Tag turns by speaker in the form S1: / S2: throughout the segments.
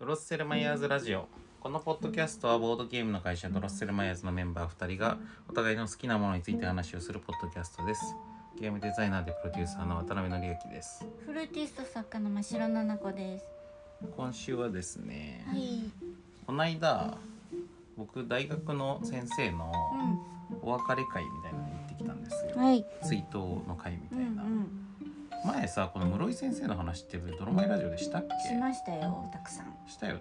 S1: ロッセルマイヤーズラジオこのポッドキャストはボードゲームの会社ドロッセルマイヤーズのメンバー2人がお互いの好きなものについて話をするポッドキャストですゲームデザイナーでプロデューサーの渡辺則之です
S2: フルーティスト作家の真白なな子です。
S1: 今週はですね、
S2: はい。
S1: この間僕大学の先生の
S2: う
S1: お別れ会みたいなのに行ってきたんですよ、
S2: ん。はい。
S1: 追悼の会み
S2: う
S1: た
S2: ん
S1: いな、
S2: うん。
S1: 前さこの室井先生の話ってドロマイラジオでしたっけ
S2: しましたよ、たくさん。
S1: したよね、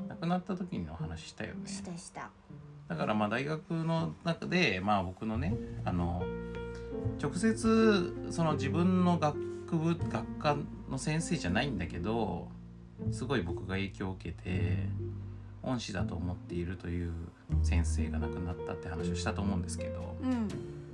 S2: うん。
S1: 亡くなった時の話したよね
S2: したした。
S1: だからまあ大学の中で、まあ、僕のねあの直接その自分の学部学科の先生じゃないんだけどすごい僕が影響を受けて恩師だと思っているという先生が亡くなったって話をしたと思うんですけど
S2: うん。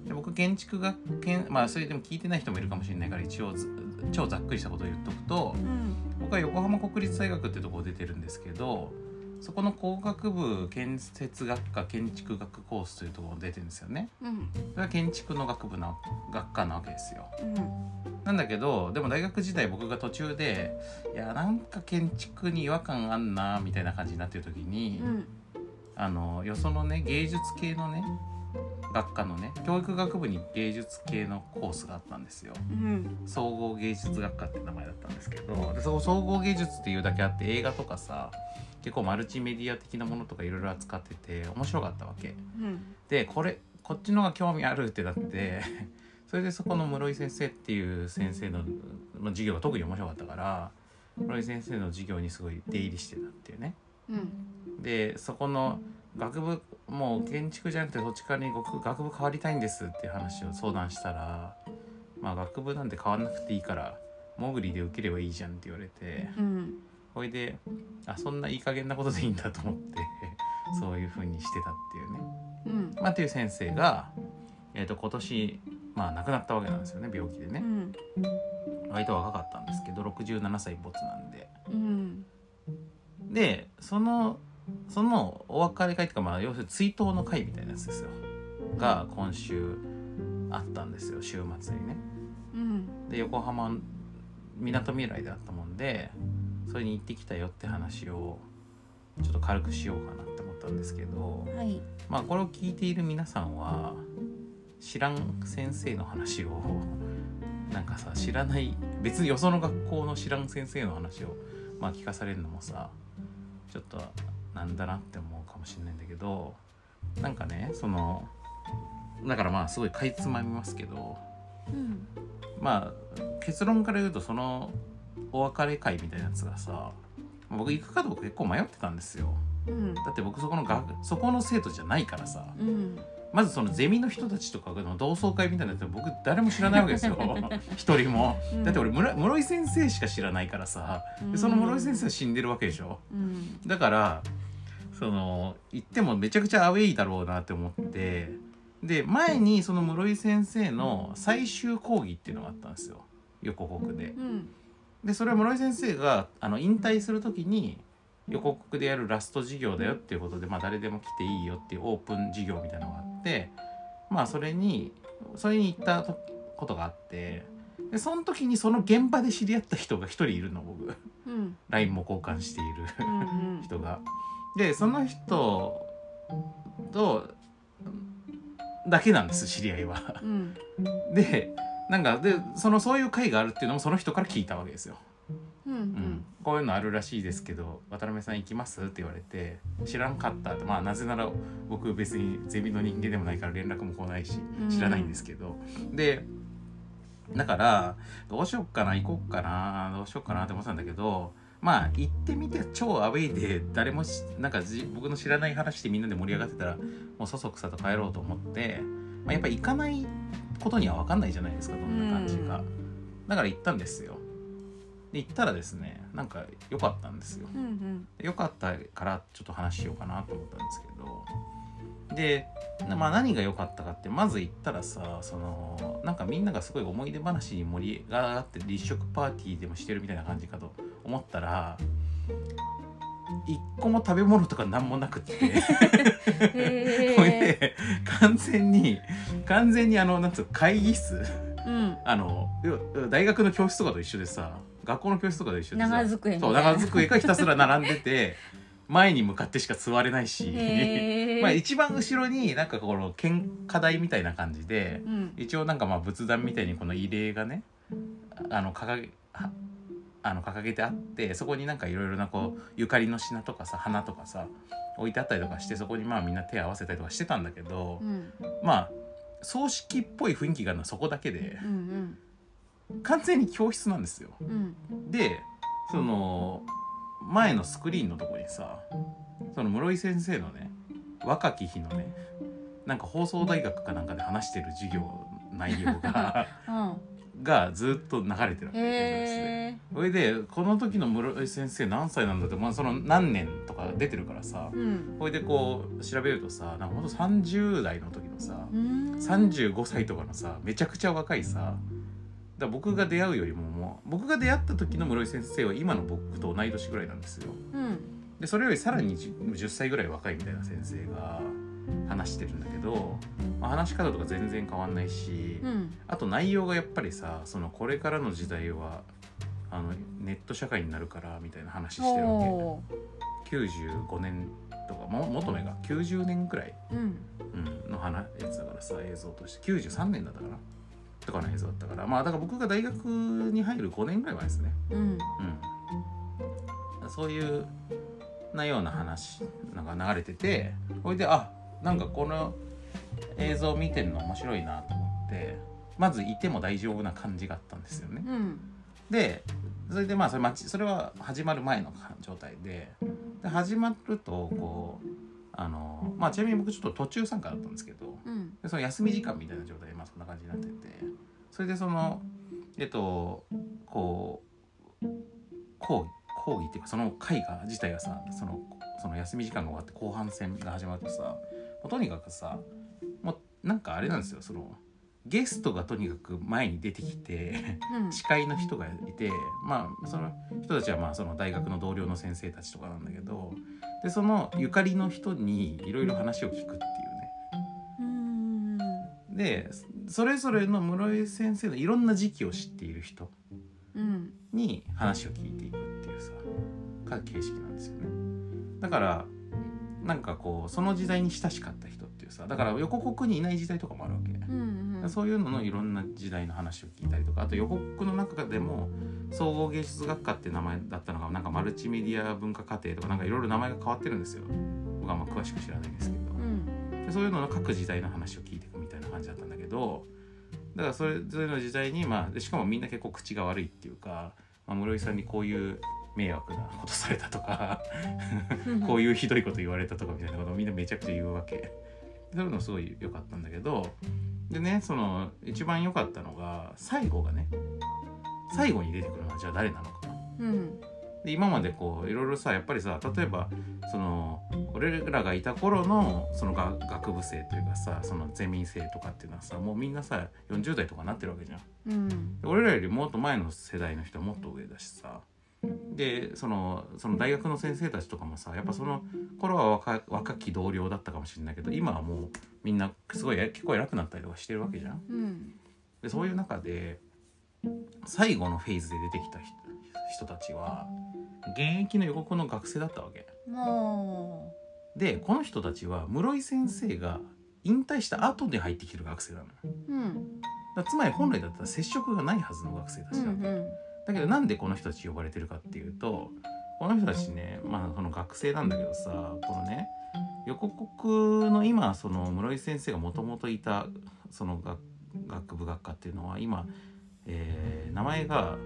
S1: で僕建築学けんまあそれでも聞いてない人もいるかもしれないから一応ず超ざっくりしたことを言っとくと
S2: うん。
S1: 僕は横浜国立大学ってとこ出てるんですけどそこの工学部建設学科建築学コースというところ出てるんですよね
S2: うん。
S1: それは建築の学部な学科なわけですよ
S2: うん。
S1: なんだけどでも大学時代僕が途中でいやなんか建築に違和感あんなみたいな感じになってる時に、
S2: うん。
S1: あのよそのね芸術系のね学科のね教育学部に芸術系のコースがあったんですよ
S2: うん。
S1: 総合芸術学科って名前だったんですけどでそこ総合芸術っていうだけあって映画とかさ結構マルチメディア的なものとかいろいろ扱ってて面白かったわけ
S2: うん。
S1: でこれこっちの方が興味あるってなって それでそこの室井先生っていう先生の、まあ、授業が特に面白かったから室井先生の授業にすごい出入りしてたっていうね
S2: うん。
S1: でそこの学部もう建築じゃなくてそっちからに学学部変わりたいんですっていう話を相談したら、まあ、学部なんて変わんなくていいからモグリで受ければいいじゃんって言われて
S2: うん。
S1: ほいであそんないい加減なことでいいんだと思って そういう風にしてたっていうね。
S2: うん。
S1: まあ、という先生が、えー、と今年、まあ、亡くなったわけなんですよね病気で
S2: う
S1: ね。
S2: ん。
S1: 割と若かったんですけど67歳没なんで。
S2: うん。
S1: でそのそのお別れ会とか、まあ、要するに追悼の会みたいなやつですよが今週あったんですよ週末にね
S2: うん。
S1: で横浜みなとみらいであったもんでそれに行ってきたよって話をちょっと軽くしようかなって思ったんですけど
S2: はい。
S1: まあこれを聞いている皆さんは知らん先生の話をなんかさ知らない別によその学校の知らん先生の話をまあ聞かされるのもさちょっとなんだなって思うかもしれないんだけどなんかねそのだからまあすごいかいつまみますけど
S2: うん。
S1: まあ結論から言うとそのお別れ会みたいなやつがさ僕行くかどうか結構迷ってたんですよ
S2: うん。
S1: だって僕そこの学そこの生徒じゃないからさ
S2: うん。
S1: まずそのゼミの人たちとかの同窓会みたいなやつは僕誰も知らないわけ ですよ一人も
S2: うん
S1: だって俺室室井先生しか知らないからさでその室井先生は死んでるわけでしょ
S2: うん。
S1: だからその行ってもめちゃくちゃアウェイだろうなって思ってで前にその室井先生の最終講義っていうのがあったんですよ横国で
S2: うん。
S1: でそれは室井先生があの引退する時に横国でやるラスト授業だよっていうことで、まあ、誰でも来ていいよっていうオープン授業みたいなのがあってまあそれにそれに行ったとことがあってでその時にその現場で知り合った人が一人いるの僕
S2: うん。
S1: LINE も交換している
S2: うん。
S1: 人が。でその人とだけなんです知り合いは。
S2: うん。
S1: でなんかでそのそういう会があるっていうのもその人から聞いたわけですよ。
S2: うん。うん。
S1: こういうのあるらしいですけど「渡辺さん行きます?」って言われて「知らんかった」ってまあなぜなら僕別にゼミの人間でもないから連絡も来ないし
S2: うん
S1: 知らないんですけど、でだからどうしよっかな行こっかなどうしよっかなって思ってたんだけどまあ行ってみて超アウェイで誰もしなんかじ僕の知らない話でみんなで盛り上がってたらもうそそくさと帰ろうと思って、まあ、やっぱ行かないことには分かんないじゃないですかどんな感じか、
S2: う
S1: だから行ったんですよで行ったらですねなんか良かったんですよ
S2: うん。
S1: 良かったからちょっと話しようかなと思ったんですけどで、まあ、何が良かったかってまず行ったらさそのなんかみんながすごい思い出話に盛り上がって立食パーティーでもしてるみたいな感じかと思ったら一個も食べ物とか何もなくってほい
S2: へえ。
S1: で完全に完全にあのなんつうの会議室
S2: うん。
S1: あの要は大学の教室とかと一緒でさ学校の教室とかで一緒でさ
S3: 長机みた
S1: そ
S3: いうな
S1: 長机がひたすら並んでて 前に向かってしか座れないし、
S3: へ ー
S1: まあ、一番後ろになんかこの献花台みたいな感じで
S2: うん
S1: 一応なんかまあ仏壇みたいにこの慰霊がねあの掲げはあの掲げてあってそこになんかいろいろなこうゆかりの品とかさ花とかさ置いてあったりとかしてそこにまあみんな手合わせたりとかしてたんだけど、
S2: うん
S1: まあ葬式っぽい雰囲気があるのはそこだけで
S2: うん
S1: 完全に教室なんですよ。
S2: うん
S1: でその前のスクリーンのとこにさその室井先生のね若き日のねなんか放送大学かなんかで話してる授業内容が がずっと流れてるわ
S3: うん
S1: けで
S3: へえ
S1: それでこの時の室井先生何歳なんだって、まあ、その何年とか出てるからさ
S2: うん
S1: それでこう調べるとさなんかほんと30代の時のさ35歳とかのさめちゃくちゃ若いさだから僕が出会うよりももう僕が出会った時の室井先生は今の僕と同い年ぐらいなんですよ
S2: うん
S1: でそれよりさらに 10, 10歳ぐらい若いみたいな先生が話してるんだけど、まあ話し方とか全然変わんないし、
S2: うん
S1: あと内容がやっぱりさそのこれからの時代はあのネット社会になるからみたいな話してるわ
S3: おー
S1: け95年とかも元めが90年くらい
S2: うん
S1: うん、の話やつだからさ映像として93年だったかなとかの映像だったからまあだから僕が大学に入る5年ぐらい前ですね、
S2: うん
S1: うん、そういうなような話なんか流れててそれであなんかこの映像見てるの面白いなと思ってまずいても大丈夫な感じがあったんですよね。
S2: うん
S1: でそれでまあそれ待ちそれは始まる前の状態でで始まるとこうあのまあちなみに僕ちょっと途中参加だったんですけど
S2: うん
S1: でその休み時間みたいな状態でまあそんな感じになっててそれでそのえっとこう講義講義っていうかその会が自体がさそのその休み時間が終わって後半戦が始まるとさもうとにかくさもうなんかあれなんですよそのゲストがとにかく前に出てきて。
S2: うん
S1: 司会の人がいてまあその人たちはまあその大学の同僚の先生たちとかなんだけどでそのゆかりの人にいろいろ話を聞くっていうね
S2: うん
S1: でそれぞれの室井先生のいろんな時期を知っている人
S2: うん
S1: に話を聞いていくっていうさが形式なんですよねだからなんかこうその時代に親しかった人っていうさだから横国にいない時代とかもあるわけ、
S2: うんうん
S1: そういうののいろんな時代の話を聞いたりとかあと予告の中でも総合芸術学科って名前だったのがなんかマルチメディア文化課程とかなんかいろいろ名前が変わってるんですよ僕はあんま詳しく知らないですけど、
S2: うん
S1: でそういうのの各時代の話を聞いていくみたいな感じだったんだけどだからそれぞれの時代にまあでしかもみんな結構口が悪いっていうか、まあ、室井さんにこういう迷惑なことされたとかこういうひどいこと言われたとかみたいなことをみんなめちゃくちゃ言うわけそういうのすごい良かったんだけどでねその一番良かったのが最後がね最後に出てくるのはじゃあ誰なのか
S2: うん
S1: で今までこういろいろさやっぱりさ例えばその俺らがいた頃のそのが学部生というかさそのゼミ生とかっていうのはさもうみんなさ40代とかなってるわけじゃん。
S2: うん
S1: で俺らよりもっと前の世代の人はもっと上だしさでそのその大学の先生たちとかもさやっぱその頃は若若き同僚だったかもしれないけど今はもうみんなすごいえ結構偉くなったりとかしてるわけじゃん。
S2: うん
S1: でそういう中で最後のフェーズで出てきた人人たちは現役の予告の学生だったわけ
S2: も
S1: でこの人たちは室井先生が引退した後で入ってきてる学生なのよだか
S2: ううん
S1: らつまり本来だったら接触がないはずの学生た
S2: う
S1: ちだ、
S2: んうん
S1: だけどなんでこの人たち呼ばれてるかっていうとこの人たちねまあその学生なんだけどさこのね横国の今その室井先生がもともといたその学学部学科っていうのは今、えー名前が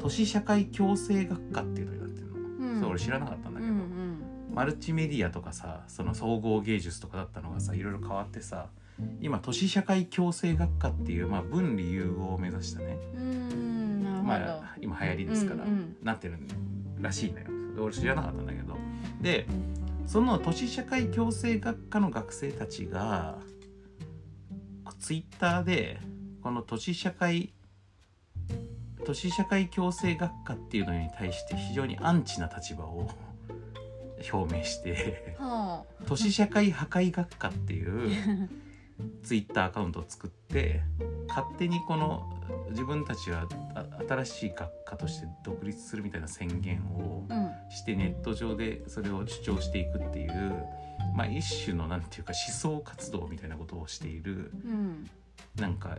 S1: 都市社会共生学科っていうのになってるの、
S2: うん
S1: それ俺知らなかったんだ
S2: う
S1: け
S2: ん
S1: ど、
S2: うん
S1: マルチメディアとかさその総合芸術とかだったのがさいろいろ変わってさ今都市社会共生学科っていう、まあ、分離融合を目指したね、
S2: うんなるほ
S1: ま
S2: ど
S1: あ、今流行りですから、
S2: うん
S1: なってるらしいのよで俺知らなかったんだけどでその都市社会共生学科の学生たちがツイッターでこの都市社会都市社会共生学科っていうのに対して非常にアンチな立場を表明して
S2: うんはあ
S1: 都市社会破壊学科っていうツイッターアカウントを作って勝手にこの自分たちはあ新しい学科として独立するみたいな宣言を
S2: うん
S1: してネット上でそれを主張していくっていう、まあ、一種のなんていうか思想活動みたいなことをしている
S2: うん
S1: なんか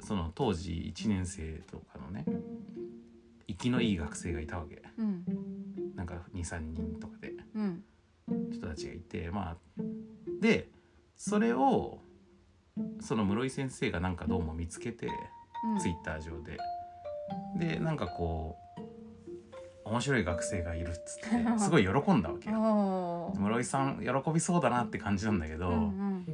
S1: その当時1年生とかのね生きのいい学生がいたわけ
S2: うん
S1: なんか23人とかで
S2: うん
S1: 人たちがいてまあでそれをその室井先生がなんかどうも見つけて
S2: うん
S1: ツイッター上ででなんかこう面白い学生がいるっ つってすごい喜んだわけよ。
S2: おー
S1: 室井さん喜びそうだなって感じなんだけど、
S2: うん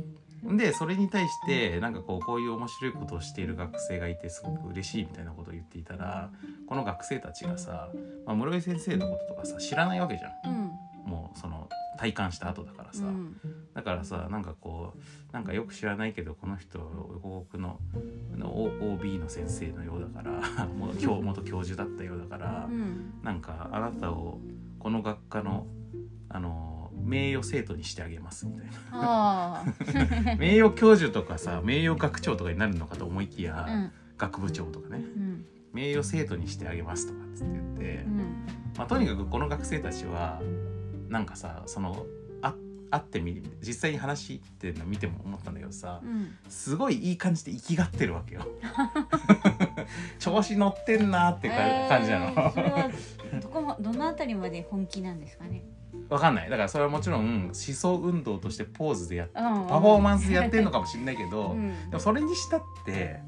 S1: でそれに対してなんかこうこういう面白いことをしている学生がいてすごく嬉しいみたいなことを言っていたらこの学生たちがさ、まあ、室井先生のこととかさ知らないわけじゃん
S2: うん
S1: もうその体感した後だからさ、
S2: うん
S1: だからさなんかこうなんかよく知らないけどこの人護国のの O- OB の先生のようだから もう教元教授だったようだから
S2: うん
S1: なんかあなたをこの学科のあの名誉生徒にしてあげますみたい な。
S2: あ
S1: 名誉教授とかさ名誉学長とかになるのかと思いきや、
S2: あうん
S1: 学部長とかね
S2: うん
S1: 名誉生徒にしてあげますとかっつって言って、
S2: うん
S1: まあ、とにかくこの学生たちはなんかさそのあ会ってみ実際に話してるの見ても思ったんだけどさ
S2: うん
S1: すごいいい感じで生きがって るわけよ調子乗ってんなーってか感じなの、
S2: えーそれはどこもどのあたりまで本気なんですかね。
S1: わかんないだからそれはもちろん思想運動としてポーズでやっ
S2: パフ
S1: パフォーマンスでやってるのかもしれないけ ど、
S2: うん
S1: でもそれにしたって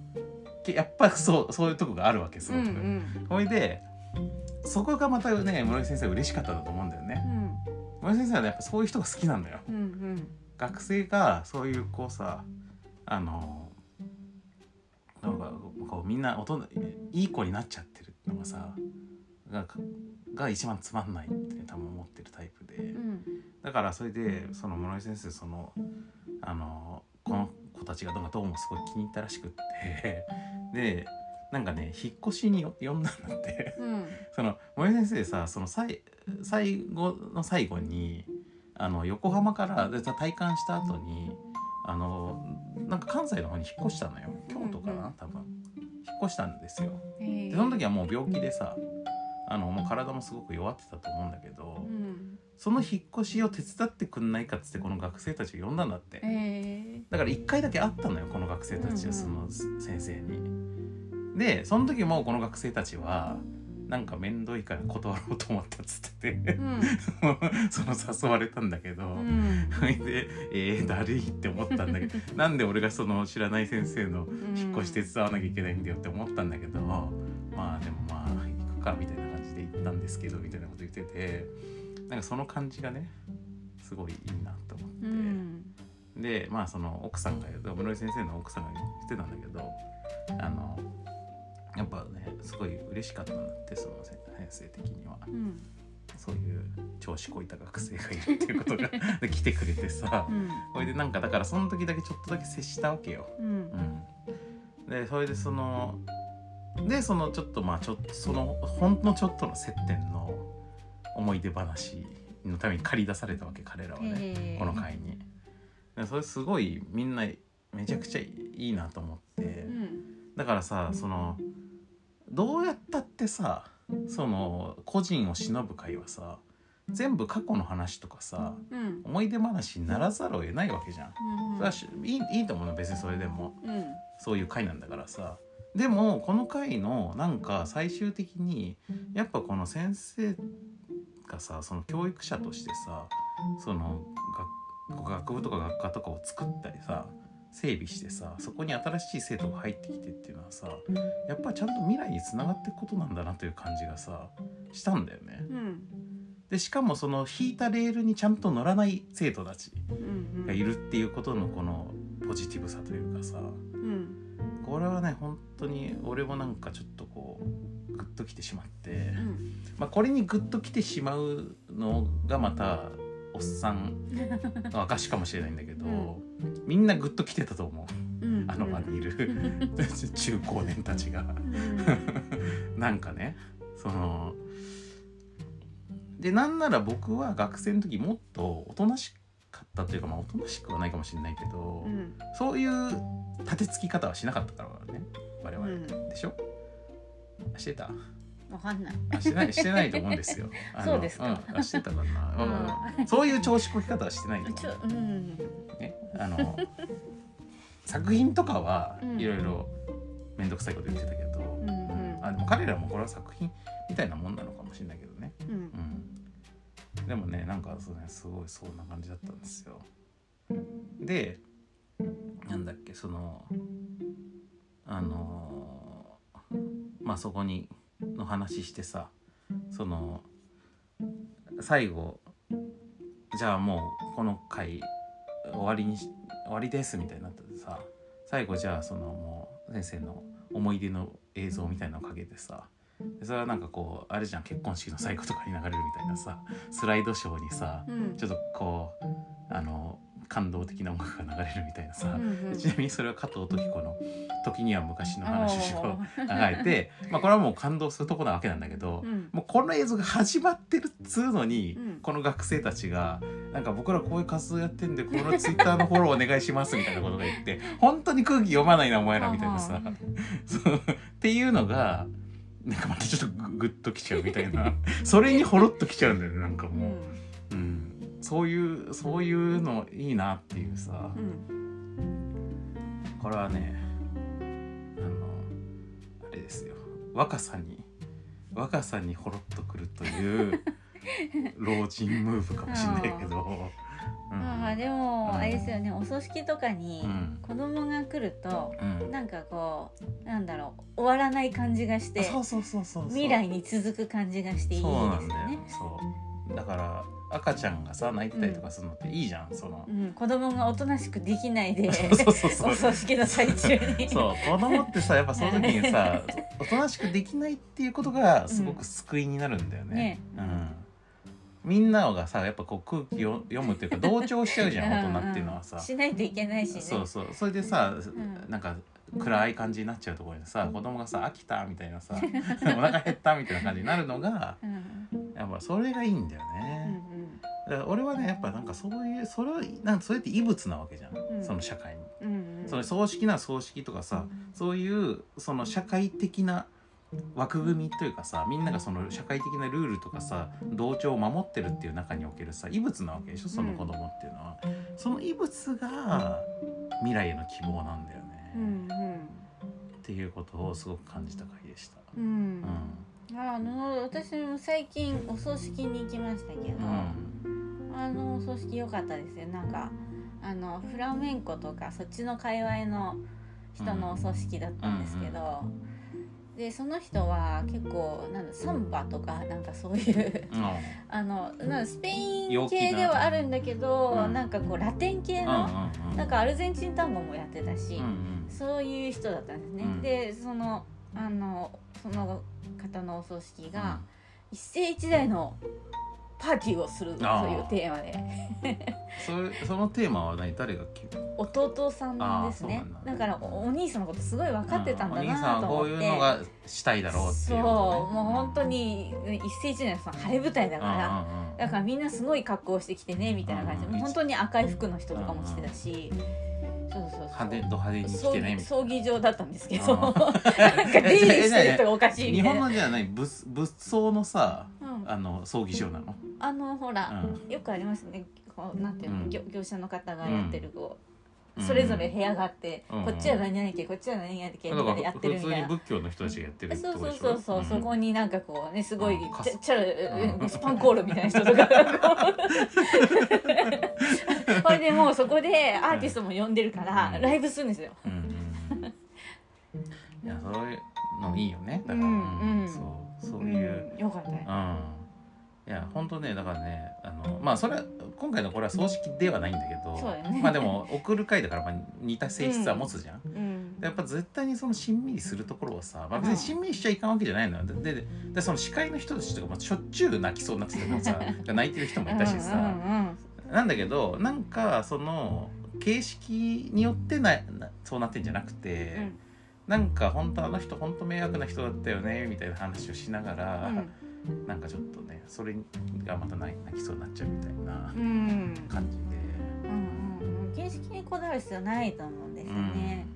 S1: けやっぱそうそういうとこがあるわけす
S2: うん
S1: ご
S2: う
S1: く。
S2: ん
S1: ほいでそこがまたね室井先生嬉しかったんだと思うんだよね。室井先生はねやっぱそういう人が好きなんだよ。
S2: うんうん
S1: 学生がそういうこうさあのなんかこうみんな大人いい子になっちゃってるのがさがが一番つまんないって多分思ってるタイプで。
S2: うん
S1: だからそれでその室井先生そのあのこの子たちがなんかどうもすごい気に入ったらしくってでなんかね引っ越しによ呼んだんだって
S2: うん
S1: その室井先生さそのさい最後の最後にあの横浜からで体感した後にあのなんか関西の方に引っ越したのよ京都か
S2: うんう
S1: なん多分引っ越したんですよ
S2: えー
S1: でその時はもう病気でさあのもう体もすごく弱ってたと思うんだけど、
S2: うん
S1: その引っ越しを手伝ってくんないかっつってこの学生たちを呼んだんだって、
S2: えー
S1: だから1回だけ会ったのよこの学生たち
S2: うんう
S1: は
S2: ん
S1: その先生に。でその時もこの学生たちはなんか面倒いから断ろうと思ったっつってて
S2: うん
S1: その誘われたんだけど。
S2: うん
S1: それでえー、だるいって思ったんだ けどなんで俺がその知らない先生の 引っ越し手伝わなきゃいけないんだよって思ったんだけど、まあでもまあ行くかみたいな感じで行ったんですけどみたいなこと言っててなんかその感じがねすごいいいなと思って、
S2: うん
S1: でまあその奥さんが室井先生の奥さんが言ってたんだけどあのやっぱねすごい嬉しかったんだってその先生的には
S2: うん
S1: そういう調子こいた学生がいるっていうことが で来てくれてさ
S2: うん
S1: それでなんかだからその時だけちょっとだけ接したわけよ。
S2: うん
S1: うん、でそれでそのでそのちょっとまあちょっとそのほんのちょっとの接点の思い出話のために借り出されたわけ彼らはね、
S2: えー
S1: この会に。でそれすごいみんなめちゃくちゃいいなと思って
S2: うん
S1: だからさそのどうやったってさその個人を忍ぶ会はさ全部過去の話とかさ
S2: うん
S1: 思い出話にならざるを得ないわけじゃん。
S2: うん
S1: それはしいいいいと思うの別にそれでも。
S2: うん
S1: そういう回なんだからさでもこの回のなんか最終的にやっぱこの先生がさその教育者としてさその学学部とか学科とかを作ったりさ整備してさそこに新しい生徒が入ってきてっていうのはさやっぱちゃんと未来につながっていくことなんだなという感じがさしたんだよね。
S2: うん
S1: でしかもその引いたレールにちゃんと乗らない生徒たち
S2: うん
S1: がいるっていうことのこのポジティブさというかさ
S2: うん
S1: これはね本当に俺もなんかちょっとこうグッときてしまって
S2: う、ん
S1: まあ、これにグッときてしまうのがまたおっさんの証かもしれないんだけど、みんなグッときてたと思う
S2: うん
S1: あの場にいる 中高年たちが。
S2: うん
S1: なんかねそのでなんなら僕は学生の時もっとおとなしかっったというかまあおとなしくはないかもしれないけど、
S3: うん
S1: そういう立てつき方はしなかったからね我
S3: う
S1: 々、
S3: ん
S1: でしょしてた
S2: わかんない。
S1: あしてないしてないと思うんです よあの
S3: そうですか
S1: うんあしてたかな、
S3: う
S1: うんんそういう調子こき方はしてないと
S3: ちょ
S1: 思う
S3: うん
S1: ね、あの作品とかは
S3: うん
S1: いろいろ面倒くさいこと言ってたけど、
S3: んうん
S1: あでも彼らもこれは作品みたいなもんなのかもしれないけどね、
S3: うん
S1: うん、でもねなんかそう、ね、すごいそんな感じだったんですよ。でなんだっけそのあのまあそこにの話してさその最後じゃあもうこの回終わりにし終わりですみたいになっててさ最後じゃあそのもう先生の思い出の映像みたいなのをかけてさでそれはなんかこうあれじゃん結婚式の最後とかに流れるみたいなさスライドショーにさ
S3: うん
S1: ちょっとこうあの感動的な音楽が流れるみたいなさ、
S3: うんうん
S1: ちなみにそれは加藤時子の「時には昔の話
S3: お
S1: を
S3: ー
S1: 流れて、まあ、これはもう感動するとこなわけなんだけど、
S3: うん
S1: もうこの映像が始まってるっつうのに、
S3: うん
S1: この学生たちが「なんか僕らこういう活動やってんでこのツイッターのフォローお願いします」みたいなことが言って「本当に空気読まないなお前ら」みたいなさ
S3: はあはあ
S1: そうっていうのがなんかまたちょっとググッときちゃうみたいなそれにほろっときちゃうんだよねなんか
S3: う
S1: もう、
S3: ん
S1: うん、そういうそういうのいいなっていうさ。
S3: うん
S1: これはねあのあれですよ若さに若さにほろっとくるという 老人ムーブかもしれないけど、うん
S2: まあで
S1: うん
S2: もあれですよねお葬式とかに
S1: うん
S2: 子供が来ると
S1: うん
S2: なんかこうなんだろう終わらない感じがして
S1: そうそうそうそうそう
S2: 未来に続く感じがしていいです
S1: そうな
S2: よ
S1: んだよ
S2: ね。
S1: そうだから赤ちゃんがさ泣いてたりとかするのっていいじゃん、その
S2: う、ん、子供がおとなしくできないで
S1: そうそうそう
S2: お葬式の最中に
S1: そう子供ってさやっぱその時にさおとなしくできないっていうことがすごく救いになるんだよね。
S2: うん
S1: うん
S2: ね
S1: みんながさやっぱこう空気を読むっていうか同調しちゃうじゃん大人っていうのはさ
S2: んん。しないといけないしね
S1: そうそうそれでさ、
S2: ん
S1: なんか暗い感じになっちゃうところにさ子供がさ「飽きた」みたいなさ「お腹減った」みたいな感じになるのが
S2: うん
S1: やっぱそれがいいんだよ
S3: うん
S1: ね。だから俺はねやっぱなんかそういうそれをなんかそれって異物なわけじゃん、
S3: ん
S1: その社会に。
S3: うんうんうん
S1: その葬式な葬式とかさそういうその社会的な枠組みというかさみんながその社会的なルールとかさ同調を守ってるっていう中におけるさ異物なわけでしょその子供っていうのは、その異物が未来への希望なんだよね、
S3: うん
S1: っていうことをすごく感じた回でした。
S3: うんう
S1: うんん
S3: あの私も最近お葬式に行きましたけど、
S1: うん
S3: あのお葬式良かったですよなんかあのフラメンコとかそっちの界隈の人のお葬式だったんですけど、でその人は結構なんだサンバとかなんかそういう
S1: うん
S3: あのなんかスペイン系ではあるんだけど
S1: 陽気
S3: な,、、
S1: なん
S3: かこうラテン系
S1: うん
S3: の、
S1: うんうん
S3: なんかアルゼンチン単語もやってたし、
S1: うんうん
S3: そういう人だったんですね。
S1: うん
S3: でそのあのその方のお葬式が、一世一代のパーティーをすると
S1: あー
S3: いうテーマで
S1: それそのテーマは何誰が決め
S3: 弟さんですね
S1: あーそうなんだ
S3: だからおお兄さんのことすごい分かってたんだ
S1: うお兄さ
S3: なん
S1: は
S3: と
S1: こ
S3: 思
S1: う
S3: って、
S1: いうのがしたいだろうって
S3: そう
S1: いうことね
S3: もう本当に一世一代のその晴れ舞台だから、
S1: うんうんうん
S3: だからみんなすごい格好してきてねみたいな感じで、
S1: うん
S3: もう本当に赤い服の人とかもしてたし、そうそうそう
S1: 派手ド派手に来
S3: 葬
S1: てね
S3: 儀
S1: みたい
S3: 葬儀場だったんですけど
S1: あ
S3: なんか出入りしてる人がおかし
S1: ない日
S3: みたい
S1: 本
S3: な。
S1: のじゃない仏仏葬のさ
S3: うん
S1: あの葬儀場なの
S3: あのほら、
S1: う
S3: よくありますねこうなんていうの、
S1: うん
S3: 業業者の方がやってるこう、
S1: うん
S3: それぞれ部屋があって、
S1: うん
S3: こっちは何々家こっちは何々家
S1: だ
S3: み
S1: か
S3: たいなや
S1: ら
S3: ってる
S1: 普
S3: み
S1: 通
S3: たい
S1: に
S3: な。
S1: 仏教の人たちがやってるって
S3: そう
S1: こ
S3: そ
S1: と
S3: う
S1: でし
S3: そう
S1: ょ
S3: そう、そこになんかこうねすごい
S1: うんか
S3: ち
S1: す
S3: ゃちゃら、うん
S1: うん
S3: スパンコールみたいな人とかがこうこれでもうそこでアーティストも呼んでるから、
S1: うん
S3: ライブするんですよ。
S1: うんうんうんいやそういうのいいよねだから
S3: うんうん、
S1: そうそうういうん
S3: よかったね。
S1: うんいや本当ねだからねあのまあそれは今回のこれは葬式ではないんだけど
S3: そうだよね
S1: まあでも送る会だからまあ似た性質は持つじゃん
S3: うん
S1: やっぱ絶対にそのしんみりするところはさ、まあ、別にしんみりしちゃいかんわけじゃないのよ。でででその司会の人たちとかもしょっちゅう泣きそうになってたも さ泣いてる人もいたし
S3: うんう
S1: さ
S3: んうん
S1: なんだけどなんかその形式によってななそうなってんじゃなくて、
S3: うん
S1: なんか本当あの人本当迷惑な人だったよねみたいな話をしながら、
S3: う
S1: なんかちょっとねそれがまた泣泣きそうになっちゃうみたいなん
S3: うん
S1: 感じで。
S3: うん形式にこだわる必要ないと思うんですよね。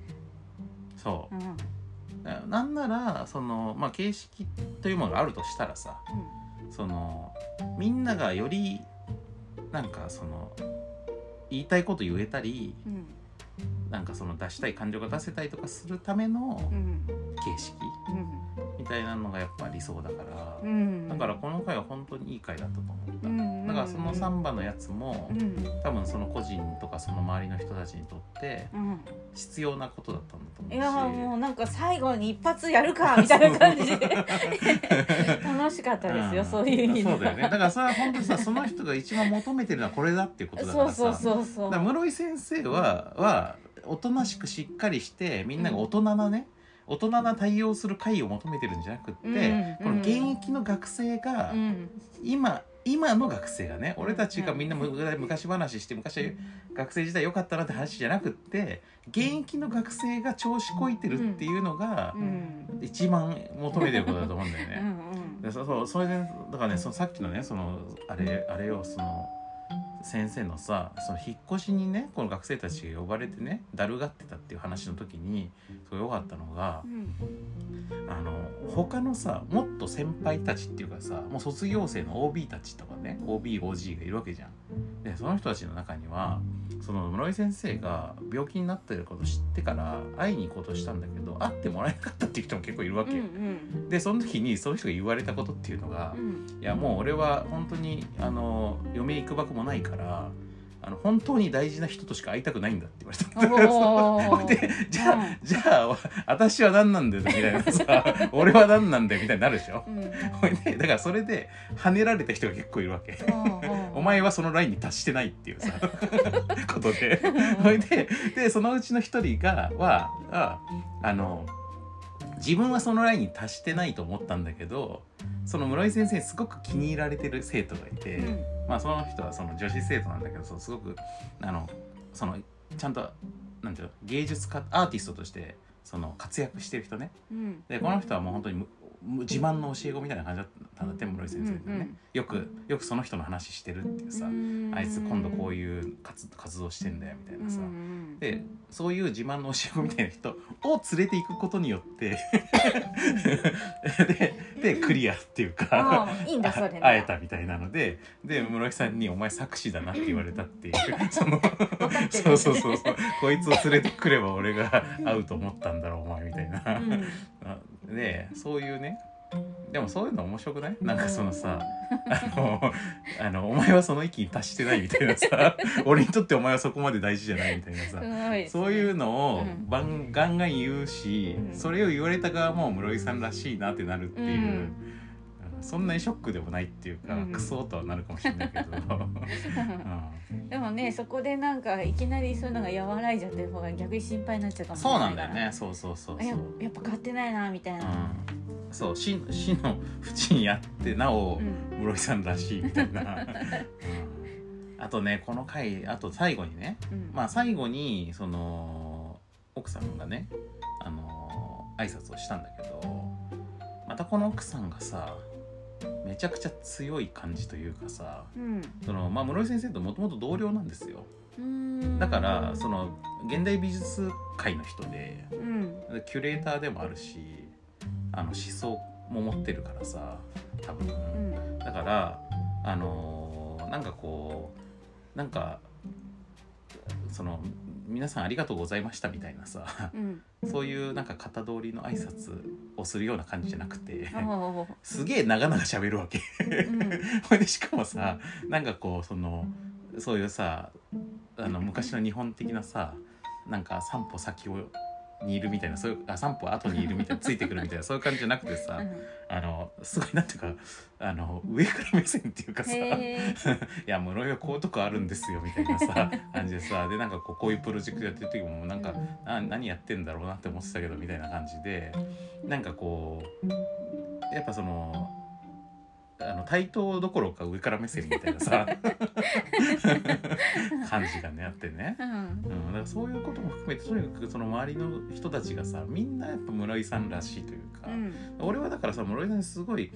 S1: そ
S3: うん、うん、うん、
S1: うなんならその、まあ、形式というものがあるとしたらさそのみんながよりなんかその言いたいこと言えたり
S3: うん、
S1: なんかその出したい感情が出せたりとかするための
S3: うん、
S1: 形式みたいなのがやっぱ理想だから、
S3: うん、
S1: だからこの回は本当にいい回だったと思った、
S3: うん
S1: だからそのサンバのやつも
S3: うん、うん、
S1: 多分その個人とかその周りの人たちにとって
S3: うん。
S1: 必要なことだったんだと思うし
S3: いやーもうなんか最後に一発やるかみたいな感じで 楽しかったですよ、
S1: ん
S3: そういう意味では
S1: そうだよねだからそれは本当にさその人が一番求めてるのはこれだっていうことだか
S3: そ
S1: ら
S3: う
S1: さ
S3: そうそうそ
S1: だから
S3: う
S1: 室井先生ははおとなしくしっかりしてみんなが大人なね、大人な対応する会を求めてるんじゃなくって、
S3: うん
S1: この現役の学生が、
S3: うん
S1: 今今の学生がね俺たちが
S3: うん
S1: みんなむ昔話して昔は学生時代良かったなって話じゃなくって現役の学生が調子こいてるっていうのが
S3: うん
S1: 一番求めてることだと思うんだよ
S3: う
S1: ね。
S3: ん
S1: でそうそうそれでだからねそのさっきのねそのあれあれよその先生のさその引っ越しにねこの学生たちが呼ばれてねだるがってたっていう話の時にすごい良かったのが
S3: うん
S1: あの他のさもっと先輩たちっていうかさもう卒業生の OB たちとかね OBOG がいるわけじゃん。でその人たちの中にはその室井先生が病気になってること知ってから会いに行こうとしたんだけど会ってもらえなかったっていう人も結構いるわ
S3: うんう
S1: けよ。
S3: ん
S1: でその時にその人が言われたことっていうのが
S3: う、ん
S1: いやもう俺は本当にあの嫁行くばくもないからあの本当に大事な人としか会いたくないんだって言われた
S3: おー
S1: でじゃあ、
S3: うん
S1: じゃあわ私は何なんだよみた いなさ俺は何なんだよみたいになるでしょ
S3: う。ん
S1: ほいでだからそれで跳ねられた人が結構いるわけ。お前はそのラインに達してないって いうさことでほいででそのうちの一人がはああの自分はそのラインに達してないと思ったんだけどその室井先生にすごく気に入られてる生徒がいて、
S3: うん
S1: まあその人はその女子生徒なんだけどそうすごくあのそのちゃんとなんていうの芸術家アーティストとしてその活躍してる人ね
S3: うん
S1: でこの人はもう本当にむむ自慢の教え子みたいな感じだったんだって室井先生ってね、
S3: うんうん
S1: よくよくその人の話してるっていうさ、
S3: うん
S1: あいつ今度こういう活活動してんだよみたいなさ、
S3: うん
S1: でそういう自慢の教え子みたいな人を連れていくことによって ででクリアっていうか。
S3: あーいいんだそれね
S1: 会えたみたいなのでで室井さんに「お前作詞だな」って言われたっていう そのそうそうそうそうこいつを連れてくれば俺が会うと思ったんだろうお前みたいな、
S3: うん
S1: あ でそういうねでもそういうの面白くないなんかそのさあのあのお前はその域に達してないみたいな さ俺にとってお前はそこまで大事じゃないみたいなさ
S3: すごい
S1: そういうのを
S3: うん
S1: バンガンガン言うし、
S3: うん
S1: それを言われた側も室井さんらしいなってなるっていう、
S3: う
S1: そんなにショックでもないっていうか、
S3: うん
S1: クソとはなるかもしれない けど、う
S3: でもねそこでなんかいきなりそういうのが和らいじゃってる方が逆に心配になっちゃうか
S1: ん
S3: もしれ
S1: そう
S3: な
S1: な
S3: い
S1: ん
S3: か
S1: だ
S3: ら
S1: よねそうそうそう
S3: あや
S1: そう。
S3: やっぱ買ってないなみたいな、
S1: うんそう死死の淵にあってなお、
S3: う
S1: 室井さんらしいみたい な、うんあとねこの回あと最後にね
S3: うん
S1: まあ最後にその奥さんがねあの挨拶をしたんだけどまたこの奥さんがさめちゃくちゃ強い感じというかさ
S3: うん
S1: その、まあ、室井先生ともともと同僚なんですよ
S3: うん
S1: だからその現代美術界の人で
S3: うん
S1: でキュレーターでもあるしあの思想も持ってるからさ多分、
S3: うん
S1: だからあのーなんかこうなんかその皆さんありがとうございましたみたいなさ
S3: うん
S1: そういうなんか型通りの挨拶をするような感じじゃなくて
S3: おー
S1: すげえ長々喋るわけ
S3: うん
S1: ほいでしかもさなんかこうそのそういうさあの昔の日本的なさなんか三歩先をにいるみたいなそういうあ三歩後にいるみたいなついてくるみたいなそういう感じじゃなくて さあのすごいなんていうかあの上から目線っていうかさ
S3: へえ
S1: いや室井はこういうとこあるんですよみたいなさ感じでさでなんかこうこういうプロジェクトやってる時もなんか、な何やってんだろうなって思ってたけどみたいな感じでなんかこうやっぱそのあの対等どころか上から目線みたいなさ感じがねあってね、
S3: うん
S1: うん、だからそういうことも含めてとにかくその周りの人たちがさみんなやっぱ室井さんらしいというか、
S3: うん
S1: 俺はだからさ室井さんにすごい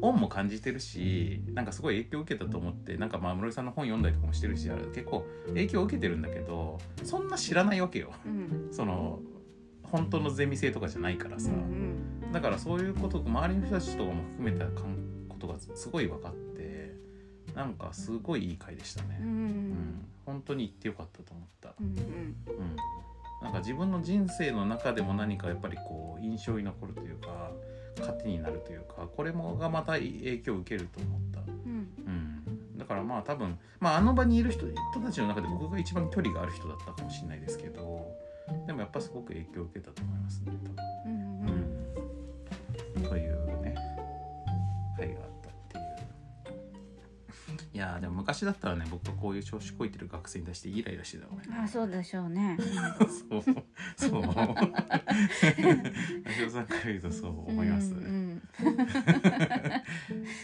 S1: 恩も感じてるしなんかすごい影響を受けたと思ってなんかまあ室井さんの本読んだりとかもしてるしあれ結構影響を受けてるんだけどそんな知らないわけよ
S3: うん
S1: その本当のゼミ生とかじゃないからさ、
S3: うん
S1: だからそういうこと周りの人たちとかも含めたかんことがすごい分かってなんかすごいいい回でしたね、
S3: う
S1: うんん、本当に行ってよかったと思った、
S3: うん
S1: うん、なんか自分の人生の中でも何かやっぱりこう印象に残るというか糧になるというかこれもがまた影響を受けると思った、
S3: うん
S1: うん、だからまあ多分、まあ、あの場にいる人人たちの中で僕が一番距離がある人だったかもしれないですけどでもやっぱすごく影響を受けたと思いますね多分
S3: うんうん
S1: うんというね会があったって いういやーでも昔だったらね僕はこういう調子こいてる学生に対してイライラしてたもん
S3: あそうでしょうね。
S1: そうそう橋尾さんから言うとそう思います、
S3: うん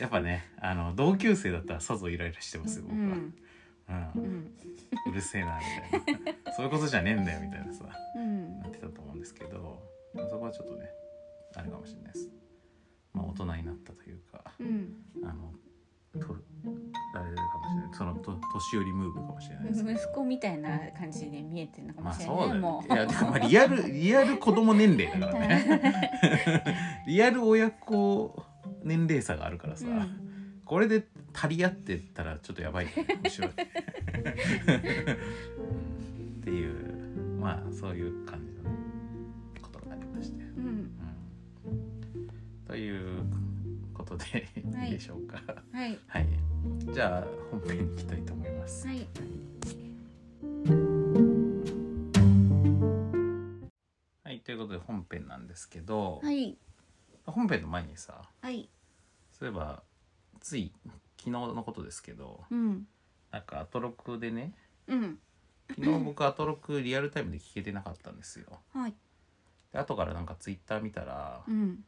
S1: やっぱねあの同級生だったらさぞイライラしてますよ
S3: う
S1: 僕は、
S3: ん
S1: うん
S3: うんうん
S1: うるせえなみたいなそういうことじゃねえんだよみたいなさ
S3: うん
S1: なってたと思うんですけどそこはちょっとねあれかもしれないですまあ大人になったというか
S3: うん
S1: あのとあれかもしれないそのと年寄りムーブかもしれないですけど
S3: 息子みたいな感じで見えてるのか
S1: ま
S3: も
S1: あ
S3: しれ
S1: そうだよ
S3: ないねも
S1: ね
S3: う
S1: いやでもまあリアルリアル子供年齢だからね リアル親子年齢差があるからさ、
S3: うん
S1: これで足り合ってったらちょっとやばいよね面白いうんっていうまあそういう感じのねことがありまして、
S3: うん
S1: うん、ということで
S3: は
S1: い
S3: い
S1: いでしょうか
S3: はい
S1: はい、じゃあ本編に行きたいと思います、
S3: はい
S1: はい、ということで本編なんですけど、
S3: はい
S1: 本編の前にさ
S3: はい
S1: そういえばつい昨日のことですけど
S3: うん
S1: なんかアトロクでね
S3: うん
S1: 昨日僕アトロクリアルタイムで聞けてなかったんですよ。
S3: はい
S1: で後からなんかツイッター見たら、
S3: うん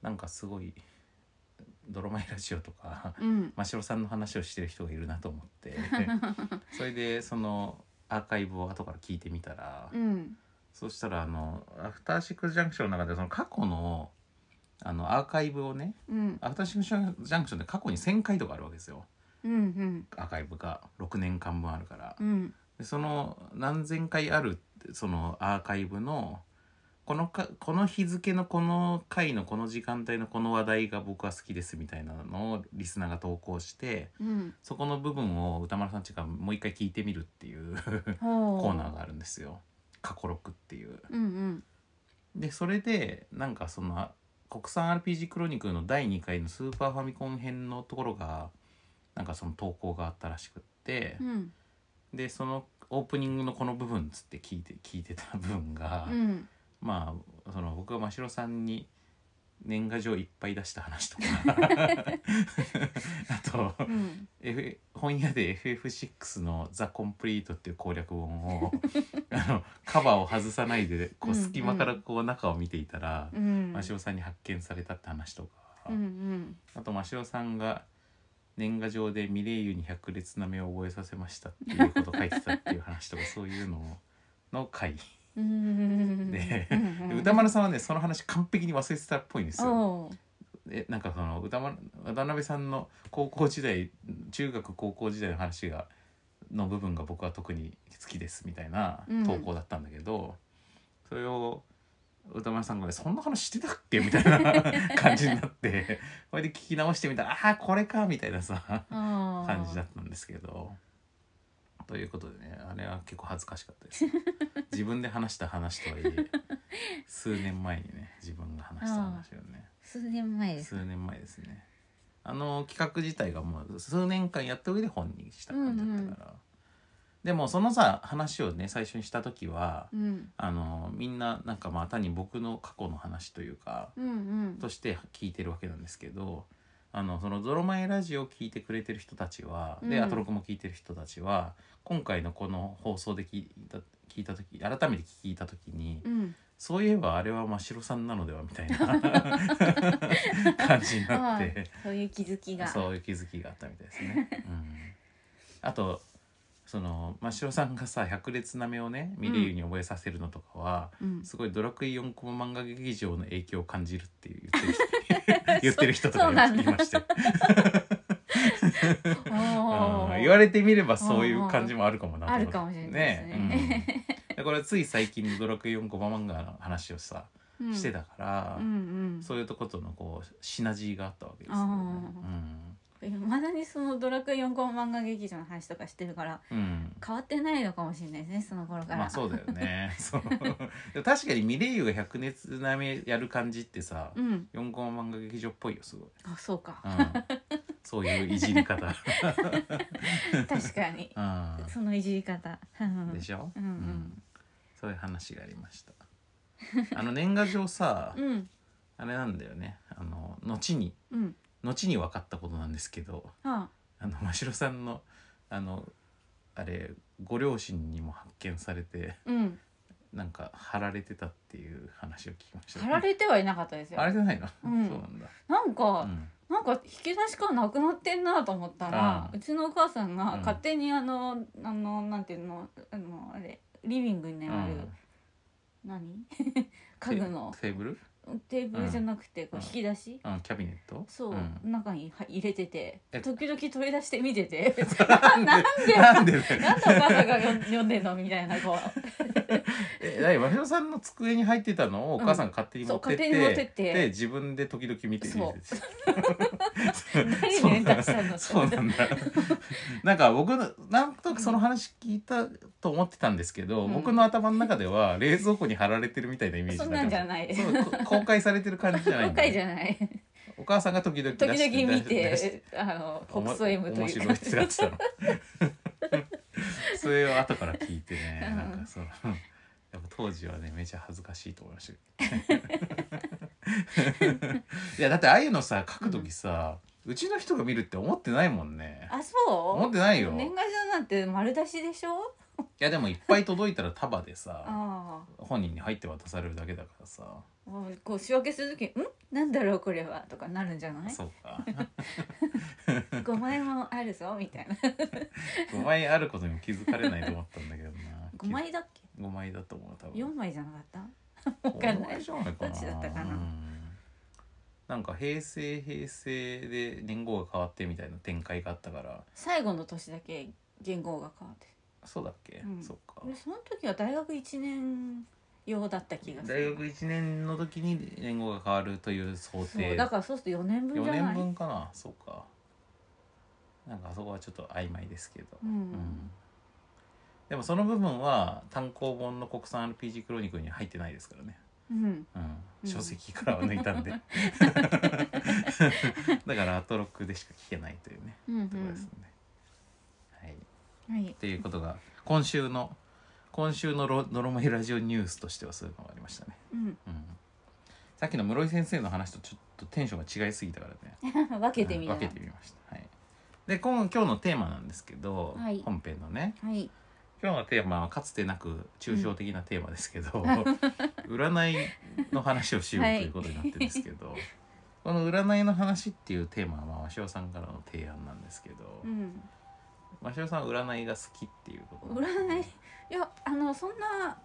S1: なんかすごい「ドロマイラジオ」とか
S3: うん
S1: 真城さんの話をしてる人がいるなと思ってそれでそのアーカイブを後から聞いてみたら、
S3: うん
S1: そしたらあの「アフターシックス・ジャンクション」の中でその過去のあのアーカイブをね
S3: うん
S1: アフターシックス・ジャンクションで過去に1,000回とかあるわけですよ
S3: うん
S1: アーカイブが6年間分あるから。
S3: うん
S1: でその何千回あるそのアーカイブのこのかこの日付のこの回のこの時間帯のこの話題が僕は好きですみたいなのをリスナーが投稿して
S3: うん
S1: そこの部分を歌丸さんちがもう一回聞いてみるっていう
S3: ほう
S1: コーナーがあるんですよ過去録っていう。
S3: うん
S1: でそれでなんかそのあ国産 RPG クロニクルの第2回のスーパーファミコン編のところがなんかその投稿があったらしくって。
S3: うんうん
S1: でそのオープニングのこの部分つって聞いて聞いてた部分が、
S3: うん
S1: まあその僕が真城さんに年賀状いっぱい出した話 とかあと、
S3: うん
S1: F、本屋で FF6 の「ザ・コンプリートっていう攻略本 をあのカバーを外さないでこう
S3: うんうん
S1: 隙間からこう中を見ていたら、
S3: うん
S1: 真城さんに発見されたって話とか、
S3: うん
S1: あと真城さんが年賀状で「ミレイユに百列な目を覚えさせました」っていうことを書いてたっていう話とかそういうのをの回
S3: うんうん
S1: で
S3: うんうん
S1: で歌丸さんはねその話完璧に忘れてたっぽいんですよ。
S3: おう
S1: でなんかその歌丸渡辺さんの高校時代中学高校時代の話がの部分が僕は特に好きですみたいな
S3: うん
S1: 投稿だったんだけど、それを歌丸さんがね「そんな話してたっけ?」みたいな感じになってそれで聞き直してみたら「ああこれか」みたいなさ。
S3: あー
S1: 感じだったんですけど。ということでねあれは結構恥ずかしかったです自分で話した話とはいえ数年前にね自分が話した話をね
S3: 数年前です
S1: 数年前ですねあの企画自体がもう数年間やった上で本にした感じだったから、でもそのさ話をね最初にした時は、
S3: うん
S1: あのみんななんかまあ単に僕の過去の話というか、
S3: うんうん
S1: として聞いてるわけなんですけどあのその「ゾロマイラジオ」を聞いてくれてる人たちは、で
S3: うん
S1: アトロクも聞いてる人たちは今回のこの放送で聞いた聞いた時改めて聞いた時に、
S3: うん
S1: そういえばあれは真城さんなのではみたいな感じになって。
S3: そういう気づきが
S1: そういう気づきがあったみたいですね。うん、あとその真城さんがさ「百列なめ」をねミレイユに覚えさせるのとかは、
S3: うん
S1: すごい「ドラクエ4コマ漫画劇場」の影響を感じるっていう言ってる人 言ってる人とか
S3: そう
S1: い
S3: なんだ
S1: ましたよ。
S3: お
S1: う
S3: ー
S1: ん言われてみればそういう感じもあるかもなと思って
S3: あるかもしれないですね
S1: ねうんでこれつい最近の「ドラクエ4コマ漫画」の話をさ、
S3: うん
S1: してたから、
S3: うんうん
S1: そういうとことのこうシナジーがあったわけですよね。
S3: いまだにその「ドラクエ4コマ漫画劇場」の話とかしてるから
S1: うんうん
S3: 変わってないのかもしれないですねその頃から、
S1: まあそうだよね そうでも確かにミレイユが百熱並みやる感じってさ、
S3: うん
S1: 四コマ漫画劇場っぽいよすごい、
S3: あそうか
S1: うんそういういじり方、
S3: 確 かに
S1: う
S3: そのいじり方うん
S1: ん、でしょ、
S3: うんうん
S1: そういう話がありました あの年賀状さ
S3: うん
S1: あれなんだよねあの後に
S3: うん
S1: 後に分かったことなんですけど
S3: あ
S1: あの真城さんのあのあれご両親にも発見されて
S3: うん
S1: なんか貼られてたっていう話を聞きましたね、
S3: 貼られてはいなかったですよ
S1: あれじゃないの、
S3: うん
S1: そうなんだ、
S3: なんか、
S1: うん
S3: なんか引き出しがなくなってんなと思ったら
S1: うん
S3: うちのお母さんが
S1: うん
S3: 勝手にあの、あのなんていうのあのあれリビングにある、何 家具の
S1: テーブル、
S3: テーブルじゃなくてこう
S1: うん
S3: 引き出し、
S1: うん、キャビネット
S3: そう、
S1: ん
S3: 中には入れてて
S1: え
S3: 時々取り出して見てて
S1: なんでなんで
S3: なんでお母さんが読んでんのみたいなこう
S1: え何マシロさんの机に入ってたのをお母さんが勝手に持ってって,、
S3: うんそう勝手に持ってって
S1: で自分で時々見てる
S3: そう
S1: そう
S3: 何で出したの
S1: そうなんだなんか僕のなんとなくその話聞いたと思ってたんですけど、
S3: うん
S1: 僕の頭の中では冷蔵庫に貼られてるみたいなイメージ
S3: そんなんじゃ
S1: い
S3: ない
S1: 公開されてる感じじゃない
S3: 今
S1: んだ
S3: 回
S1: よ
S3: じゃない
S1: お母さんが時々出
S3: 時
S1: して
S3: 々見
S1: 出して
S3: てあの国葬 M と
S1: 面
S3: い
S1: 白
S3: う
S1: いってなってたのそれを後から聞いてね、
S3: うん
S1: なんかそう やっぱ当時はねめちゃ恥ずかしいと思いましたけど いやだってああいうのさ書く時さ、うちの人が見るって思ってないもんね
S3: あそう
S1: 思ってないよ
S3: 年賀状なんて丸出しでしょ
S1: いやでもいっぱい届いたら束でさ
S3: あ
S1: 本人に入って渡されるだけだからさ、
S3: あもうこう仕分けする時「んなんだろうこれは」とかなるんじゃない
S1: そうか
S3: 5枚もあるぞみ たいな
S1: 5枚あることにも気づかれないと思ったんだけどな
S3: 5枚だっけ
S1: 5枚だと思う多分
S3: 4枚じゃなかったわかんない
S1: じゃないかな
S3: どっちだったかな
S1: うんなんか平成平成で年号が変わってみたいな展開があったから
S3: 最後の年だけ言語が変わって
S1: そうだっけ、
S3: うん
S1: そっか
S3: でその時は大学1年用だった気がす
S1: 大
S3: る
S1: 学1年の時に年号が変わるという想
S3: そう
S1: 定
S3: だからそうすると4年分
S1: 4
S3: じゃな
S1: 年
S3: い
S1: 分かなそうかなんかそこはちょっと曖昧ですけど、う
S3: う
S1: んんでもその部分は単行本の国産 RPG クロニクルには入ってないですからね
S3: うん
S1: う、
S3: うんん
S1: 書籍からは抜いたん でだからアトロックでしか聞けないというね
S3: うんう
S1: ところですね
S3: ん、
S1: はい、
S3: はい
S1: ということが今週の今週のロ「ドロメイラジオニュース」としてはそういうのがありましたね、
S3: うん
S1: うん、さっきの室井先生の話とちょっとテンションが違いすぎたからね
S3: 分けてみ
S1: うん
S3: た
S1: 分けてみました、はい、で今今日のテーマなんですけど、
S3: はい
S1: 本編のね
S3: はい
S1: 今日のテーマはかつてなく抽象的なテーマですけど、 占いの話をしようということになってるんですけど、この占いの話っていうテーマはまあ鷲尾さんからの提案なんですけど、
S3: うん
S1: 鷲尾さんは占いが好きっていうことなん
S3: 占い
S1: で
S3: い
S1: すね
S3: やあのそんな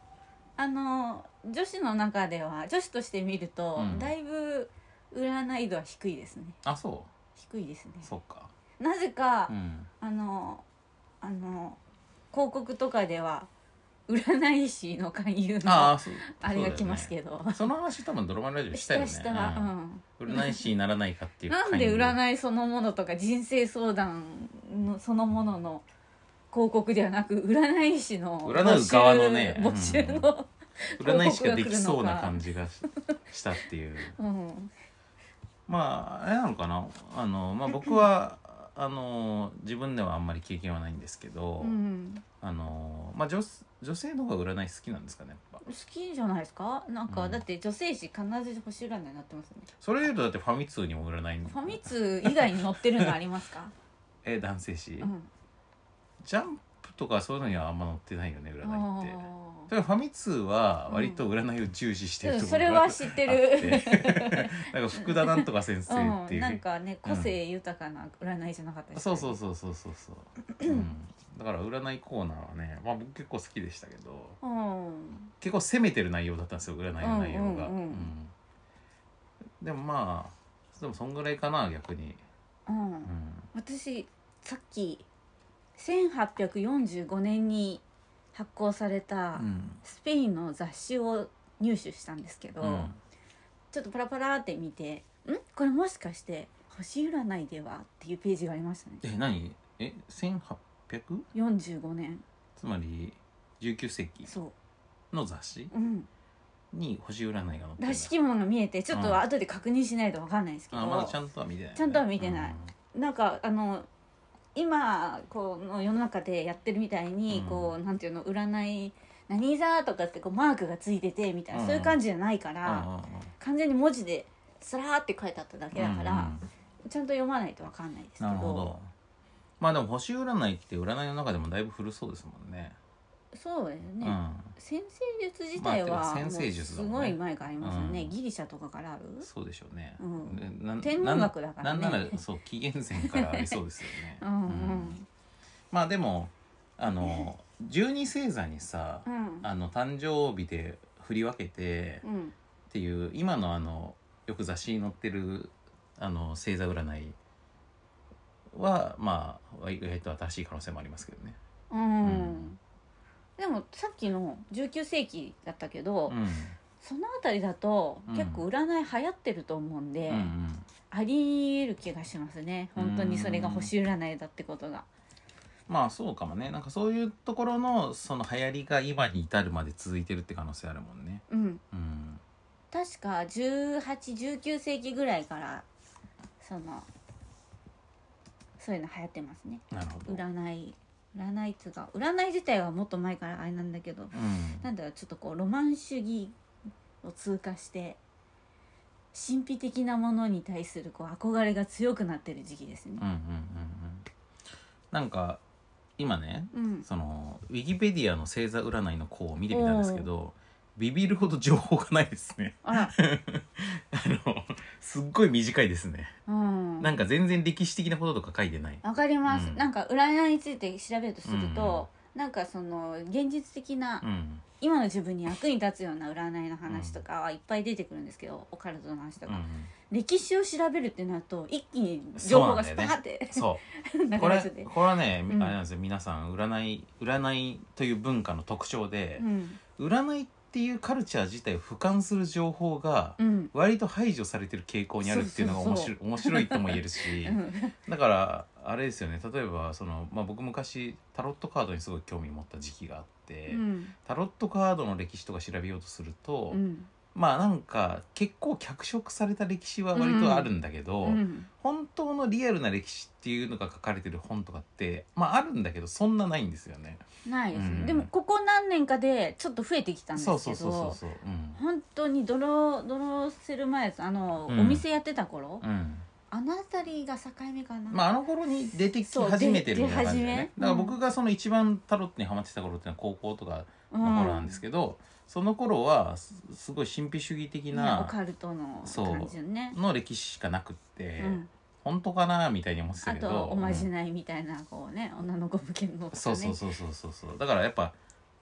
S3: あの女子の中では女子として見ると、
S1: うん
S3: だいぶ占い度は低いですね
S1: あそ
S3: 低いですね
S1: うそうか
S3: なぜか、
S1: うん
S3: あのあの広告とかでは占い師の勧誘
S1: あ
S3: の
S1: あそう
S3: あれが来ます
S1: ど
S3: けど、
S1: その話多分ドラマラジオ
S3: し
S1: したよ
S3: た
S1: ね
S3: したら、うん
S1: うん占い師にならないかっていう
S3: なんで
S1: い
S3: 占いそのものとか人生相談のそのものの広告ではなく占い師の募集
S1: 占う側のね
S3: 募集の、
S1: 占い師ができそうな感じがししたっていう
S3: うん
S1: まああれなのかなあの、まあ、僕はあの自分ではあんまり経験はないんですけど、
S3: うん、
S1: あのまあ、女女性の方が占い好きなんですかねやっぱ
S3: 好きじゃないですかなんか、
S1: うん
S3: だって女性誌必ず星占いになってますね
S1: それでいうとだってファミ通にも占い
S3: ファミ通以外に載ってるのありますか
S1: え男性誌、
S3: うん
S1: ジャンプとかそういうのにはあんま載ってないよね占いって。
S3: あ
S1: 例えばファミ通は割と占いを重視して
S3: ー
S1: る
S3: うん
S1: とこ
S3: そ
S1: ろ
S3: れ
S1: があ
S3: は
S1: っ
S3: 知っててる
S1: なんか福田なんとか先生ってい
S3: うん、
S1: う、
S3: なんかね個性豊かな占いじゃなかったです
S1: そうそう
S3: そ
S1: そうそうそうそう、うん、だから占いコーナーはね、まあ、僕結構好きでしたけど
S3: う、うん、
S1: 結構攻めてる内容だったんですよ占いの内容が、
S3: うんうんうん
S1: うんでもまあでもそんぐらいかな逆に、
S3: う
S1: うんん、
S3: 私さっき1845年に発行された
S1: うん
S3: スペインの雑誌を入手したんですけど、
S1: うん
S3: ちょっとパラパラって見て「んこれもしかして星占いでは?」っていうページがありましたね
S1: え何え 1800?
S3: 45年
S1: つまり19世紀
S3: そ
S1: の雑誌
S3: う、うん、
S1: に星占いが載ってるんだ
S3: らしきものが見えてちょっ
S1: うん
S3: と後で確認しないとわかんないですけど、
S1: あまだちゃんとは見てない、
S3: ちゃんとは見てないなんかあの今この世の中でやってるみたいに、
S1: うん
S3: こうなんていうの占い何座とかってこうマークがついててみたいな、
S1: うん
S3: そういう感じじゃないか
S1: うんうん
S3: ら、
S1: うんうん
S3: 完全に文字でスラーって書いてあっただけだから、
S1: うんうん
S3: ちゃんと読まないとわかんないですけど
S1: なるほどまあでも星占いって占いの中でもだいぶ古そうですもんね
S3: そうですね、
S1: う
S3: 先生術自体
S1: ま
S3: は
S1: あてか
S3: もう
S1: 占星術
S3: す
S1: だもんね
S3: ごい前からありますよね、
S1: うん
S3: ギリシャとかからある
S1: んそうでしょうね、
S3: うん
S1: でなん
S3: 天文学だからね
S1: なんなんならそう紀元前からありそうですよね
S3: うんうん
S1: まあでもあの十二星座にさ、
S3: うん
S1: あの誕生日で振り分けて
S3: うん
S1: っていう今のあのよく雑誌に載ってるあの星座占いはまあ意外と新しい可能性もありますけどね。
S3: うん、
S1: うん
S3: でもさっきの19世紀だったけど、
S1: うん
S3: そのあたりだと
S1: うん
S3: 結構占い流行ってると思うんで、
S1: うんうん
S3: ありえる気がしますね本当にそれが星占いだってことが。
S1: まあそうかもねなんかそういうところのその流行りが今に至るまで続いてるって可能性あるもんね。
S3: うん、
S1: うん、
S3: 確か1819世紀ぐらいからそのそういうの流行ってますね
S1: なるほど。
S3: 占い占いっつうか占い自体はもっと前からあれなんだけど
S1: うん
S3: なんだろうちょっとこうロマン主義を通過して神秘的なものに対するこう憧れが強くなってる時期ですね
S1: うんう。んうんうんなんか今ね
S3: うん、
S1: そのウィキペディアの星座占いの項を見てみたんですけどビビるほど情報がないですね
S3: あら、
S1: あのすっごい短いですね
S3: うん、
S1: なんか全然歴史的なこととか書いてない
S3: わかります、
S1: うん
S3: なんか占いについて調べるとすると、なんかその現実的な、
S1: うん
S3: 今の自分に役に立つような占いの話とかはいっぱい出てくるんですけどオカルトの話と
S1: う
S3: か、
S1: ん
S3: 歴史を調べるってなると一気に情報がスパーって、
S1: そう
S3: 流 れ
S1: これ
S3: てて、
S1: これはね、
S3: うん
S1: あれなんですよ皆さん占い占いという文化の特徴で
S3: う、ん
S1: 占いっていうカルチャー自体を俯瞰する情報が
S3: うん
S1: 割と排除されてる傾向にあるっていうのが面白い
S3: そう
S1: 面白いとも言えるし、
S3: うん
S1: だからあれですよね例えばその、まあ、僕昔タロットカードにすごい興味持った時期があって、
S3: うん
S1: タロットカードの歴史とか調べようとすると、
S3: うん
S1: まあなんか結構脚色された歴史は割とあるんだけど、
S3: うん
S1: 本当のリアルな歴史っていうのが書かれてる本とかってまああるんだけどそんなないんですよね。
S3: ないですね、
S1: うん
S3: でもここ何年かでちょっと増えてきたんですけ
S1: そ
S3: ど
S1: うそうそうそうそう。う
S3: 本当に泥泥セル前ですあの、
S1: うん
S3: お店やってた頃、
S1: ん、うん
S3: あの辺りが境目かな、
S1: まあ、あの頃に出てき始めてるみたいな感じだよね
S3: そう出出始め
S1: だから僕がその一番タロットにハマってた頃ってのは高校とか
S3: うん、
S1: の頃なんですけど、その頃はすすごい神秘主義的
S3: ね、オ
S1: な
S3: カルトの感じよね。
S1: の歴史しかなくって、
S3: うん、
S1: 本当かなみたいに思ってた
S3: あ
S1: けど
S3: とおまじ
S1: い、
S3: ないみたいなこうね女の子向けのとかね。
S1: そうそうそうそうそうそうだからやっぱ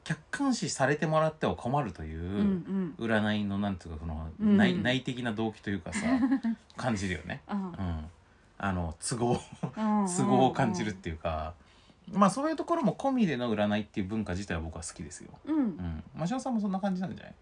S1: 客観視されてもらっては困るといううん占いのなんていうかこの
S3: うん
S1: 内,、内的な動機という かさ感じるよね、
S3: うん。
S1: うん、あの都合
S3: うん
S1: 都合を感じるっ。ていうか、まあそういうところも込みでの占いっていう文化自体は僕は好きですよ。
S3: うんう。
S1: うんん、マシオさんもそんな感じなんじゃない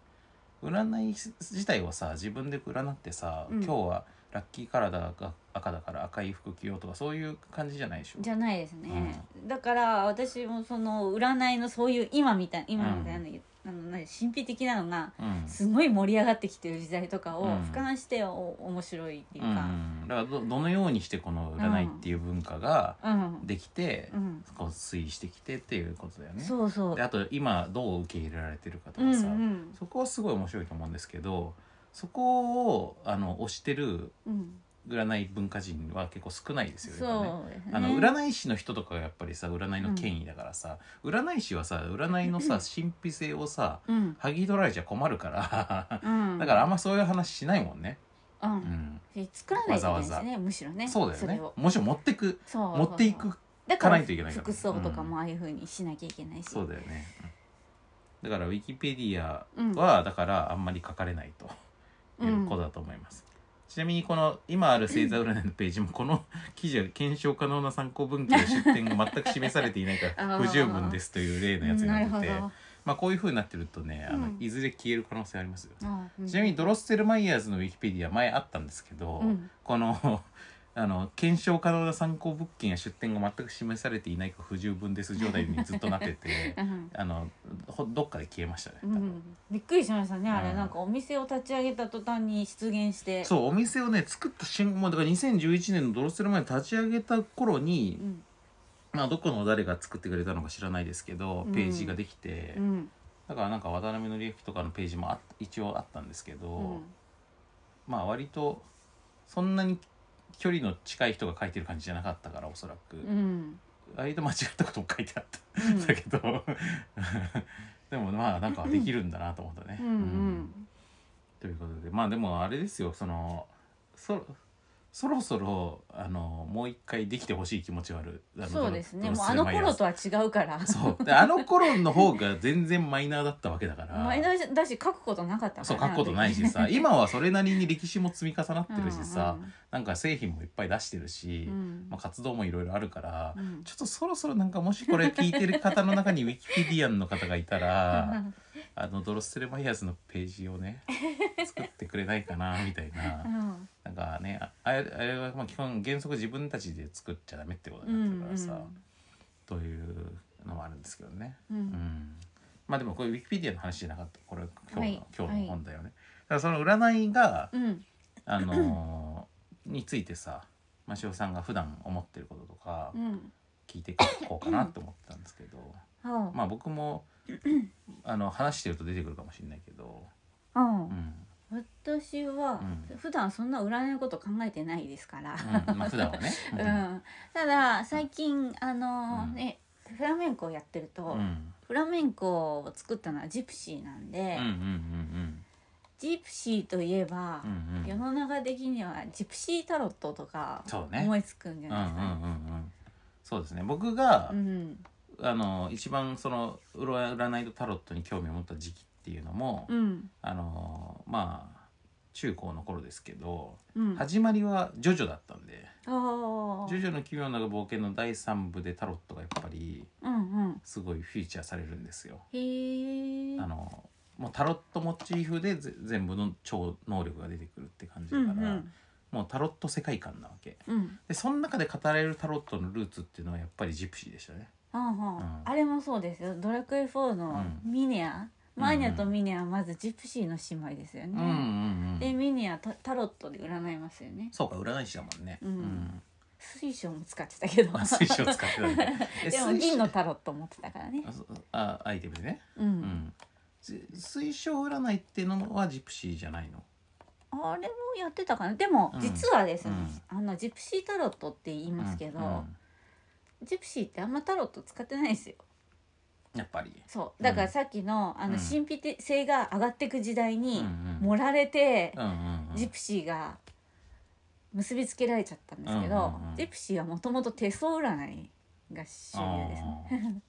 S1: 占い自体はさ自分で占ってさ、
S3: うん
S1: 今日はラッキーカラーだが赤だから赤い服着ようとかそういう感じじゃないでしょ
S3: じゃないですね。だから私もその占いのそういう今みたい今みたいな、あの何神秘的なのが
S1: うん
S3: すごい盛り上がってきてる時代とかを
S1: うん
S3: 俯瞰してお面白いっていう
S1: う
S3: か。
S1: ん、だからどどのようにしてこの占いっていう文化が
S3: うん。
S1: できて、
S3: うん。
S1: こう推移してきてっていうことだよね。
S3: そうそう
S1: で。あと今どう受け入れられてるかと
S3: うん
S1: か
S3: う
S1: さ、
S3: ん。
S1: そこはすごい面白いと思うんですけどそこをあの推してる
S3: うん。
S1: 占い文化人は結構少ないですよね。やっぱね
S3: そうですね
S1: あの占い師の人とかがやっぱりさ占いの権威だからさ、占い師はさ占いの さ神秘性をさ
S3: うん
S1: 剥ぎ取られちゃ困るから
S3: うん、
S1: だからあんまそういう話しないもんね、
S3: ら、う、
S1: うんん、
S3: で作らないといけないですね
S1: わざ
S3: むしろね
S1: そうだよ
S3: れ
S1: ね
S3: を
S1: もちろん持ってく
S3: そう
S1: 持っていく
S3: だ
S1: か
S3: から
S1: な
S3: ら
S1: いといけないから
S3: 服装とかもああいうふうにしなきゃいけないし、
S1: そうだよねうんだからウィキペディア
S3: うん
S1: はだからあんまり書かれないと
S3: うん
S1: いうことだと思います、ちなみにこの今ある星座占いのページもこの記事は検証可能な参考文献の出典が全く示されていないから
S3: あ
S1: 不
S3: ー
S1: 十分ですという例のやつに
S3: な
S1: な
S3: る
S1: っ
S3: ほ
S1: て
S3: ど
S1: て
S3: あ
S1: まあこういうふうになってるとねあの、
S3: うん
S1: いずれ消える可能性ありますよ、
S3: あうん
S1: ちなみにドロッセルマイヤーズのウィキペディア前あったんですけど、
S3: うん
S1: この あの検証可能な参考物件や出典が全く示されていないか不十分です状態にずっとなってて
S3: うん
S1: あのほどっかで消えましたね、
S3: う
S1: 多分
S3: ん、びっくりしましたねあれ、
S1: うん
S3: なんかお店を立ち上げた途端に出現してう、
S1: そうお店をね作った瞬間もうだから2011年のドロッセルマイヤー立ち上げた頃に、
S3: ん
S1: まあ、どこの誰が作ってくれたのか知らないですけど
S3: うん
S1: ページができて、
S3: うん
S1: だからなんか渡辺紀明とかのページもあ一応あったんですけど、
S3: うん、
S1: まあ割とそんなに距離の近い人が書いてる感じじゃなかったからおそらく、
S3: うん
S1: 割と間違ったことも書いてあった
S3: うん
S1: だけど でもまあなんかできるんだなと思ったね。
S3: うんうん
S1: ということでまあでもあれですよそのそそろそろあのもう一回できてほしい気持ちはあるあの
S3: そうです
S1: ド
S3: ね
S1: ロ
S3: もうあの
S1: ドロ
S3: 頃
S1: ス
S3: とは違うか
S1: レ
S3: ら
S1: マイヤーズそうであの頃の方が全然マイナーだったわけだから
S3: マイナーだし書くことなかったから
S1: そう書くことないしさ今はそれなりに歴史も積み重なってるしさ、なんか製品もいっぱい出してるし、
S3: うんうん
S1: まあ、活動もいろいろあるから、
S3: うん
S1: ちょっとそろそろなんかもしこれ聞いてる方の中にウィキペディアンの方がいたらあのドロッセルマイヤーズのページをね作ってくれないかなみたいな
S3: うん
S1: なんかねああれあれはまあ基本原則自分たちで作っちゃダメってことになってるからさ、というのもあるんですけどね。
S3: うんう
S1: うんんまあでもこれウィキペディアの話じゃなかったこれ今日の、
S3: はい
S1: 今日の本だよね。だからその占いが、
S3: うん
S1: あのー についてさ真汐さんが普段思ってることとか
S3: うん
S1: 聞いていこうかなって思ってたんですけど
S3: あ
S1: まあ僕もあの話してると出てくるかもしれないけど、
S3: あ
S1: うん
S3: 私は
S1: うん
S3: 普段そんな占いのこと考えてないですから
S1: うんまあ普段はね。
S3: う んただ最近あ
S1: う
S3: の
S1: ん
S3: ねフラメンコをやってる
S1: うんう
S3: と
S1: ん
S3: フラメンコを作ったのはジプシーなん
S1: う
S3: で
S1: んうん
S3: ジプシーといえば
S1: うんうんう
S3: 世
S1: ん
S3: の中的にはジプシータロットとか
S1: そうね。
S3: 思いつくんじ
S1: う
S3: ゃ
S1: んう
S3: ない
S1: んう
S3: ですかね
S1: んうんそうですね僕が、
S3: うん
S1: あの一番その占いとタロットに興味を持った時期っていうのも、
S3: うん
S1: あのまあ中高の頃ですけど、
S3: うん
S1: 始まりはジョジョだったんで。
S3: あ
S1: 「
S3: ー
S1: ジョジョの奇妙な冒険」の第3部でタロットがやっぱり
S3: うんうん
S1: すごいフィーチャーされるんですよ。
S3: へえ
S1: あのもうタロットモチーフでぜ全部の超能力が出てくるって感じ
S3: う
S1: だ
S3: ん
S1: か
S3: う
S1: ら、
S3: ん
S1: もうタロット世界観なわけ
S3: うん
S1: でその中で語られるタロットのルーツっていうのはやっぱりジプシーでしたね
S3: はんはんあれもそうですよ「ドラクエ4」の
S1: うん
S3: ミネア、
S1: うん
S3: マーニャとミネアはまずジプシーの姉妹ですよ
S1: うんうん
S3: ね、
S1: う
S3: で
S1: ん
S3: ミネアタタロットで占いますよね
S1: そうか占い師だもんね
S3: うん
S1: ん
S3: 水晶も使ってたけど
S1: あ水 晶使ってたねえ
S3: でも
S1: 水晶
S3: 銀のタロット持ってたからね
S1: あそあアイテムでね
S3: う、
S1: うんんじ水晶占いっていうのはジプシーじゃないの
S3: あれもやってたかなでも
S1: うん
S3: 実はですね、あのジプシータロットって言いますけど、
S1: うんうん
S3: ジプシーってあんまタロット使ってないんですよ
S1: やっぱり
S3: そうだからさっきの,、あ
S1: う
S3: の
S1: ん
S3: 神秘性が上がっていく時代に
S1: うんうん
S3: 盛られて、
S1: うんうんうん
S3: ジプシーが結びつけられちゃったんですけど、
S1: うんうんうん
S3: ジプシーはもともと手相占いが主流ですね。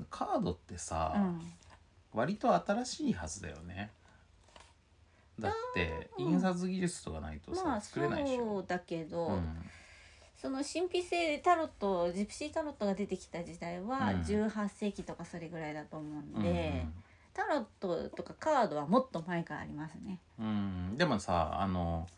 S1: あーカードってさ、
S3: うん、
S1: 割と新しいはずだよねだって
S3: うん
S1: 印刷技術とかないとさ、
S3: まあ
S1: 作れないでし
S3: そ
S1: ょ
S3: うだけど、
S1: うん
S3: その神秘性でタロットジプシータロットが出てきた時代は
S1: うん
S3: 18世紀とかそれぐらいだと思うんで、
S1: うん
S3: タロットとかカードはもっと前からありますね。
S1: うんでもさあの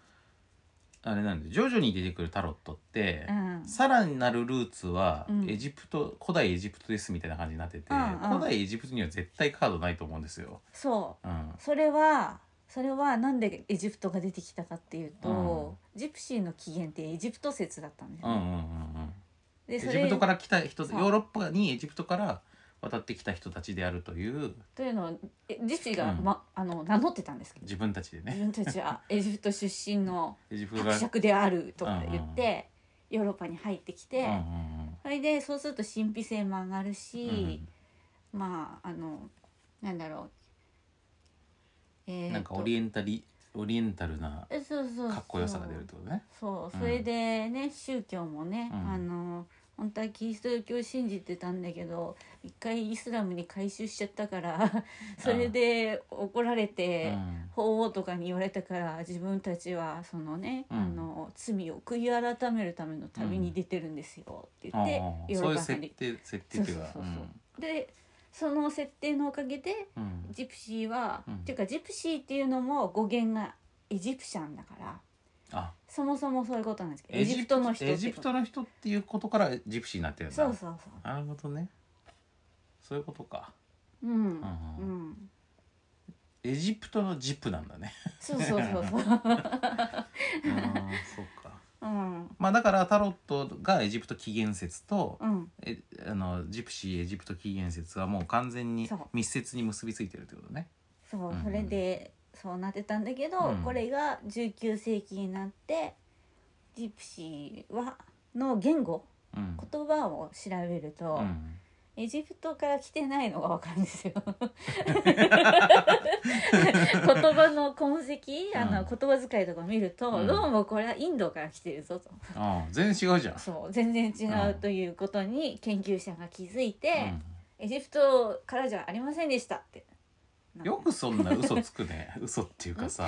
S1: あれなんで徐々に出てくるタロットって
S3: う、ん、
S1: さらなるルーツは
S3: うん
S1: エジプト、古代エジプトですみたいな感じになってて、
S3: うんうん
S1: 古代エジプトには絶対カードないと思うんですよ。
S3: そう
S1: うん、
S3: それはそれはなんでエジプトが出てきたかっていうと、ジプシーの起源ってエジプト説だったんです
S1: うんうん
S3: よ
S1: うんう
S3: ね。
S1: ん
S3: で
S1: エ
S3: そ
S1: ジ
S3: れ
S1: プトから来た人ヨ
S3: そう
S1: ーロッパにエジプトから渡ってきた人たちであるという
S3: というのをえ自身が、
S1: うん
S3: ま、あの名乗ってたんですけど
S1: 自分たちで
S3: 自
S1: ね
S3: 分たち はエジプト出身の
S1: エジプト
S3: 伯
S1: が、
S3: 爵であるとか言って、ヨーロッパに入ってき
S1: う
S3: て、
S1: んうん
S3: それでそうすると神秘性も上がる
S1: うん
S3: し、まああのなんだろう
S1: う
S3: え
S1: ん、
S3: ー
S1: なんかオリエンタリオリエンタルな
S3: えそうそうそう
S1: かっこよさが出るってことね。
S3: そう
S1: うん
S3: それでね、宗教もね、
S1: うん
S3: あの本当はキリスト教を信じてたんだけど一回イスラムに改宗しちゃったからそれで怒られて、法王とかに言われたから自分たちはそのね、
S1: うん
S3: あの罪を悔い改めるための旅に出てるんですよって
S1: うん
S3: 言って、
S1: うん
S3: ヨー
S1: そうい
S3: ロッ
S1: う
S3: パ
S1: 設
S3: に
S1: 定設定っていうか
S3: そうそうそうでその設定のおかげで
S1: うんうん
S3: ジプシーは、
S1: うん
S3: っていうかジプシーっていうのも語源がエジプシャンだから
S1: あ
S3: そもそもそういうことなんですけどエジプトの人って
S1: エジプトの人っていうことからジプシーになってるんだ
S3: そうそうそ
S1: なるほどねそういうことか、
S3: ううん
S1: う、ん
S3: う
S1: うん
S3: ん、
S1: エジプトのジップなんだ ね
S3: そうそう
S1: う
S3: そうそう、
S1: んそうか
S3: うん
S1: まあだからタロットがエジプト起源説と、
S3: うん、
S1: えあのジプシーエジプト起源説はもう完全に
S3: そう
S1: 密接に結びついてるってことね
S3: そう、
S1: うん
S3: それでそうなってたんだけど、
S1: うん
S3: これが19世紀になってジプシーはの言語
S1: うん、
S3: 言葉を調べると、
S1: うん、
S3: エジプトから来てないのがわかるん ですよ。言葉の痕跡、あの
S1: うん
S3: 言葉遣いとか見ると、
S1: うん
S3: どうもこれはインドから来てるぞと。
S1: ああ全然違うじゃん
S3: そう、全然違うということに研究者が気づいて、エジプトからじゃありませんでしたって。
S1: うん、よくそんな嘘つく ね嘘っていうかさ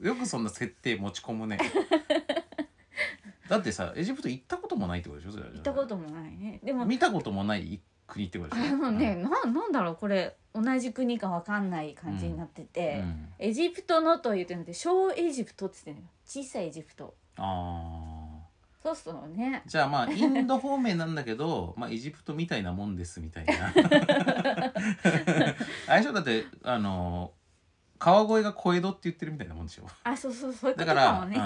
S1: よくそんな設定持ち込む ねだってさエジプト行ったこともないってことでしょ行
S3: 行ったこともないね。でも、
S1: 見たこともない国ってことでし
S3: あ
S1: ょ
S3: のね、ななんだろうこれ同じ国かわかんない感じになって
S1: うん
S3: て
S1: う、ん
S3: エジプトのと言ってなくて小エジプトって言ってるのよ。小さいエジプト。
S1: あ
S3: そうするとね
S1: ー。じゃあまあインド方面なんだけどまあエジプトみたいなもんですみたい な相性だってあの川越が小江戸って言ってるみたいなもんでしょ
S3: あ、そうそうそういうこ
S1: だ
S3: と
S1: から
S3: かもね。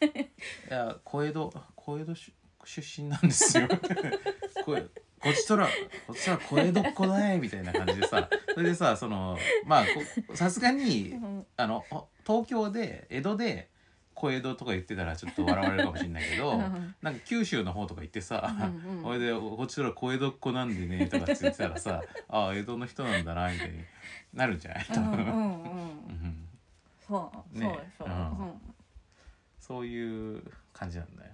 S1: うんいや小江戸小江戸出出身なんですよ こえこっちとらこっちとら小江戸っ子だいみたいな感じでさそれでさそのまあこさすがに
S3: うん
S1: あのほ東京で江戸で小江戸とか言ってたらちょっと笑われるかもしれないけ
S3: う
S1: ど
S3: ん
S1: なんか九州の方とか行ってさ
S3: うんうん
S1: それでこっちら小江戸っ子なんでね」とかって言ってたらさ「ああ江戸の人なんだな」みたいになるんじゃない
S3: うんう
S1: うん
S3: んうん。
S1: うん
S3: そう、そう
S1: ね
S3: そう。
S1: そういう感じなんだよ。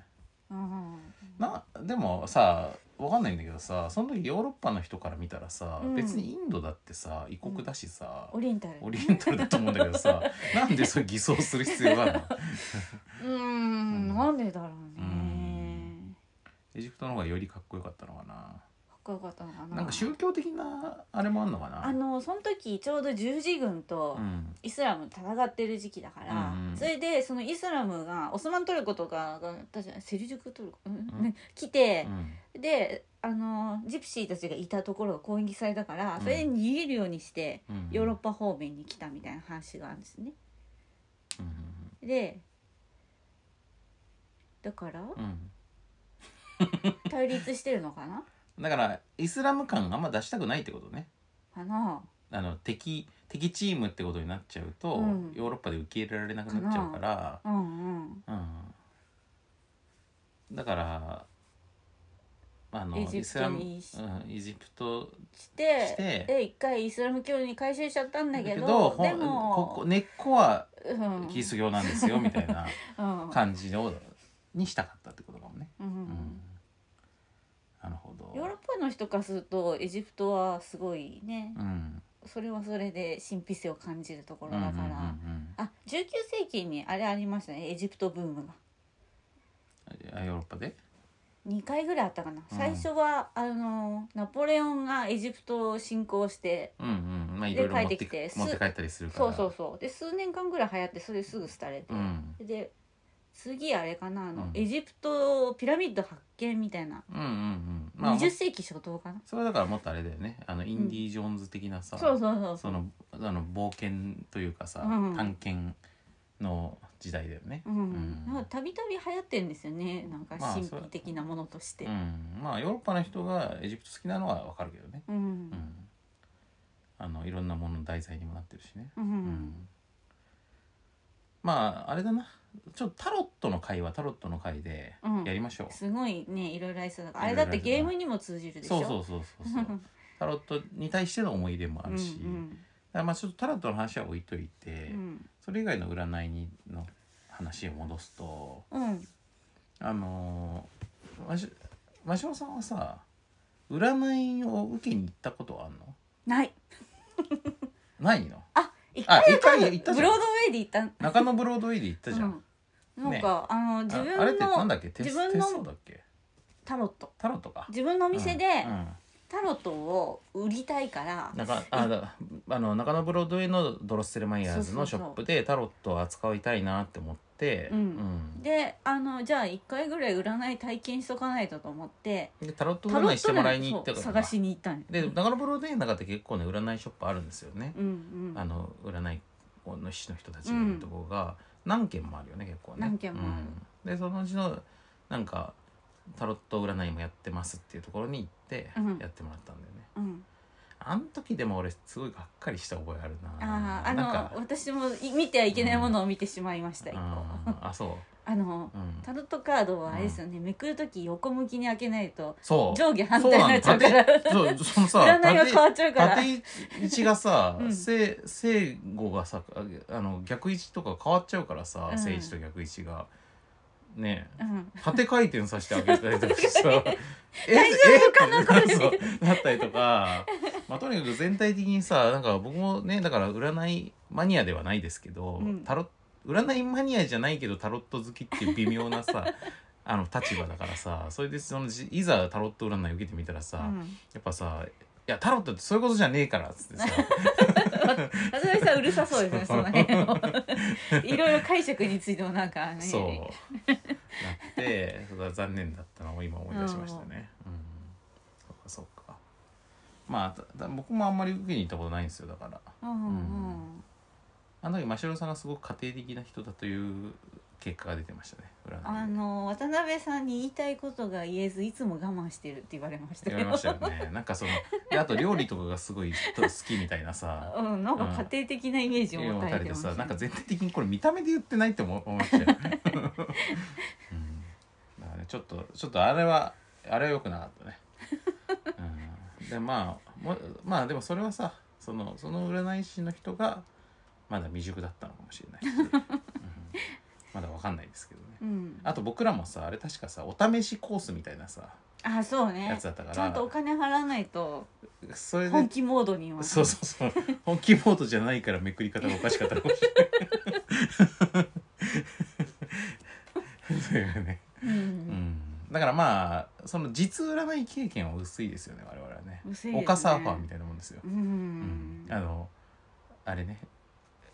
S3: うん。
S1: なでもさわかんないんだけどさその時ヨーロッパの人から見たらさ、
S3: うん
S1: 別にインドだってさ異国だしさ、
S3: オリエンタル。
S1: オリエンタルだと思うんだけど さなんでそれ偽装する必要があるの
S3: うーん、なんでだろう
S1: う
S3: ね
S1: ん。エジプトの方がよりかっこよかったのかな、
S3: かっこよかったのかな。
S1: なんか宗教的なあれもあんのかな
S3: あの、その時ちょうど十字軍と
S1: う。ん
S3: イスラム戦ってる時期だから、
S1: うんうん
S3: それでそのイスラムがオスマントルコとかが確かセルジュクトルコ、うん
S1: うん
S3: 来
S1: う
S3: て、
S1: ん
S3: であのジプシーたちがいたところが攻撃されたからそれに逃げるようにして、
S1: うん
S3: ヨーロッパ方面に来たみたいな話があるんですね。
S1: うん
S3: でだから
S1: うんうん
S3: 対立してるのかな
S1: だからイスラム感あんま出したくないってことね
S3: かな
S1: あの敵敵チームってことになっちゃうと、
S3: うん
S1: ヨーロッパで受け入れられなくなっちゃうから
S3: うん
S1: うんだからあの
S3: エジ
S1: イ
S3: プ
S1: ス
S3: ト
S1: ラム、うん、
S3: に
S1: エジプト
S3: うん。して
S1: して
S3: で一回イスラム教に改宗しちゃったんだけど
S1: ほん
S3: でも
S1: ここ根っこは
S3: うん
S1: キリスト教なんです よ、みたいな
S3: うん
S1: 感じをにしたかったってことかもね。
S3: う
S1: うん
S3: ん、
S1: なるほど。
S3: ヨーロッパの人からするとエジプトはすごいね
S1: うん
S3: それはそれで神秘性を感じるとこ
S1: うん
S3: ろ
S1: うんうん
S3: だから、
S1: うん
S3: あ19世紀にあれありましたねエジプトブームが。
S1: あヨーロッパで、
S3: 2回ぐらいあったかな、
S1: うん
S3: 最初はあのナポレオンがエジプトを侵攻して
S1: うんうんまあ、
S3: で
S1: いろいろ持っ
S3: 帰
S1: て
S3: ってきて
S1: 持って帰ったりするから
S3: そうそうそうで数年間ぐらい流行ってそれすぐ廃れて、
S1: うん
S3: で次あれかなあの、
S1: うん
S3: エジプトピラミッド発見みたいな、
S1: うんうんうんまあ
S3: 20世紀初頭かな
S1: それはだからもっとあれだよねあのインディ・ジョーンズ的なさ、
S3: そうそうそう
S1: そのあの冒険というかさ、
S3: うん
S1: 探検の時代だよね。
S3: うん
S1: うん
S3: なんかたびたび流行ってるんですよねなんか
S1: まあ
S3: 神
S1: それ
S3: 秘的なものとして、
S1: うん、まあヨーロッパの人がエジプト好きなのはわかるけどね。
S3: うん
S1: うん、あのいろんなものの題材にもなってるしね、
S3: う
S1: うん
S3: ん、
S1: まああれだなちょっとタロットの会はタロットの会で
S3: うん
S1: やりましょう、
S3: すごいねいろいろありそうだから
S1: い
S3: あれ
S1: ろいろあ
S3: だ
S1: り
S3: っ
S1: そうだ
S3: てゲームにも通じるでしょ
S1: そうそうそうそうそうタロットに対しての思い入れもあるし、
S3: うんうん
S1: だからまあちょっとタロットの話は置いといて、
S3: うん
S1: それ以外の占いにの話を戻すと
S3: うん
S1: あのーまし真島さんはさ占いを受けに行ったことはあんの
S3: ない
S1: ないの
S3: あ一
S1: あ
S3: 回
S1: 一回行ったじ
S3: ブ
S1: ゃ
S3: ロ
S1: ん
S3: ードウェイで行った
S1: 中野ブロードウェイで行ったじゃん、
S3: うん、なんか、
S1: ね
S3: あの自
S1: あ
S3: 分
S1: あれってなんだ
S3: の
S1: っけテス
S3: 自分
S1: テ
S3: の
S1: ストだっけ
S3: タロット
S1: タロットか
S3: 自分のお店で
S1: うん
S3: タロットを売りたいから
S1: うん、中あだあの中野ブロードウェイのドロッセルマイヤーズのシ
S3: そ
S1: ョ
S3: う
S1: ッ
S3: そうそう
S1: プでタロットを扱いたいなって思って、
S3: うんであのじゃあ1回ぐらい占い体験しとかないとと思って
S1: うんでタロット占いしてもらいに行った
S3: タロットのそう
S1: から
S3: 探しに行ったん
S1: で
S3: うん
S1: 中野ブロードウェイの中って結構ね占いショップあるんですよね、
S3: うん
S1: あの占いの師の人たちがいるところが何軒もあるよね結構ね
S3: 何軒もある
S1: うんでそのうちのなんかタロット占いもやってますっていうところに行って
S3: うん
S1: やってもらったんだよね、
S3: うん、
S1: あん時でも俺すごいがっかりした覚えあるな
S3: あああ
S1: なん
S3: の
S1: か
S3: 私もい見てはいけないものを見てしまいました、一個
S1: うんあそう、
S3: あの
S1: うん、
S3: タロットカードはあれですよね、めくる時横向きに開けないと
S1: そう
S3: 上下反対になっちゃうから
S1: そうなんだ縦そうそのさ
S3: 占いが変わっちゃうから
S1: 縦位置がさ、
S3: うん
S1: 正正語がさあの逆位置とか変わっちゃうからさ、
S3: うん
S1: 正位置と逆位置がねえ
S3: うん
S1: 縦回転させてあげたりとかしてさ 大丈夫かなこれなったりとか、まあ、とにかく全体的にさなんか僕もねだから占いマニアではないですけど、
S3: うん
S1: タロ占いマニアじゃないけどタロット好きっていう微妙なさ あの立場だからさそれでそのじいざタロット占い受けてみたらさ、
S3: うん
S1: やっぱさ「いやタロットってそういうことじゃねえから」っつってさ
S3: 渡辺さんうるさそうですねその辺 をいろいろ解釈についてもなんかね
S1: そうなってそれは残念だったのを今思い出しましたね。 うん、そうかそうかまあたた僕もあんまり受けに行ったことないんですよだから
S3: うんうん
S1: うんあの時真城さんがすごく家庭的な人だという結果が出てましたね
S3: あ
S1: 占いで
S3: の渡辺さんに言いたいことが言えずいつも我慢してるって言われました
S1: 言われましたよねなんかそのであと料理とかがすごい好きみたいなさ
S3: うん、なんか家庭的なイメージを
S1: 持
S3: 持た
S1: た
S3: れ
S1: れ
S3: て
S1: て
S3: まし
S1: さ
S3: た、
S1: なんか全体的にこれ見た目で言ってないって思思っちゃ う、うん、だからねちょっとちょっとあれはあれは良くなかったね、うん、でまあもまあでもそれはさそのその占い師の人がまだ未熟だったのかもしれないし、うんまだわかんないですけどね
S3: うん、
S1: あと僕らもさあれ確かさお試しコースみたいなさ
S3: あそう
S1: や
S3: ね
S1: つだったか
S3: ちゃんとお
S1: ら
S3: 金払わないと
S1: それ
S3: 本
S1: で
S3: 気モードには
S1: そうそうそう本気モードじゃないからめくり方がおかしかったかもしれない。そういうね、
S3: う、
S1: うんん、だからまあその実占い経験は薄いですよね我々はね
S3: 薄いですね
S1: 岡サーファーみたいなもんですよ
S3: う、
S1: うんあのあれね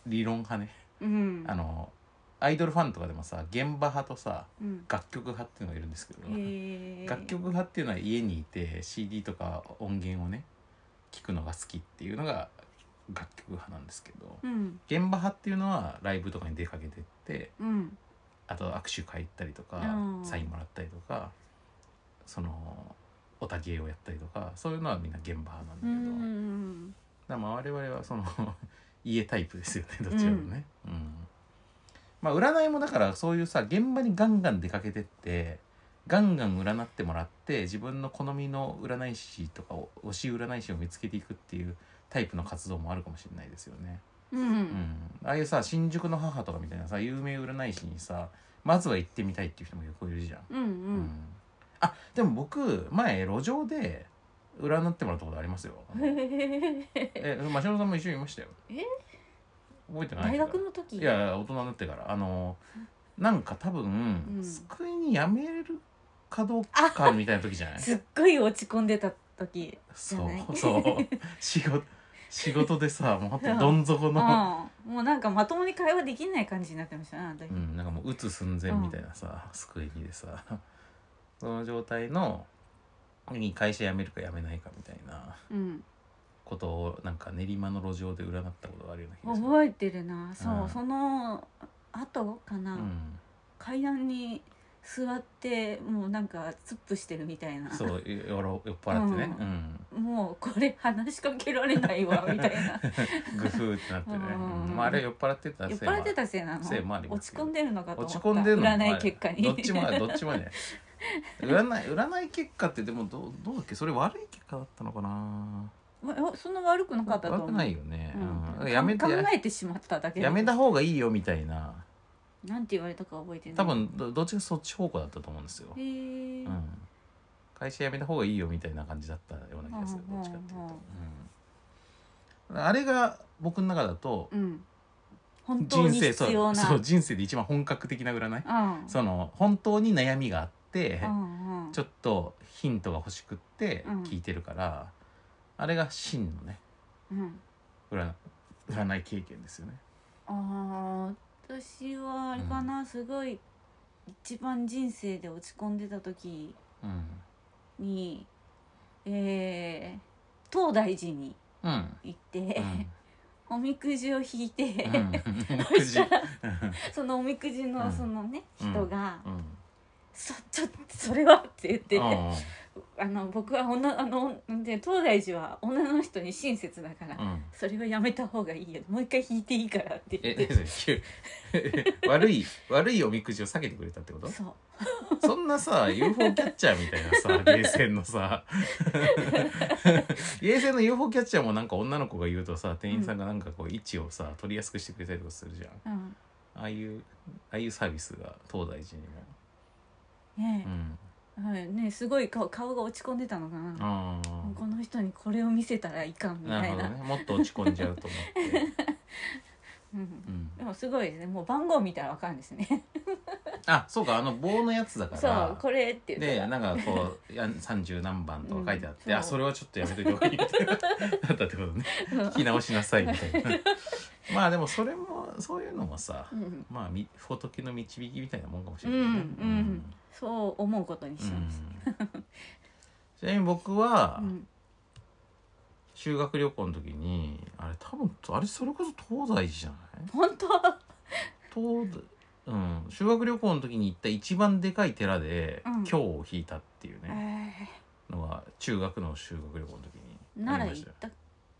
S1: 理論派ね、
S3: うん
S1: あのアイドルファンとかでもさ現場派とさ
S3: うん
S1: 楽曲派っていうのがいるんですけど、
S3: へえ
S1: 楽曲派っていうのは家にいて CD とか音源をね聞くのが好きっていうのが楽曲派なんですけど
S3: うん
S1: 現場派っていうのはライブとかに出かけてって
S3: うん
S1: あと握手会行ったりとか
S3: うん
S1: サインもらったりとかそのおたげをやったりとかそういうのはみんな現場派なんだ
S3: う
S1: けど、だから
S3: ん
S1: まあ我々はその 家タイプですよねどちらもね。うんまあ、占いもだからそういうさ現場にガンガン出かけてってガンガン占ってもらって自分の好みの占い師とかを推し占い師を見つけていくっていうタイプの活動もあるかもしれないですよね。
S3: うんう
S1: うんんああいうさ新宿の母とかみたいなさ有名占い師にさまずは行ってみたいっていう人も結構いるじゃん、
S3: うんうん
S1: あでも僕前路上で占ってもらったことあり ますよえ真城さんも一緒にいましたよ
S3: え
S1: 覚えてない
S3: 大学の時
S1: いやいや大人になってからあのなんか多分、
S3: うん
S1: 救いにやめるかどうかみたいな時じゃない
S3: すっごい落ち込んでた時
S1: そ
S3: じゃないう
S1: そう仕事仕事で さもうほんとどん底の、
S3: うん、もうなんかまともに会話できない感じになってましたねあの時
S1: うん、なんかもう打つ寸前みたいなさ、救いにでさその状態のに会社辞めるか辞めないかみたいな
S3: うん、
S1: ことをなんか練馬の路上で占ったことがあるような気がする。
S3: 覚えてるなそう、
S1: うん
S3: その後かな、
S1: うん、
S3: 階段に座ってもうなんか突っ伏してるみたいな
S1: そうよろ酔っ払ってね、
S3: う
S1: うん
S3: もうこれ話しかけられないわ みたいな
S1: グフーってなってね、
S3: うん
S1: まあ、あれは酔っ払ってた
S3: 酔っ
S1: もあ
S3: 払ってたせいなの
S1: せいもあります
S3: 落ち
S1: けど
S3: 込んでるのかと思っ
S1: 落
S3: た
S1: ち込んでるの
S3: 占い結果に
S1: まあどっち もどっちもね占い占い結果ってでもどうどうだっけそれ悪い結果だったのかな
S3: まあそんな悪くなかったと思
S1: 悪く
S3: う
S1: ないよね、うん
S3: うん、
S1: やめて
S3: 考えてしまっただけ
S1: やめた方がいいよみたいな
S3: なんて言われたか覚えてない
S1: 多分どどっちかそっち方向だったと思うんですよ、
S3: へえ、
S1: うん、会社辞めた方がいいよみたいな感じだったような気がする
S3: うん
S1: どっちかっていう
S3: うん
S1: と、うん、あれが僕の中だと
S3: うん、本当
S1: 人
S3: に
S1: 生そ
S3: 必
S1: う
S3: 要な
S1: そう人生で一番本格的な占い
S3: うん
S1: その本当に悩みがあって
S3: うんうん
S1: ちょっとヒントが欲しくって
S3: うん
S1: 聞いてるから、あれが真のね
S3: うん
S1: 占占い経験ですよね
S3: ああ私はあれかな、すごい一番人生で落ち込んでた時
S1: うん
S3: にえー、東大寺に
S1: うん
S3: 行って、
S1: うん
S3: おみくじを引いて、
S1: うんくじ
S3: そのおみくじ
S1: う
S3: の
S1: ん
S3: そのね、人が
S1: うん
S3: 「そちょっとそれは」って言って、
S1: うん
S3: あの僕は女あので東大寺は女の人に親切だから、
S1: うん
S3: それはやめた方がいいよもう一回引いていいからって言っ
S1: え
S3: て。
S1: 急 悪い悪いおみくじを避けてくれたってこと
S3: そう
S1: そんなさ UFO キャッチャーみたいな さゲーセンのさ ゲーセンの UFO キャッチャーもなんか女の子が言うとさ店員さんがなんかこう位置をさ取りやすくしてくれたりとかするじゃん
S3: うん
S1: ああいうああいうサービスが東大寺にも、
S3: ね
S1: う、ん、
S3: はいねすごい顔顔が落ち込んでたのかな、
S1: あ
S3: この人にこれを見せたらいかん
S1: あ
S3: み
S1: な
S3: た
S1: る
S3: い
S1: ほ
S3: な
S1: どねもっと落ち込んじゃうと思 って、
S3: う
S1: う、
S3: ん
S1: ん
S3: でもすごいですねもう番号見たらわかるんですね
S1: あそうかあの棒のやつだか
S3: そ
S1: ら
S3: うこれって言っ
S1: で
S3: たら
S1: なんかこうや30何番とか書いてあって、
S3: うん
S1: あそれはちょっとやめといた方がいいみたいなだったってことね聞き直しなさいみたいな まあでもそれもそういうのもさ、
S3: うん、
S1: まあみ仏の導きみたいなもんかもし
S3: うん
S1: れ
S3: う
S1: ないね、
S3: んそう思うことに
S1: うん
S3: しました、
S1: うんちなみに僕は
S3: うん
S1: 修学旅行の時にあれ多分あれそれこそ東大寺じゃない
S3: 本当
S1: 東大うん、修学旅行の時に行った一番でかい寺で
S3: うん
S1: 経を引いたっていうね、
S3: え
S1: のが中学の修学旅行の時
S3: ー
S1: にあ
S3: 奈
S1: り
S3: 良
S1: まし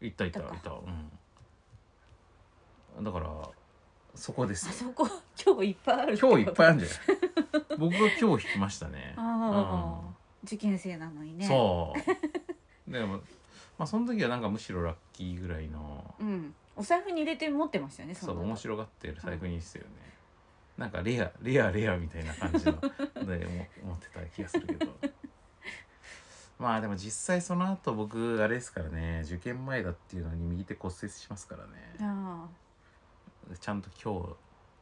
S3: 行
S1: たよ
S3: った
S1: 行った行った行
S3: 行っ
S1: ったうんだからそこです
S3: あ
S1: よ
S3: そこ今日いっぱいある
S1: 今日いっぱいあるん
S3: る
S1: じゃない僕が今日引きましたね
S3: ああ、受験生なのに
S1: うん
S3: ね
S1: そう でもまあその時はなんかむしろラッキーぐらいの
S3: う、うん、お財布に入れて持ってましたよね
S1: そう
S3: の
S1: 面白がってる財布にしてよね、なんかレアレアレアみたいな感じのでも思ってた気がするけどまあでも実際その後僕あれですからね受験前だっていうのに右手骨折しますからね
S3: あ
S1: ちゃんと今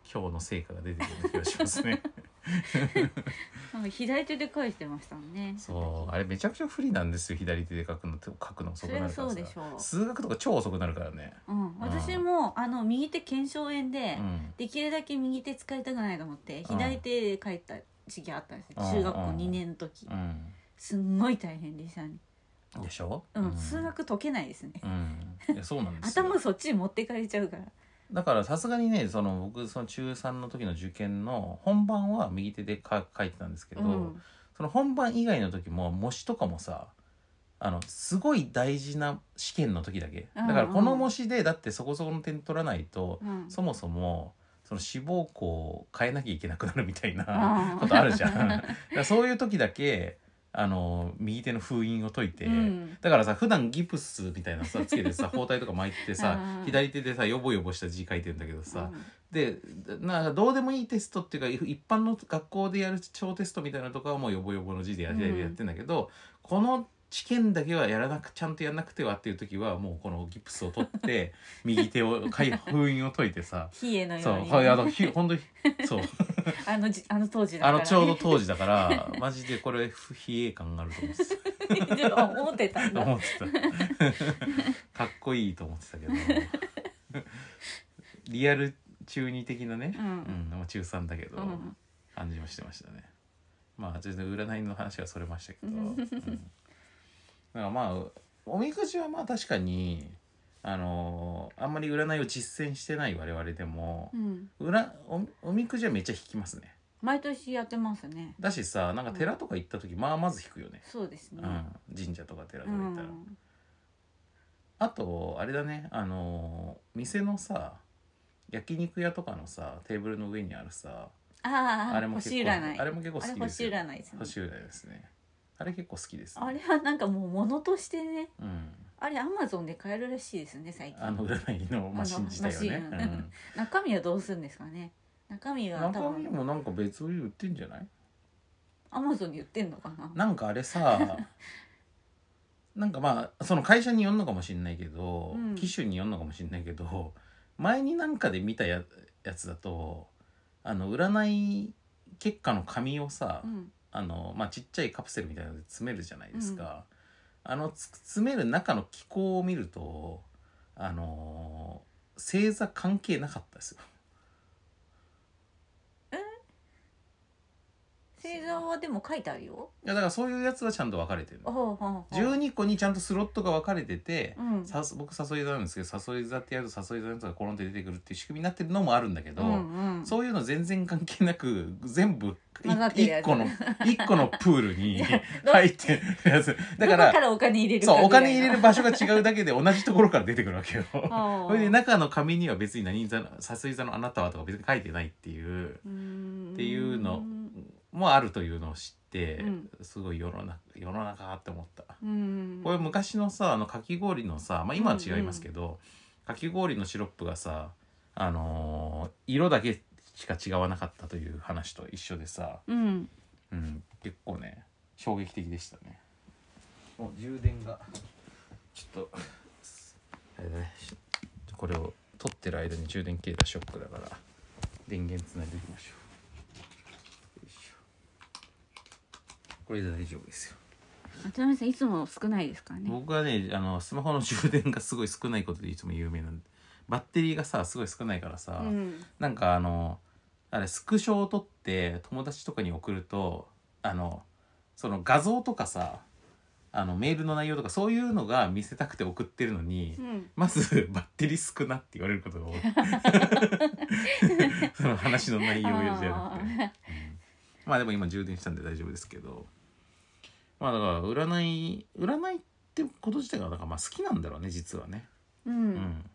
S1: 日今日の成果が出てるような気がしますね
S3: あなんか左手で返してましたもんね
S1: そうあれめちゃくちゃ不利なんですよ左手で書くのって書くの遅
S3: そ
S1: く
S3: れ
S1: な
S3: は
S1: るか
S3: そ
S1: ら
S3: う
S1: さ
S3: でしょう
S1: 数学とか超遅くなるからね
S3: うん、私もあの右手腱鞘炎で、
S1: うん
S3: できるだけ右手使いたくないと思って
S1: うん
S3: 左手で帰った時期あったんですよ
S1: うん
S3: 中学校2年の時すんごい大変でしたね、
S1: うんでしょ
S3: うん数学解けないですね
S1: うんいやそうなんですよ
S3: 頭そっちに持ってかれちゃうから
S1: だからさすがにねその僕その中3の時の受験の本番は右手でか書いてたんですけど、
S3: うん
S1: その本番以外の時も模試とかもさあのすごい大事な試験の時だけだからこ
S3: うん
S1: の
S3: うん
S1: 模試でだってそこそこの点取らないと、
S3: うん
S1: そもそもその志望校を変えなきゃいけなくなるみたいな
S3: あ
S1: ことあるじゃん。 だからそういう時だけあの右手の封印を解いて、
S3: うん
S1: だからさ普段ギプスみたいなさつけてさ包帯とか巻いてさ
S3: うん
S1: 左手でさヨボヨボした字書いてんだけどさ、でなんかどうでもいいテストっていうかい一般の学校でやる超テストみたいなのとかはもうヨボヨボの字でやって
S3: うん
S1: やってんだけど、この試験だけはやらなくちゃんとやらなくてはっていう時はもうこのギプスを取って 右手を開封印を解いてさ
S3: うん冷えのよ
S1: そう
S3: うに
S1: はいあのひ本当にそう
S3: あのじあの当時だ
S1: あ
S3: から、
S1: のちょうど当時だからマジでこれ不比叡感があると思ってた。
S3: ど 思ってたんだ
S1: 思ってたか っこいいと思ってたけどリアル中二的なね、
S3: うん
S1: まあ中3だけど、
S3: うん
S1: 感じもしてましたねまあ全然占いの話はそれましたけど、
S3: う
S1: うん
S3: ん
S1: だからまあおみくじはまあ確かにあのーあんまり占いを実践してない我々でも
S3: う、ん、
S1: 占おおみくじはめっちゃ引きますね
S3: 毎年やってますね
S1: だしさなんか寺とか行った時、まあまず引くよね、
S3: そうですね、
S1: うん、神社とか寺とか行ったら、
S3: うん
S1: あとあれだねあの店のさ焼肉屋とかのさテーブルの上にあるさ
S3: ああ
S1: あれも
S3: 星
S1: 結構
S3: 占い
S1: あれも結構好
S3: あれ
S1: きです
S3: 星
S1: よ
S3: 占いですね
S1: 星占いですねあれ結構好きです、ね、
S3: あれはなんかもう物としてね
S1: うん
S3: あれアマゾンで買えるらしいですね最
S1: あ
S3: 近
S1: の占いのマシン自体はね
S3: あのマシンうん中身はどうするんですかね中身
S1: うん、
S3: は多
S1: 中身
S3: 分
S1: もなんか別売り売ってんじゃない
S3: アマゾンに売ってんのかな
S1: なんかあれ さなんかまあその会社によるのかもしれないけど、
S3: うん
S1: 機種によるのかもしれないけど前になんかで見たややつだとあの占い結果の紙をさ、
S3: うん
S1: あのまあ、ちっちゃいカプセルみたいなので詰めるじゃないですか、あのつ詰める中の機構を見るとあのー星座関係なかったですよ
S3: 星座はでも書いてあるよ
S1: いやだからそういうやつはちゃんと分かれてるの
S3: ほうほうほう
S1: 12個にちゃんとスロットが分かれてて、
S3: うん
S1: さす僕誘い座なんですけど誘い座ってやると誘い座のやつがコロンって出てくるっていう仕組みになってるのもあるんだけど、
S3: うんうん
S1: そういうの全然関係なく全部
S3: 混ざってるや
S1: 1,
S3: つ
S1: 個の一個のプールに
S3: ど
S1: 入ってるやつだか
S3: どこ
S1: ら
S3: からお金入れるか
S1: そうお
S3: ぐらいの
S1: 金入れる場所が違うだけで同じところから出てくるわ けよ。
S3: ほう
S1: それで中の紙には別に何座の誘い座のあなたはとか別に書いてないっていう
S3: うーん
S1: っていうのもあるというのを知って、
S3: うん
S1: すごい世の中世の中って思った。
S3: うん
S1: これ昔のさあのかき氷のさ、まあ、今は違いますけど、かき氷のシロップがさ、あのー色だけしか違わなかったという話と一緒でさ、
S3: うん
S1: うん、結構ね衝撃的でしたねお充電がちょっとあれだねしこれを取ってる間に充電切れたショックだから電源つないでおきましょうよいしょこれで大丈夫ですよ
S3: 渡辺さんいつも少ないですからね
S1: 僕はねあのスマホの充電がすごい少ないことでいつも有名なんでバッテリーがさすごい少ないからさ、
S3: うん
S1: なんかあのあれスクショを撮って友達とかに送るとあのその画像とかさあのメールの内容とかそういうのが見せたくて送ってるのに、
S3: うん
S1: まずバッテリー少なって言われることが多いその話の内容じゃなくて。まあでも今充電したんで大丈夫ですけどまあだから占い占いってこと自体がなんかまあ好きなんだろうね実はね、
S3: う
S1: うん
S3: ん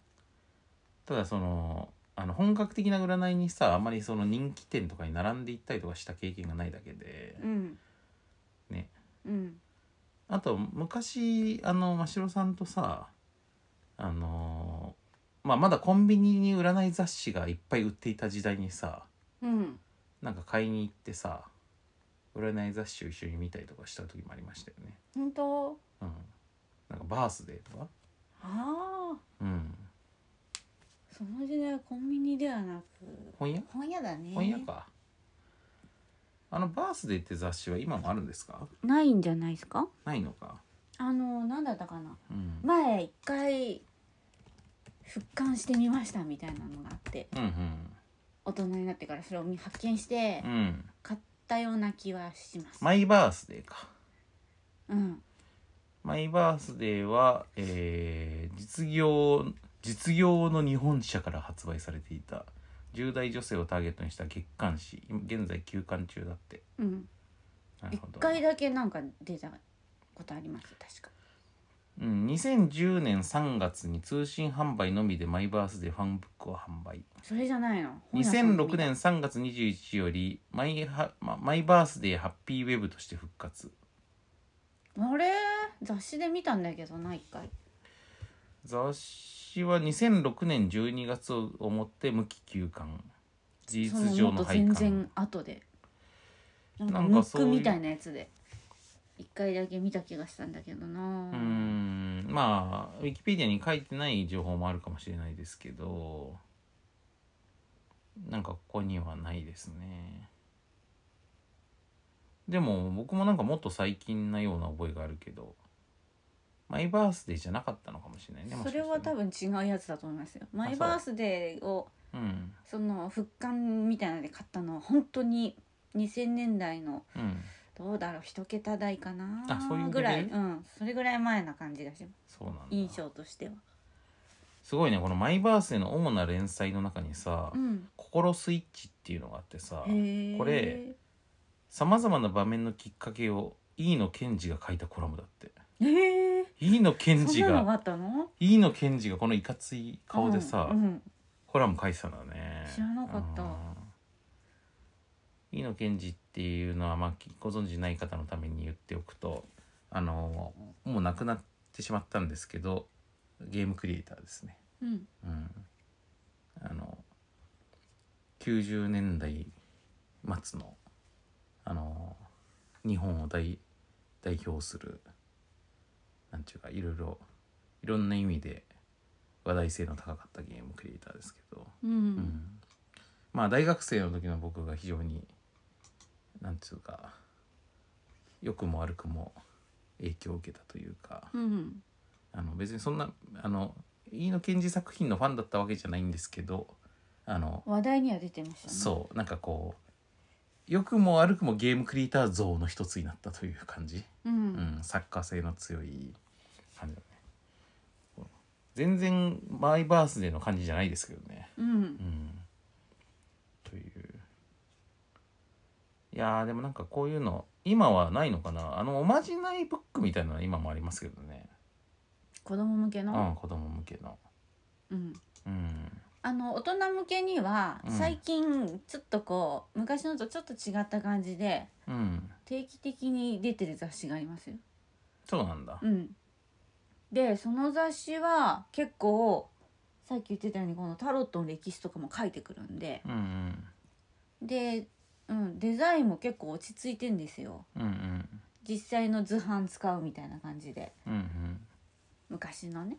S1: ただそのあの本格的な占いにさあまりその人気店とかに並んでいったりとかした経験がないだけで、
S3: うん
S1: ね
S3: うん
S1: あと昔あの真城さんとさあのまあまだコンビニに占い雑誌がいっぱい売っていた時代にさ
S3: うん
S1: なんか買いに行ってさ占い雑誌を一緒に見たりとかした時もありましたよね。
S3: 本当
S1: うん、なんかバースデーとか、
S3: ああ
S1: うん、
S3: その時代はコンビニではなく
S1: 本屋
S3: 本屋だね
S1: 本屋か、あのバースデーって雑誌は今もあるんですか
S3: ないんじゃないですか
S1: ないのか、
S3: あの何だったかな
S1: うん、
S3: 前一回復刊してみましたみたいなのがあって
S1: うん
S3: 大人になってからそれを見発見して
S1: うんうん
S3: 買ったような気はします、
S1: マイバースデーか
S3: うん
S1: マイバースデーは、えー実業実業の日本社から発売されていた10代女性をターゲットにした月刊誌今現在休刊中だって
S3: うん
S1: なる
S3: 一
S1: ほど
S3: 回だけなんか出たことあります確か
S1: うん、2010年3月に通信販売のみでマイバースデーファンブックを販売
S3: それじゃないの本屋さんの
S1: 2006年3月21日よりマイハまマイバースデーハッピーウェブとして復活
S3: あれ雑誌で見たんだけどな一回
S1: 雑誌は2006年12月をもって無期休刊事
S3: その
S1: 実上
S3: もっ
S1: の
S3: と
S1: 廃
S3: 全
S1: 刊
S3: 然後でなん
S1: な
S3: か
S1: ん
S3: ム
S1: か
S3: ッ
S1: そうい
S3: ク
S1: う
S3: みたいなやつで一回だけ見た気がしたんだけどな
S1: うーんまあウィキペディアに書いてない情報もあるかもしれないですけどなんかここにはないですねでも僕もなんかもっと最近なような覚えがあるけどマイバースデーじゃなかったのかもしれないねもしか
S3: そ
S1: した
S3: れ
S1: ら
S3: は多分違うやつだと思いますよマイバースデーを
S1: うん
S3: その復刊みたいなので買ったのは本当に2000年代の
S1: うん
S3: どうだろう一桁台かな
S1: あそういうレベル
S3: ぐらいうんそれぐらい前な感じがします
S1: そうなんだ
S3: 印象としては
S1: すごいねこのマイバースデーの主な連載の中にさ
S3: うん
S1: 「心スイッチ」っていうのがあってさ
S3: へえ
S1: これさまざまな場面のきっかけを飯野健二が書いたコラムだって
S3: へえ
S1: 飯野健
S3: そん
S1: 二
S3: なのが
S1: が
S3: あったの
S1: 飯野健二がこのいかつい顔でさ、
S3: うんうん
S1: コラム書いてたんだね
S3: 知らなかった
S1: うん飯野健二っていうのは、まあ、きご存じない方のために言っておくとあのもう亡くなってしまったんですけどゲームクリエイターですね、
S3: うん
S1: うん、あの90年代末のあの日本を代代表するなんていうかいろいろいろんな意味で話題性の高かったゲームクリエイターですけど、
S3: う
S1: うんんまあ大学生の時の僕が非常になんていうか良くも悪くも影響を受けたというか。
S3: うん
S1: あの別にそんなあの飯野健二作品のファンだったわけじゃないんですけどあの
S3: 話題には出てましたね
S1: そうなんかこう良くも悪くもゲームクリエイター像の一つになったという感じ、
S3: う
S1: うんん、作家性の強い感じだね全然マイバースデーの感じじゃないですけどね、
S3: うん
S1: うん、といういやーでもなんかこういうの今はないのかなあのおまじないブックみたいなのは今もありますけどね
S3: 子供向け
S1: う
S3: の
S1: ん、子供向けの。
S3: うん
S1: うん。
S3: あの大人向けには
S1: うん
S3: 最近ちょっとこう昔のとちょっと違った感じで
S1: うん。
S3: 定期的に出てる雑誌がありますよ。
S1: そうなんだ。
S3: うん、でその雑誌は結構さっき言ってたようにこのタロットの歴史とかも書いてくるんで
S1: うんうん。
S3: で、うん、デザインも結構落ち着いてんですよ
S1: うんうん。
S3: 実際の図版使うみたいな感じで
S1: うんうん。
S3: 昔のね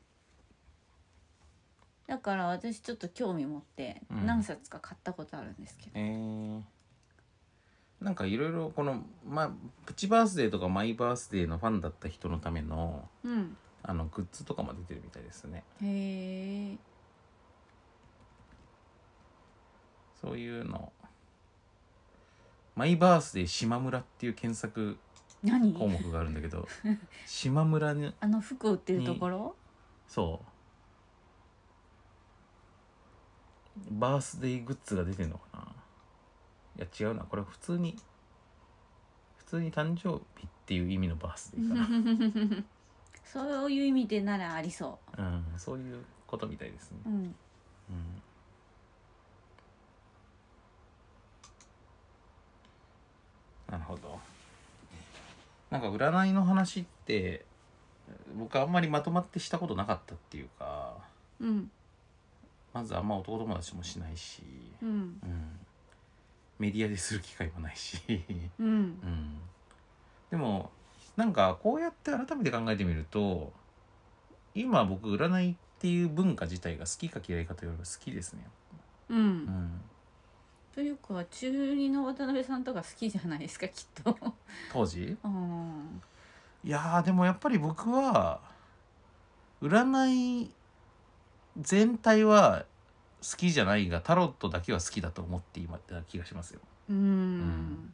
S3: だから私ちょっと興味持って
S1: うん
S3: 何冊か買ったことあるんですけど、
S1: えー。なんかいろいろこの、ま、プチバースデーとかマイバースデーのファンだった人のための
S3: うん、
S1: あのグッズとかも出てるみたいですね
S3: へえ
S1: そういうの「マイバースデー島村」っていう検索
S3: 何
S1: 項目があるんだけど島村に
S3: あの服を売ってるところ
S1: そうバースデーグッズが出てんのかないや違うなこれ普通に普通に誕生日っていう意味のバースデーか
S3: そういう意味でならありそ
S1: な、うん、そういうことみたいですね
S3: う、うん、
S1: うんなるほどなんか占いの話って僕あんまりまとまってしたことなかったっていうか
S3: うん
S1: まずあんま男友達もしないし
S3: うん
S1: うんメディアでする機会もないし、
S3: う
S1: うんん、でもなんかこうやって改めて考えてみると今僕占いっていう文化自体が好きか嫌いかというよりは好きですね、
S3: う
S1: うんん、
S3: というか中二の渡辺さんとか好きじゃないですかきっと
S1: 当時
S3: うん
S1: いやーでもやっぱり僕は占い全体は好きじゃないがタロットだけは好きだと思って今た気がしますよ
S3: うん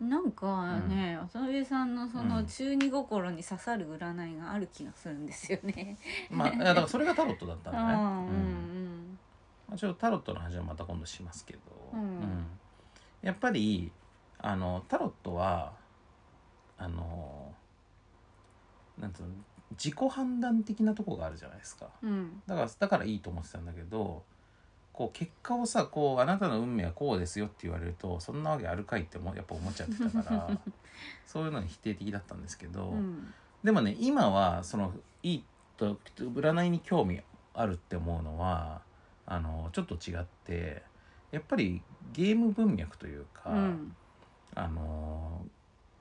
S3: なんかね、渡辺さんのそうの
S1: ん
S3: 中二心に刺さる占いがある気がするんですよ ね。
S1: まあいやだからそれがタロットだった
S3: うんんう
S1: だね、うん
S3: ん
S1: まあちょっとタロットの話はまた今度しますけど、
S3: うん
S1: やっぱりあのタロットはあのなんていうの自己判断的なとこがあるじゃないですか
S3: うん
S1: だからだからいいと思ってたんだけどこう結果をさこうあなたの運命はこうですよって言われるとそんなわけあるかいってもやっぱ思っちゃってたから そういうのに否定的だったんですけど、
S3: うん
S1: でもね今はそのいいと占いに興味あるって思うのはあのちょっと違ってやっぱりゲーム文脈というか、
S3: うん
S1: あの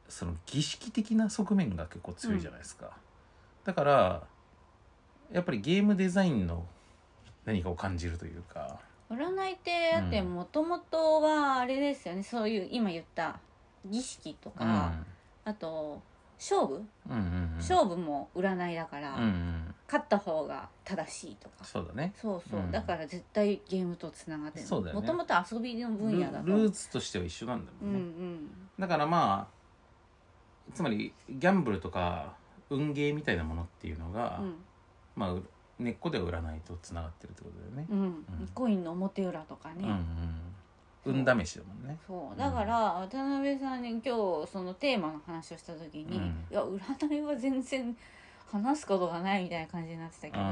S1: その儀式的な側面が結構強いじゃないですか、だからやっぱりゲームデザインの何かを感じるというか
S3: 占いってだってもともとはあれですよねそういう今言った儀式とか、あと勝負、
S1: うんうんうんうん
S3: 勝負も占いだから、
S1: うんうん
S3: 勝った方が正しいとか
S1: そうだね
S3: そうそう、
S1: うん
S3: だから絶対ゲームとつながってる
S1: そうだよね
S3: もともと遊びの分野だと
S1: ルルーツとしては一緒なんだ
S3: う
S1: も
S3: ん
S1: ん
S3: う
S1: ね、
S3: ん
S1: だからまあつまりギャンブルとか運ゲーみたいなものっていうのが、
S3: うん
S1: まあう根っこでは占いとつながってるってことだよね。
S3: うん
S1: うん
S3: コインの表裏とかね、
S1: うんうん、運試しだもんね。
S3: そうだから渡辺さんに今日そのテーマの話をした時に、
S1: うん
S3: いや占いは全然話すことがないみたいな感じになってたけど、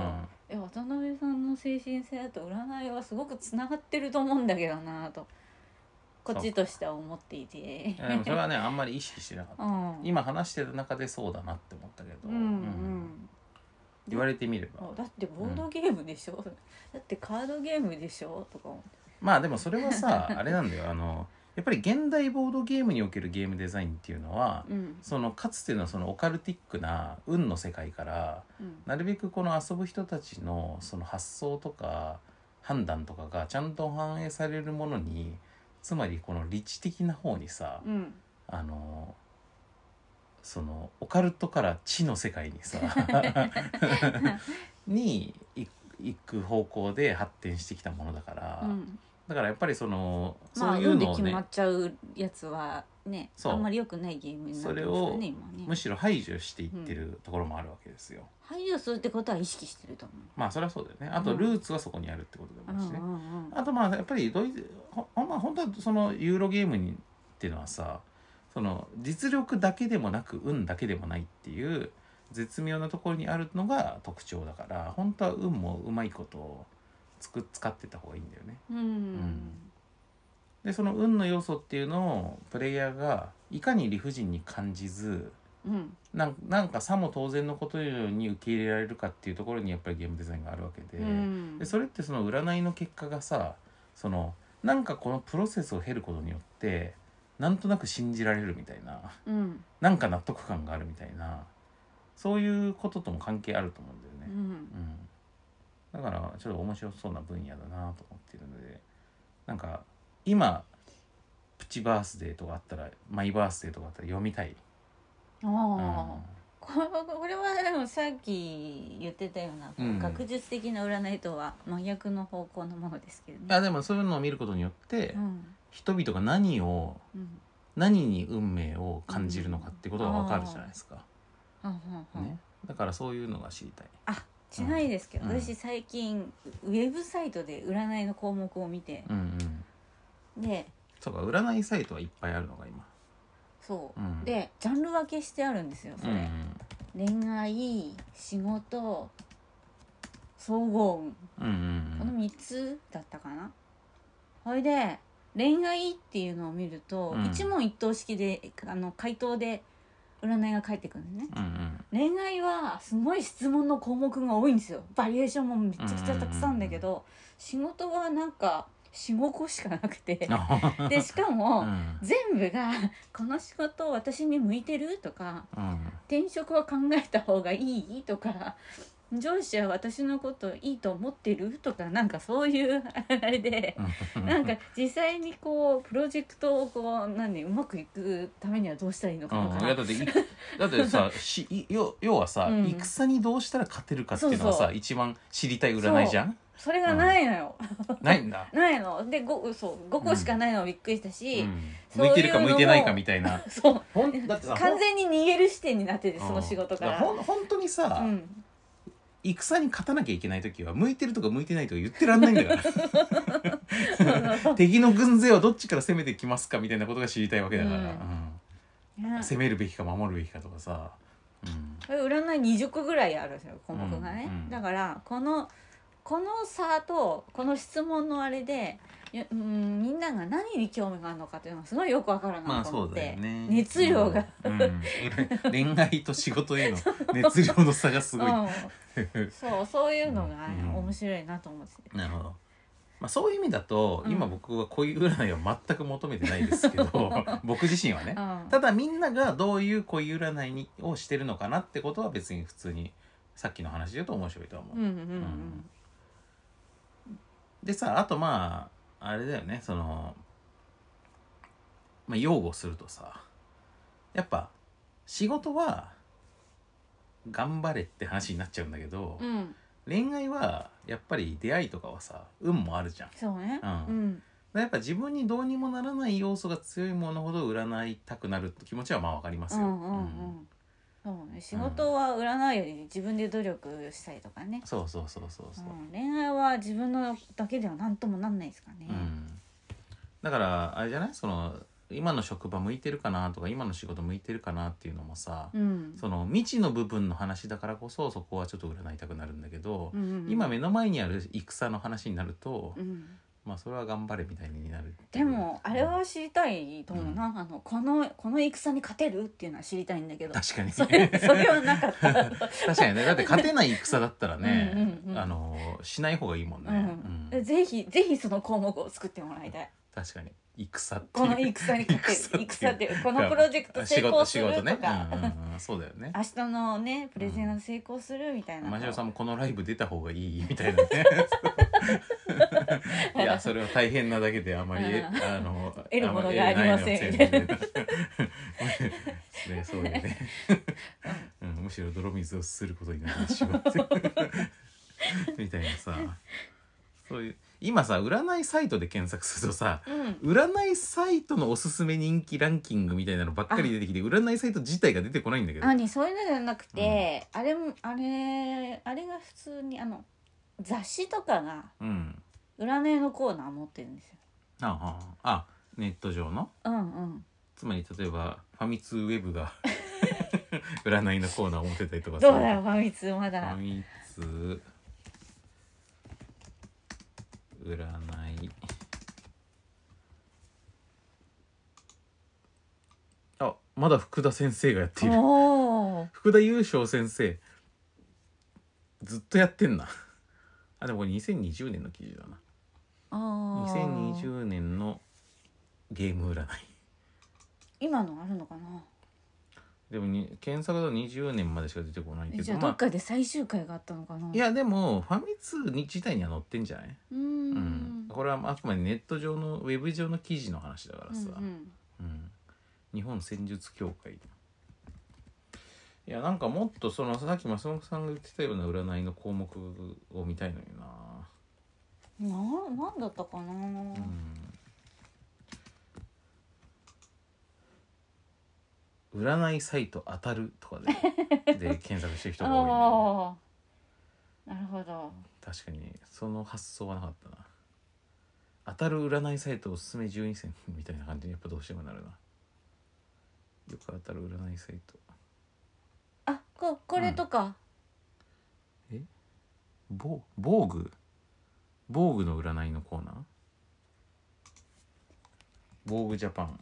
S3: え渡辺さんの精神性と占いはすごくつながってると思うんだけどなとこっちとしては思っていて
S1: うん、でもそれはねあんまり意識してなかった
S3: うん
S1: 今話してる中でそうだなって思ったけど、
S3: うんう
S1: うん
S3: ん
S1: 言われてみれば
S3: あだってボードゲームでしょ、だってカードゲームでしょとか思って
S1: まあでもそれはさ あれなんだよあのやっぱり現代ボードゲームにおけるゲームデザインっていうのは
S3: うん
S1: そのかつてのそのオカルティックな運の世界から
S3: うん
S1: なるべくこの遊ぶ人たちのその発想とか判断とかがちゃんと反映されるものにつまりこの理知的な方にさ、
S3: うん
S1: あのそのオカルトから知の世界にさにい行く方向で発展してきたものだから、
S3: うん
S1: だからやっぱりその
S3: ま
S1: そ
S3: あ
S1: ういう
S3: 運で
S1: のを
S3: 決
S1: ね、
S3: まっちゃうやつはね
S1: そう
S3: あんまり良くないゲームになってます
S1: それ
S3: よ
S1: を
S3: ね今ね
S1: むしろ排除していってるところもあるわけですよ。
S3: 排除するってことは意識してると思う
S1: まあそれはそうだよね。あと
S3: うん
S1: ルーツはそこにあるってことで
S3: う
S1: もある
S3: ん
S1: しね。
S3: うんうん
S1: あとまあやっぱりドイツほほんまあ本当はそのユーロゲームにっていうのはさその実力だけでもなく運だけでもないっていう絶妙なところにあるのが特徴だから本当は運もうまいことをつく使ってた方がいいんだよね。
S3: うん
S1: んでその運の要素っていうのをプレイヤーがいかに理不尽に感じず
S3: うん
S1: なんなんかさも当然のことのように受け入れられるかっていうところにやっぱりゲームデザインがあるわけで。
S3: うん
S1: でそれってその占いの結果がさそのなんかこのプロセスを経ることによってなんとなく信じられるみたいな
S3: うん
S1: なんか納得感があるみたいなそういうこととも関係あると思うんだよね、
S3: うん
S1: うん、だからちょっと面白そうな分野だなと思っているのでなんか今プチバースデーとかあったらマイバースデーとかあったら読みたい、うん
S3: ああこれはこれはでもさっき言ってたような、
S1: うん
S3: 学術的な占いとは真逆の方向のものですけど
S1: いや
S3: ね。
S1: でもそういうのを見ることによって
S3: うん
S1: 人々が何を
S3: うん
S1: 何に運命を感じるのかってことがわかるじゃないですか、
S3: うんうんうん
S1: ね、だからそういうのが知りたい
S3: ちなみにですけど、
S1: うん
S3: 私最近ウェブサイトで占いの項目を見て、
S1: うんうん
S3: で
S1: そうか占いサイトはいっぱいあるのが今
S3: そう、
S1: うん
S3: でジャンル分けしてあるんですよそれ、恋愛仕事総合運
S1: うんうんうんう
S3: この
S1: ん
S3: 3つだったかなほいで恋愛っていうのを見ると、
S1: うん
S3: 一問一答式であの回答で占いが返ってくるんですね
S1: うんうん
S3: 恋愛はすごい質問の項目が多いんですよバリエーションもめちゃくちゃたくさんだけど、仕事はなんか45個しかなくて
S1: あ
S3: でしか
S1: う
S3: も
S1: ん
S3: 全部が「この仕事私に向いてる?」とか
S1: うん
S3: 「転職は考えた方がいい?」とか「上司は私のこといいと思ってる?」とかなんかそういうあれで。
S1: うん
S3: なんか実際にこうプロジェクトをこう何うまくいくためにはどうしたらいいのかと
S1: うん、
S3: か、
S1: いやだっていだってさしい要要はさ、
S3: うん
S1: 戦にどうしたら勝てるかっていうのがさ
S3: そうそう
S1: 一番知りたい占いじゃん
S3: それがないのよ、
S1: ないんだ、
S3: ないので 5, そう5個しかないのはびっくりしたし、
S1: うん
S3: そう
S1: 向
S3: いうのも
S1: いてるか向いてないかみたいな
S3: そう
S1: ほんだってさ
S3: 完全に逃げる視点になっててその仕事か
S1: うんだ
S3: ら。
S1: ほん本当にさ、
S3: うん、
S1: 戦に勝たなきゃいけない時は向いてるとか向いてないとか言ってらんないんだから
S3: そうそう
S1: 敵の軍勢はどっちから攻めてきますかみたいなことが知りたいわけだから、
S3: うん
S1: う
S3: ね
S1: ん攻めるべきか守るべきかとかさ、うん
S3: これ占い20個ぐらいあるんですよ項目がね、
S1: うんうん
S3: だからこのこの差とこの質問のあれでようんみんなが何に興味があるのかというのがすごいよくわかる
S1: ま
S3: な
S1: あ
S3: と
S1: そ
S3: 思っ
S1: う
S3: て、
S1: だよね
S3: 熱量が、、
S1: うんうん恋愛と仕事 への熱量の差がすごい、
S3: う ん、そうそういうのが、
S1: うん
S3: 面白いなと思ってて
S1: なるほど、まあ、そういう意味だと、今
S3: うん
S1: 僕は恋占いは全く求めてないですけ ど僕自身はね
S3: うん
S1: ただみんながどういう恋占いにをしてるのかなってことは別に普通にさっきの話で言うと面白いとは思う、
S3: うんうんう
S1: うんでさあとまああれだよねその、まあ、擁護するとさやっぱ仕事は頑張れって話になっちゃうんだけど、
S3: うん、うん、
S1: 恋愛はやっぱり出会いとかはさ運もあるじゃん。だか
S3: そうね
S1: う
S3: うん
S1: らやっぱ自分にどうにもならない要素が強いものほど占いたくなる気持ちはまあわかります
S3: う
S1: よ。
S3: んうんう
S1: うん
S3: んそうね仕事は占いより自分で努力したりとかね、
S1: そうそうそうそうそう。
S3: うん、恋愛は自分のだけでは何ともなんないですからね、
S1: うんだからあれじゃないその今の職場向いてるかなとか今の仕事向いてるかなっていうのもさ、
S3: うん
S1: その未知の部分の話だからこそそこはちょっと占いたくなるんだけど、
S3: うん
S1: 今目の前にある戦の話になると、
S3: うん
S1: まあそれは頑張れみたいになるってい
S3: で
S1: う
S3: もあれは知りたいと思うな、あのこのこの戦に勝てるっていうのは知りたいんだけど
S1: 確かに
S3: それそれはなかったら
S1: 確かにねだって勝てない戦だったらね
S3: うんうんうん
S1: あのしない方がいいもんね、
S3: うん
S1: うん
S3: ぜひぜひその項目を作ってもらいたい
S1: 確かに戦って
S3: この
S1: いう
S3: 戦 に勝てる
S1: 戦
S3: 戦
S1: っ
S3: ってていうこのプロジェクト成功す
S1: 仕
S3: る
S1: 事仕事ね
S3: とか、
S1: うんうんうん、そうだよね
S3: 明日のねプレゼンが成功するみたいなのを、
S1: 真城さんもこのライブ出た方がいいみた いなねいやそれは大変なだけであまり、
S3: うん
S1: あの
S3: 得るものが
S1: んり得ないの
S3: ありませんみたいな
S1: ねそうだよ ね、うん、むしろ泥水をすることになってしまって みたいなさそういう今さ占いサイトで検索するとさ
S3: うん
S1: 占いサイトのおすすめ人気ランキングみたいなのばっかり出てきて占いサイト自体が出てこないんだけど
S3: あにそういうのじゃなくて、あれもあれあれが普通にあの雑誌とかが
S1: うん
S3: 占いのコーナー持ってるんですよ
S1: ああああネット上の
S3: うんうん
S1: つまり例えばファミ通ウェブが 占いのコーナーを持ってたりとか
S3: どうだよファミ通ま
S1: ファ
S3: だ
S1: ミ通占いあまだ福田先生がやっている
S3: おお
S1: 福田優勝先生ずっとやってんなあでもこれ2020年の記事だな
S3: あー
S1: 2020年のゲーム占い
S3: 今のあるのかな
S1: でもに検索だと20年までしか出てこないけ
S3: え
S1: ど
S3: じゃあ
S1: ま
S3: どっかで最終回があったのかな
S1: あ、いやでもファミ通に自体には載ってんじゃない、
S3: う
S1: うん
S3: ん
S1: これはあくまでネット上のウェブ上の記事の話だからさ、
S3: うんうん
S1: うん日本戦術協会いやなんかもっとそのさっき松本さんが言ってたような占いの項目を見たいのよな
S3: ななんだったかな、
S1: うん占いサイト当たるとかでで検索してる人が多い、ね、
S3: ああなるほど
S1: 確かにその発想はなかったな当たる占いサイトおすすめ12選みたいな感じにやっぱどうしてもなるなよく当たる占いサイト
S3: あここれとか、
S1: ぼ防具防具の占いのコーナー防具ジャパン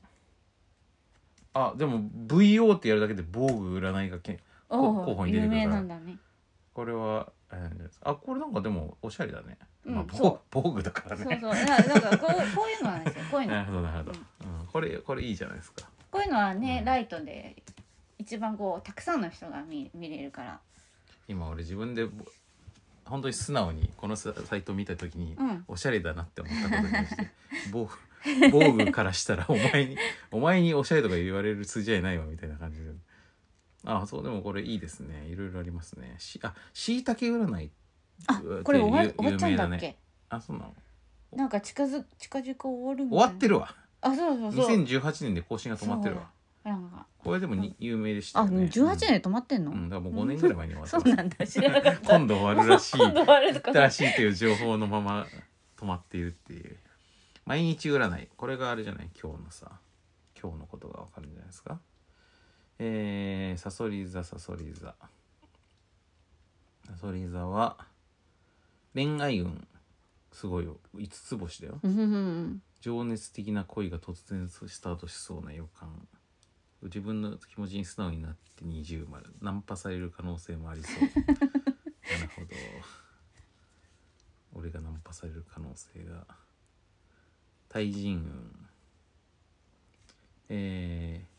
S1: あでも VO ってやるだけで防具占いがけ
S3: お
S1: こ候補
S3: お
S1: に出て
S3: 有
S1: くるから
S3: 名なんだね
S1: これはあれなんじゃないですかあこれなんかでもおしゃれだね、
S3: うん
S1: まあ、
S3: そ
S1: 防
S3: う
S1: 防具だから
S3: そう
S1: ね
S3: そうななんかこうこういうのなんですよこういう
S1: なる
S3: の
S1: ほどなるほど、うん、これこれいいじゃないですか
S3: こういうのはね、
S1: うん
S3: ライトで一番こうたくさんの人が見見れるから
S1: 今俺自分でぼ本当に素直にこのササイト見た時に
S3: うん
S1: おしゃれだなって思ったことに対して 防具防具からしたらお前にお前におしゃれとか言われる筋合いないわみたいな感じであそうでもこれいいですねいろいろありますねしあしいたけ占い
S3: あ
S1: うわ
S3: これ終わ
S1: 有
S3: 終わっちゃうんだっ
S1: 有名
S3: け、
S1: ねあそうなの
S3: なんか近づ近々終わる
S1: 終
S3: みたいな
S1: わってるわ
S3: あそうそうそう
S1: 2018年で更新が止まってるわ
S3: なんか
S1: これでもに有名でした
S3: あ
S1: よね
S3: 18年で止まってんの、
S1: うん、うんだからもう5年ぐらい前に終わって
S3: そ
S1: ま
S3: う
S1: す
S3: なんだ知らなかった
S1: 今度終わるらしい
S3: 今度終わるとか
S1: 新しいという情報のまま止まっているっていう毎日占いこれがあれじゃない今日のさ今日のことがわかるんじゃないですかえー、サソリ座サソリ座サソリ座は恋愛運すごいよ5つ星だよ
S3: うんうんうん
S1: 情熱的な恋が突然スタートしそうな予感自分の気持ちに素直になって二重丸ナンパされる可能性もありそう なるほど俺がナンパされる可能性が対人運えー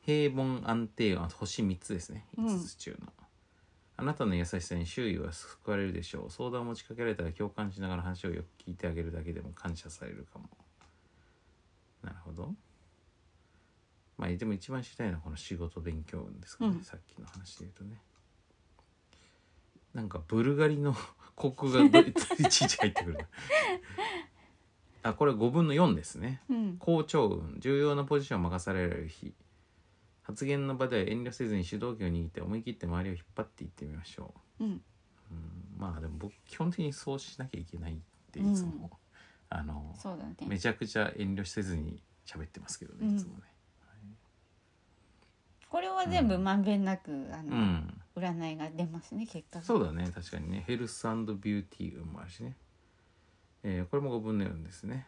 S1: 平凡安定運あ星3つですね
S3: うん
S1: 5つ中の、あなたの優しさに周囲は救われるでしょう相談を持ちかけられたら共感しながら話をよく聞いてあげるだけでも感謝されるかもなるほどまあでも一番知りたいのはこの仕事勉強運ですかね、
S3: うん
S1: さっきの話で言うとねなんかブルガリの コクがどいちいち入ってくるな あこれ5分の4ですね
S3: うん
S1: 好調運重要なポジションを任される日発言の場では遠慮せずに主導権を握って思い切って周りを引っ張っていってみましょ
S3: う
S1: う、
S3: ん
S1: うん、まあでも僕基本的にそうしなきゃいけないっていつも、あの
S3: そうだね
S1: めちゃくちゃ遠慮せずに喋ってますけど
S3: う
S1: ね
S3: ん
S1: いつもね、
S3: これは全部まんべんなくあ
S1: う
S3: の、
S1: ん
S3: 占いが出ますね結果が
S1: そうだね確かにねヘルスビューティー運もあるしね、えーこれも5分の4ですね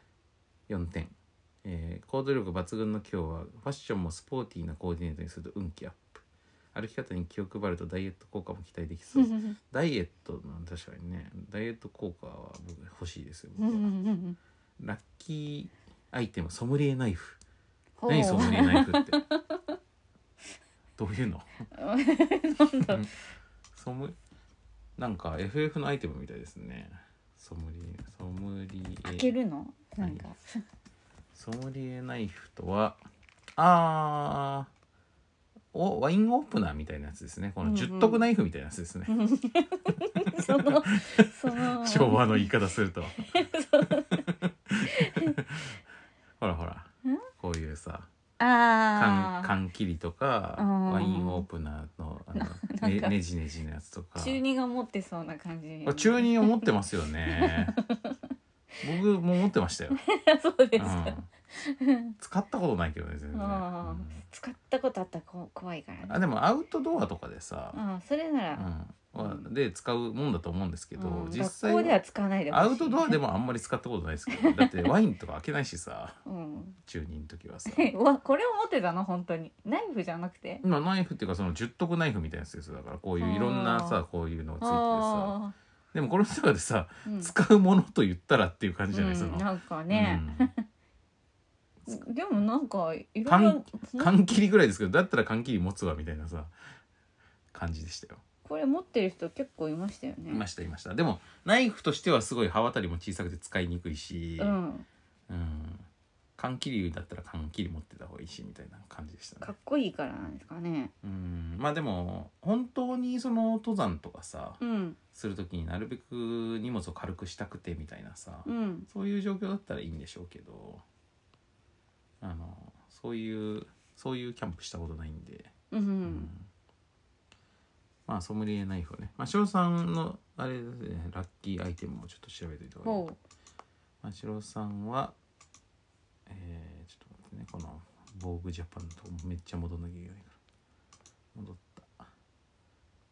S1: 4点、えー行動力抜群の今日はファッションもスポーティーなコーディネートにすると運気アップ歩き方に気を配るとダイエット効果も期待できそう ダイエットの確かにねダイエット効果は僕欲しいですよ僕はラッキーアイテムソムリエナイフ
S3: ほう
S1: 何ソムリエナイフって どういうの
S3: なんだ
S1: ソムなんか FF のアイテムみたいですねソムリエソムリ
S3: 開け
S1: エ
S3: るのなんか
S1: ソムリエナイフとはあーおワインオープナーみたいなやつですねこ
S3: うん
S1: の
S3: うん
S1: 十徳ナイフみたいなやつですね、
S3: そのその
S1: 昭和の言い方する と ほらほらこういうさ缶
S3: ああ
S1: 缶切りとか
S3: うん
S1: ワインオープナーの あのね
S3: なんか
S1: ねじねじのやつとか
S3: 中二が持ってそうな感じ
S1: あ中二を持ってますよね僕も持ってましたよ、
S3: そう ですか、
S1: うん、使ったことないけどね全然、
S3: あ
S1: うん
S3: ー使ったことあったらこ怖いからね
S1: あでもアウトドアとかでさ、
S3: あーそれなら、
S1: うんはで使うもんだと思うんですけど、
S3: うん
S1: 実
S3: 学校
S1: 際
S3: では使わないでほしい
S1: アウトドアでもあんまり使ったことないですけ どだってワインとか開けないしさ
S3: うん
S1: 中二の時はさ
S3: うわこれを持ってたの本当にナイフじゃなくて
S1: 今ナイフっていうかその十徳ナイフみたいなやつですよだからこういういろんな
S3: あ
S1: さこういうのをついててさ
S3: あ
S1: でもこの中でさ
S3: あー、うん
S1: 使うものと言ったらっていう感じじゃない、そ
S3: うん
S1: の
S3: なんかね、でもなんかいろいろ
S1: 缶うん缶切りぐらいですけどだったら缶切り持つわみたいなさ感じでしたよ
S3: これ持ってる人結構いましたよね
S1: いましたいましたでもナイフとしてはすごい刃渡りも小さくて使いにくいし、
S3: うん
S1: うん缶切りだったら缶切り持ってた方がいいしみたいな感じでした
S3: か
S1: ね
S3: っこいいからなんですかね
S1: うんまあでも本当にその登山とかさ、
S3: うん
S1: する時になるべく荷物を軽くしたくてみたいなさ、
S3: うん
S1: そういう状況だったらいいんでしょうけどあのそういうそういうキャンプしたことないんで、
S3: うん、うん、
S1: まあソムリエナイフをねまあ白さんのあれですねラッキーアイテムもちょっと調べておいた方がいい
S3: ほ
S1: まあ白さんはえー、ちょっと待ってねこの「防具ジャパン」のとこめっちゃ戻んなきゃいけないから戻った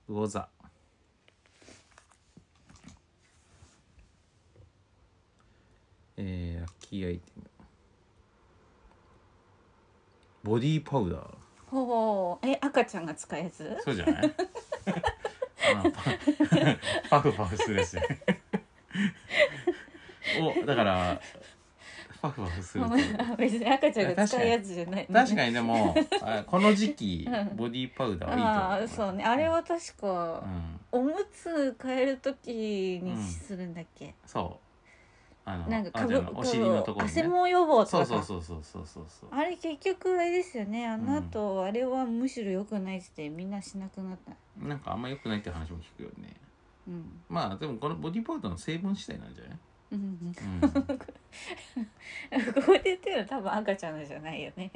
S1: 魚座えー、ラッキーアイテムボディーパウダー
S3: うほうほうえ赤ちゃんが使うやつ
S1: そうじゃない あのパパフパフするし おだからパフパフすると
S3: 別に赤ちゃんが使うやつじゃない
S1: 確かにでもあこの時期
S3: うん
S1: ボディーパウダー
S3: あ
S1: はい
S3: あ
S1: いと思
S3: そうねあれは確
S1: う、う
S3: か、
S1: ん、
S3: おむつ変える時にするんだっけ、
S1: そうあの
S3: なんか
S1: あ
S3: か
S1: じ
S3: ぶ
S1: ゃあお尻のところに、
S3: 汗
S1: ね、
S3: も予防と
S1: そ
S3: か
S1: うそう
S3: か
S1: そうそうそうそうそう
S3: あれ結局あれですよねあの
S1: うん
S3: 後、あれはむしろ良くないっつってみんなしなくなった
S1: なんかあんま良くないって話も聞くよね
S3: うん
S1: まあでもこのボディーパウダーの成分次第なんじゃない、
S3: うん
S1: うん
S3: ここで言ってるの多分赤ちゃんのじゃないよね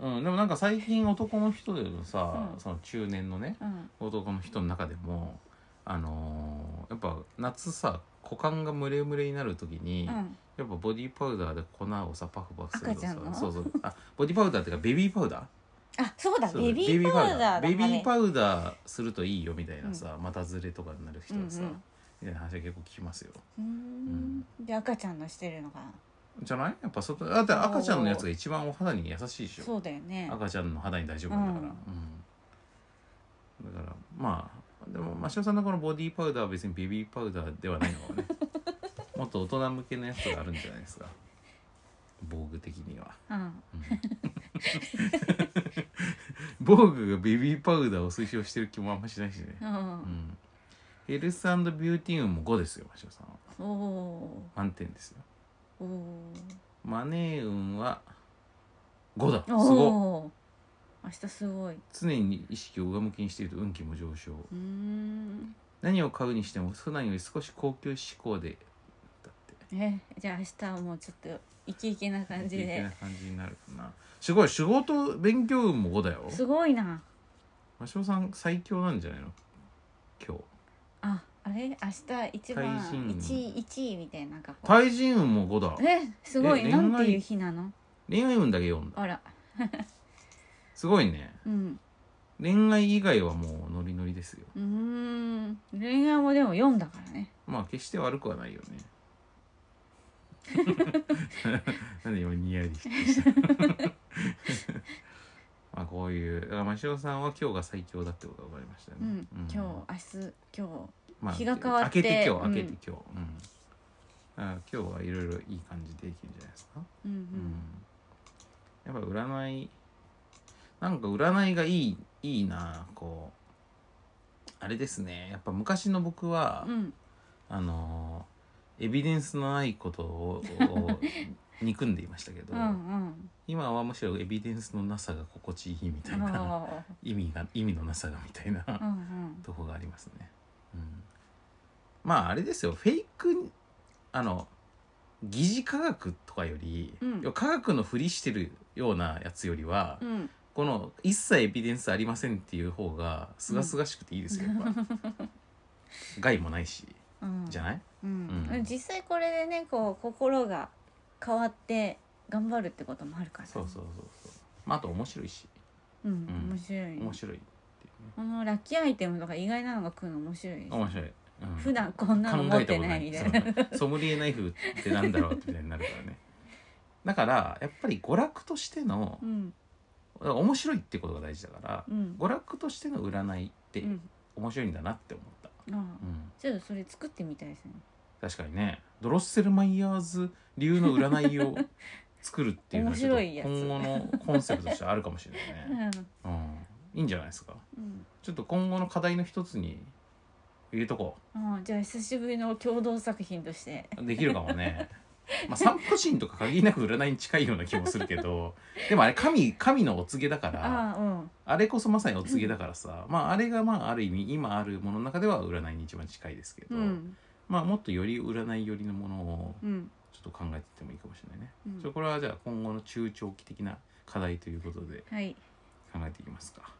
S1: うん、でもなんか最近男の人でもさ、
S3: うん
S1: その中年のね
S3: うん
S1: 男の人の中でもあのーやっぱ夏さ股間がムレムレになる時に、
S3: うん
S1: やっぱボディパウダーで粉をさパフパフすると
S3: 赤
S1: さ
S3: ちゃんの
S1: そうそうあボディパウダーっていうかベビーパウダー
S3: あそうだ
S1: そう
S3: ベビーパウダーだ
S1: ベビー
S3: ウ
S1: パウダーするといいよみたいなさ、またずれとかになる人はさ、
S3: うんうん
S1: みたいな話は結構聞きますよ
S3: うーんで赤ちゃんのしてるのかな
S1: じゃないやっぱ外だって赤ちゃんのやつが一番お肌に優しいでしょ
S3: そうだよね
S1: 赤ちゃんの肌に大丈夫なんだから、うんだからまあでも真オさんのこのボディーパウダーは別にベビーパウダーではないのはねもっと大人向けのやつがあるんじゃないですか防具的には、
S3: うん
S1: うん防具がベビーパウダーを推奨してる気もあんましないしね、
S3: う
S1: うんん、ヘルスビューティー運も5ですよ真オさんは
S3: おお
S1: 満点ですよ
S3: ーお
S1: マネー運は5だす
S3: ー
S1: ごい
S3: おー明日すごいう
S1: 常に意識を上向きにしていると運気も上昇
S3: ーん
S1: 何を買うにしても普段より少し高級志向でだって
S3: えじゃあ明日はもうちょっとイケイケな感じ
S1: イケイケ
S3: で
S1: な感じになるかなすごい仕事勉強運も5だよ
S3: すごいな
S1: 真オさん最強なんじゃないの今日
S3: ああれ明日
S1: 対人
S3: 一番一位一位みたいななんかこう
S1: 対人運も5だ
S3: えすごい
S1: え
S3: なん
S1: 恋
S3: て
S1: 愛
S3: いう日なの
S1: 恋愛運だけ読んだ
S3: あら
S1: すごいね
S3: うん
S1: 恋愛以外はもうノリノリですよ
S3: うーん恋愛もでも読んだからね
S1: まあ決して悪くはないよ ねなんで今ニヤリしてました まあこういうだから真オさんは今日が最強だってことが分かりましたね、
S3: うん、今日明日今
S1: まあ、
S3: 日が変わって
S1: 明けて今日
S3: うん
S1: 明けて今日、うんあ今日はいろいろいい感じでいけるんじゃないですか、
S3: 日うんう
S1: うん
S3: ん
S1: やっぱ占いなんか占いがいいいいなこうあれですねやっぱ昔の僕は、
S3: うん
S1: あのーエビデンスのないこと をを憎んでいましたけど、
S3: うんうん
S1: 今はむしろエビデンスのなさが心地いいみたいな
S3: ああ
S1: 意味が意味のなさがみたいな、
S3: うんうん
S1: とこがありますね、うん、まああれですよフェイクあの疑似科学とかより、
S3: うん
S1: 要は科学のふりしてるようなやつよりは、
S3: うん
S1: この一切エビデンスありませんっていう方がすがすがしくていいですよ、やっぱ害もないし
S3: うん
S1: じゃない
S3: うん
S1: うん
S3: 実際これでねこう心が変わって頑張るってこともあるから
S1: そうそうそうそうまああと面白いし
S3: うん
S1: うん
S3: 面白いね
S1: 面白いっていうね
S3: このラッキーアイテムとか意外なのが来るの面白いです
S1: 面白い、うん
S3: 普段こんなの持ってないみたいな
S1: そうソムリエナイフってなんだろうってみたいになるからねだからやっぱり娯楽としての
S3: うん
S1: 面白いってことが大事だから
S3: うん
S1: 娯楽としての占いって
S3: うん
S1: 面白いんだなって思った、う
S3: ああ
S1: ん、
S3: ちょっとそれ作ってみたいですね
S1: 確かにねドロッセルマイヤーズ流の占いを作るっていうのはちょっと
S3: 面白いやつ
S1: 今後のコンセプトとしてあるかもしれな
S3: う
S1: いね、
S3: ん
S1: うん、いいんじゃないですか
S3: うん
S1: ちょっと今後の課題の一つに入れとこ
S3: ああじゃあ久しぶりの共同作品として
S1: うできるかも ねまあ散歩人とか限りなく占いに近いような気もするけ どでもあれ神神のお告げだから
S3: ああうん
S1: あれこそまさにお告げだからさ、まああれがまあある意味今あるものの中では占いに一番近いですけど、
S3: うん
S1: まあもっとより占い寄りのものを
S3: うん
S1: ちょっと考えていってもいいかもしれないね。
S3: うん
S1: じゃあこれはじゃあ今後の中長期的な課題ということで
S3: はい
S1: 考えていきますか。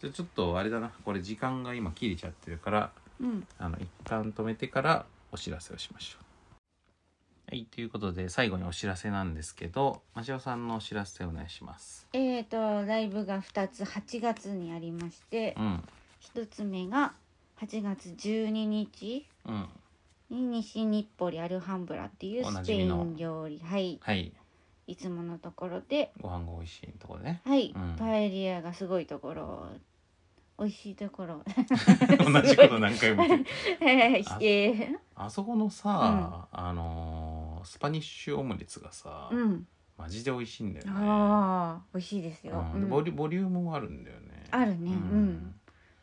S1: じゃあちょっとあれだな、これ時間が今切れちゃってるから、
S3: うん
S1: あの一旦止めてからお知らせをしましょう。はい、ということで最後にお知らせなんですけど、マシオさんのお知らせお願いします。
S3: えーとライブが2つ8月にありまして
S1: うん、
S3: 1つ目が8月12日
S1: うん、
S3: に西日暮里アルハンブラっていう
S1: おな
S3: ス
S1: じ
S3: ペ
S1: み
S3: イ
S1: の
S3: ン料理はい
S1: はい、
S3: いつものところで
S1: ご飯が美味しいところでね。
S3: はい、
S1: うん
S3: パエリアがすごいところ美味しいところ
S1: 同じこと何回も言ってる
S3: え
S1: あ
S3: ー
S1: あそこのさ、あのースパニッシュオムレツがさ、
S3: うん
S1: マジで美味しいんだよね
S3: ああ美味しいですよ、
S1: うんで
S3: うん
S1: ボリボリュームもあるんだよね
S3: あるねうん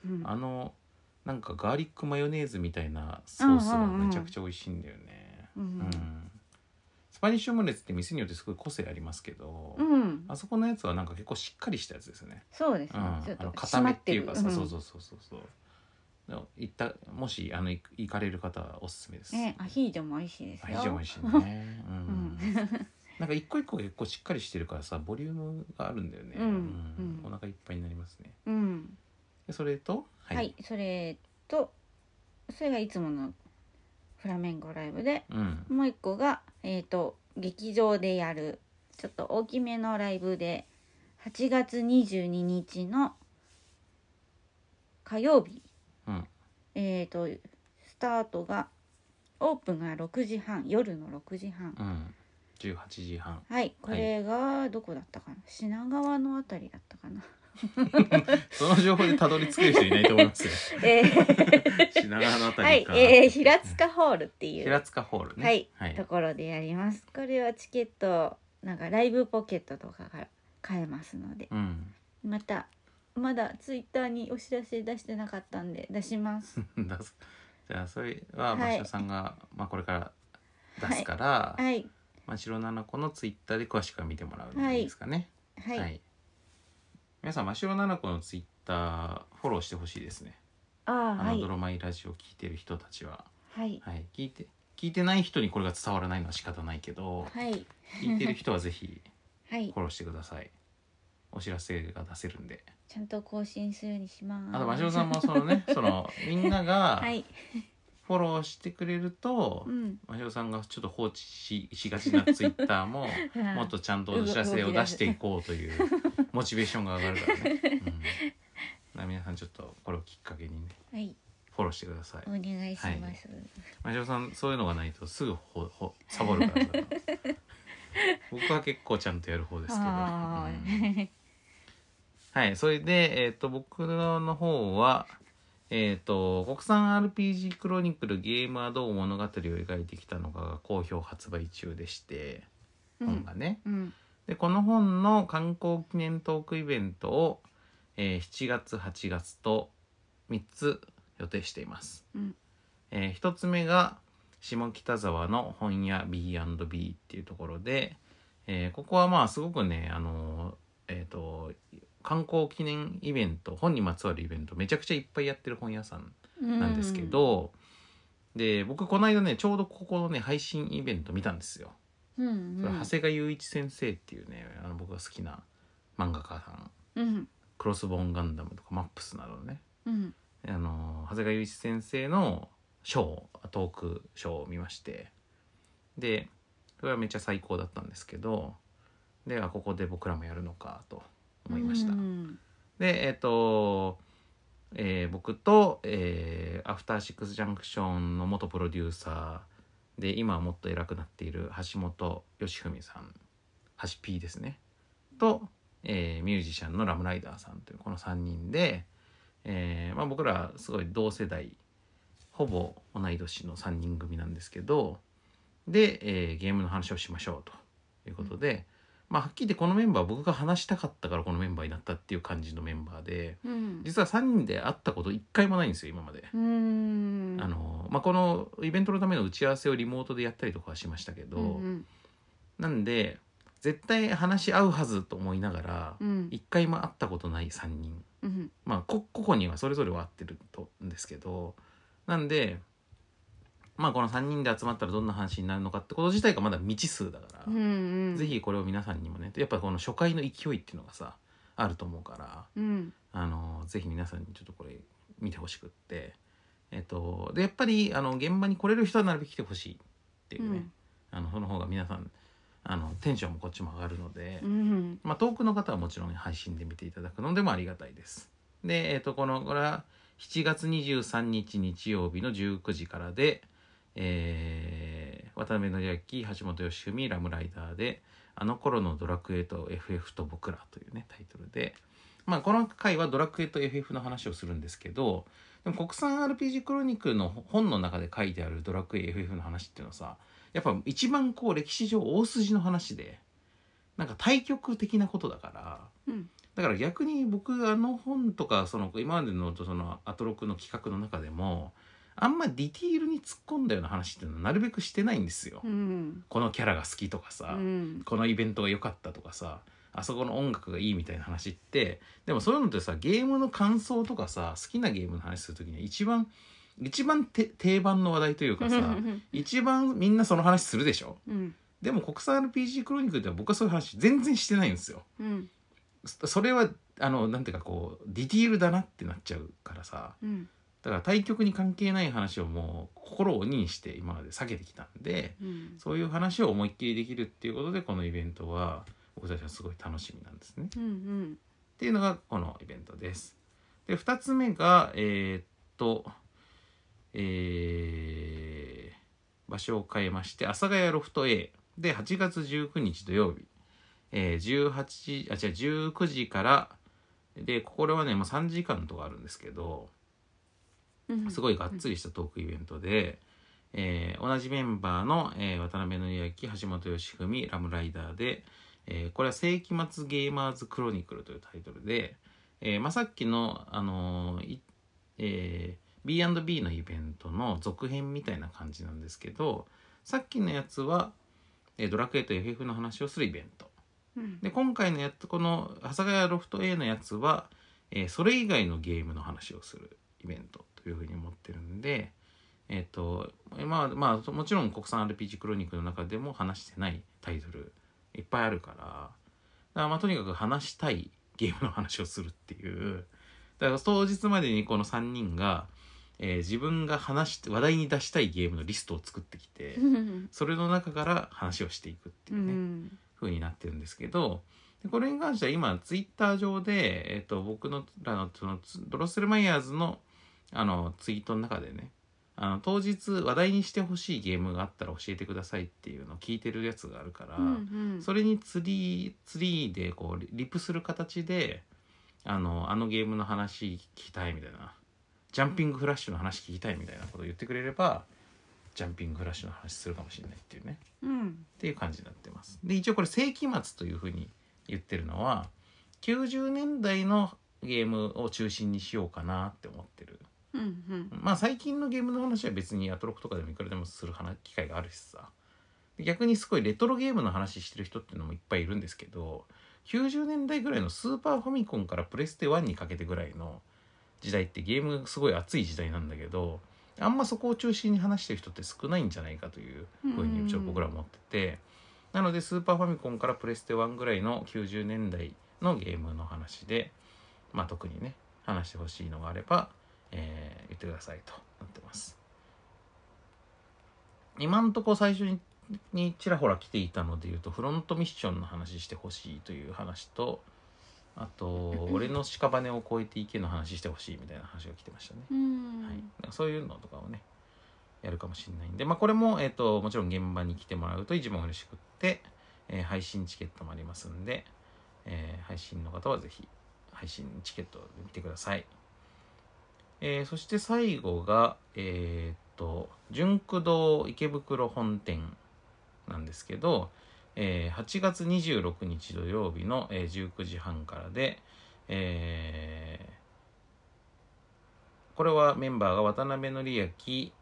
S3: うん
S1: あのなんかガーリックマヨネーズみたいなソースがめちゃくちゃ美味しいんだよね、
S3: う
S1: うん
S3: ん
S1: スパニッシュオムレツって店によってすごい個性ありますけど、
S3: うん
S1: あそこのやつはなんか結構しっかりしたやつですね
S3: そうです
S1: う
S3: ね
S1: ん、
S3: ちょっ
S1: あの
S3: と
S1: 固めっていうかさ、
S3: ん
S1: そうそうそうそうそうでも行ったもしあの行く行かれる方はおすすめです、
S3: ねアヒージョも美味しいです
S1: ア
S3: よ
S1: ヒージョ美味しい ね、うん、なんか一個一個が結構しっかりしてるからさボリュームがあるんだよね、
S3: うん
S1: うん
S3: うん
S1: お腹いっぱいになりますね
S3: うん
S1: でそれとは
S3: はい、それとそれがいつものフラメンゴライブで
S1: うん
S3: もう一個が、えー、と劇場でやるちょっと大きめのライブで8月22日の火曜日、
S1: うん
S3: えー、とスタートがオープンが6時半夜の6時半、
S1: うん18時半
S3: はいこれがどこだったかな、品川のあたりだったかな
S1: その情報でたどり着ける人いないと思いますよ
S3: え ー
S1: 品川のあた
S3: は
S1: り
S3: い、
S1: か、
S3: えー平塚ホールっていう
S1: 平塚ホールね
S3: はい
S1: はい
S3: ところでやります。これはチケットなんかライブポケットとかが買えますので、
S1: うん、
S3: またまだツイッターにお知らせ出してなかったんで出します。
S1: 出すじゃあそれは
S3: はい
S1: マシオさんが、まあ、これから出すから、
S3: はい
S1: まあ、白七子のツイッターで詳しくは見てもらうのがいいですかね、
S3: はい、
S1: 皆さん、真白奈々子のツイッターフォローしてほしいですね。
S3: ああ
S1: あ
S3: は
S1: の
S3: い
S1: ドロマイラジオを聞いてる人たちは、
S3: はい
S1: はい、聞いて聞いてない人にこれが伝わらないのは仕方ないけど、
S3: はい
S1: 聞いてる人はぜひ
S3: はい
S1: フォローしてください。お知らせが出せるんで、
S3: ちゃんと更新するようにします。
S1: あと真白さんもそのね、そのみんなが
S3: はい
S1: 「フォローしてくれると
S3: う、ん、
S1: まひろさんがちょっと放置ししがちなツイッター ももっとちゃんとお知らせを出していこうというモチベーションが上がるからね。うん、だから皆さんちょっとこれをきっかけにね
S3: はい
S1: フォローしてください
S3: お。願いします、
S1: マシロさんそういうのがないとすぐほほサボるからさ僕は結構ちゃんとやる方ですけど、
S3: あ
S1: うん
S3: ー
S1: はいそれで、えっと僕の方はえっ、と国産 RPG クロニクルゲームはどう物語を描いてきたのかが好評発売中でして、
S3: う
S1: 本
S3: ん
S1: がね
S3: うん
S1: でこの本の観光記念トークイベントを、えー7月8月と3つ予定しています、
S3: うん
S1: え1つ目が下北沢の本屋 B&B っていうところで、えーここはまあすごくねあのーえっ、と観光記念イベント本にまつわるイベントめちゃくちゃいっぱいやってる本屋さんなんですけ、ど、で僕この間ねちょうどここのね配信イベント見たんですよ
S3: う
S1: そ
S3: ん
S1: れ長谷川雄一先生っていうねあの僕が好きな漫画家さん
S3: うん
S1: クロスボーンガンダムとかマップスなどのね
S3: うん
S1: あの長谷川雄一先生のショートークショーを見ましてでそれはめっちゃ最高だったんですけどではここで僕らもやるのかと思いました。
S3: うん
S1: でえっ、と、えー僕と、えーアフターシックスジャンクションの元プロデューサーで今はもっと偉くなっている橋本義文さん橋 P ですねと、えーミュージシャンのラムライダーさんというこの3人で、えーまあ、僕らすごい同世代ほぼ同い年の3人組なんですけどで、えーゲームの話をしましょうということで。まあ、はっきり言ってこのメンバーは僕が話したかったからこのメンバーになったっていう感じのメンバーで
S3: うん
S1: 実は3人で会ったこと1回もないんですよ今まで。
S3: うん
S1: あのまあ、このイベントのための打ち合わせをリモートでやったりとかはしましたけど、
S3: うん
S1: なんで絶対話し合うはずと思いながら
S3: うん
S1: 1回も会ったことない3人
S3: うん
S1: まあこ個々にはそれぞれは合ってるとんですけどなんでまあこの3人で集まったらどんな話になるのかってこと自体がまだ未知数だから、
S3: うんうん
S1: ぜひこれを皆さんにもねやっぱこの初回の勢いっていうのがさあると思うから
S3: うん
S1: あのぜひ皆さんにちょっとこれ見てほしくってえっとでやっぱりあの現場に来れる人はなるべく来てほしいっていうね、あのその方が皆さんあのテンションもこっちも上がるので、
S3: うん
S1: まあ、遠くの方はもちろん配信で見ていただくのでもありがたいです。で、えっとこのこれは7月23日日曜日の19時からで、えー渡辺則明橋本良文ラムライダーで「あの頃のドラクエと FF と僕ら」というねタイトルで、まあ、この回はドラクエと FF の話をするんですけどでも国産 RPG クロニクルの本の中で書いてあるドラクエ FF の話っていうのはさやっぱ一番こう歴史上大筋の話で。なんか対極的なことだから、
S3: うん
S1: だから逆に僕あの本とかその今までのそのアトロクの企画の中でもあんまディティールに突っ込んだような話っていうのはなるべくしてないんですよ。
S3: うん
S1: このキャラが好きとかさ、
S3: うん
S1: このイベントが良かったとかさあそこの音楽がいいみたいな話ってでもそういうのってさゲームの感想とかさ好きなゲームの話する時には一番一番て定番の話題という かさ一番みんなその話するでしょ
S3: うん
S1: でも国産 RPG クロニクルでは僕はそういう話全然してないんですよ。
S3: うん
S1: そそれはあのなんていうかこうディティールだなってなっちゃうからさ
S3: うん
S1: だから対局に関係ない話をもう心を鬼にして今まで避けてきたんで
S3: うん
S1: そういう話を思いっきりできるっていうことでこのイベントは僕たちはすごい楽しみなんですね。
S3: うん
S1: っていうのがこのイベントです。で2つ目がえーっとえー場所を変えまして阿佐ヶ谷ロフト A で8月19日土曜日、えー18あ違う19時からでこれはねもう3時間とかあるんですけど
S3: うん
S1: すごいがっつりしたトークイベントで、えー同じメンバーの、えー渡辺則明橋本良文ラムライダーで、えーこれは「世紀末ゲーマーズクロニクル」というタイトルで、えーまあ、さっきの、あのーいえー B&B のイベントの続編みたいな感じなんですけどさっきのやつは、えードラクエと FF の話をするイベント。
S3: うん
S1: で今回のやつこの「阿佐ヶ谷ロフト A」のやつは、えーそれ以外のゲームの話をするイベントというふうに思ってるんでえっ、とまあまあもちろん国産 RPG クロニクルの中でも話してないタイトルいっぱいあるからだからまあとにかく話したいゲームの話をするっていうだから当日までにこの3人がえー自分が話して話題に出したいゲームのリストを作ってきてそれの中から話をしていくっていうね、風になってるんですけどでこれに関しては今ツイッター上で、えっと僕のらのそのつドロッセルマイヤーズのあのツイートの中でねあの当日話題にしてほしいゲームがあったら教えてくださいっていうのを聞いてるやつがあるから、それにツリーツリーでこうリリプする形であのあのゲームの話聞きたいみたいなジャンピングフラッシュの話聞きたいみたいなことを言ってくれればジャンピングフラッシュの話するかもしれないっていうね。っていう感じになってます。で一応これ世紀末というふうに言ってるのは90年代のゲームを中心にしようかなって思ってる。まあ最近のゲームの話は別にアトロクとかでもいくらでもする話機会があるしさで逆にすごいレトロゲームの話してる人っていうのもいっぱいいるんですけど90年代ぐらいのスーパーファミコンからプレステ1にかけてぐらいの時代ってゲームがすごい熱い時代なんだけどあんまそこを中心に話してる人って少ないんじゃないかというふうに一応僕らは思っててなのでスーパーファミコンからプレステ1ぐらいの90年代のゲームの話でまあ特にね話してほしいのがあればえー言ってくださいとなってます今んとこ最初ににちらほら来ていたので言うとフロントミッションの話してほしいという話とあと「俺の屍を越えていけ」の話してほしいみたいな話が来てましたね、はい、そういうのとかをねやるかもしれないんで、まあ、これも、えー、ともちろん現場に来てもらうと一番嬉しくって、えー配信チケットもありますんで、えー配信の方はぜひ配信チケットを見てくださいえーそして最後が、えーっと、純駆堂池袋本店なんですけど、えー8月26日土曜日の、えー19時半からで、えーこれはメンバーが渡辺則明、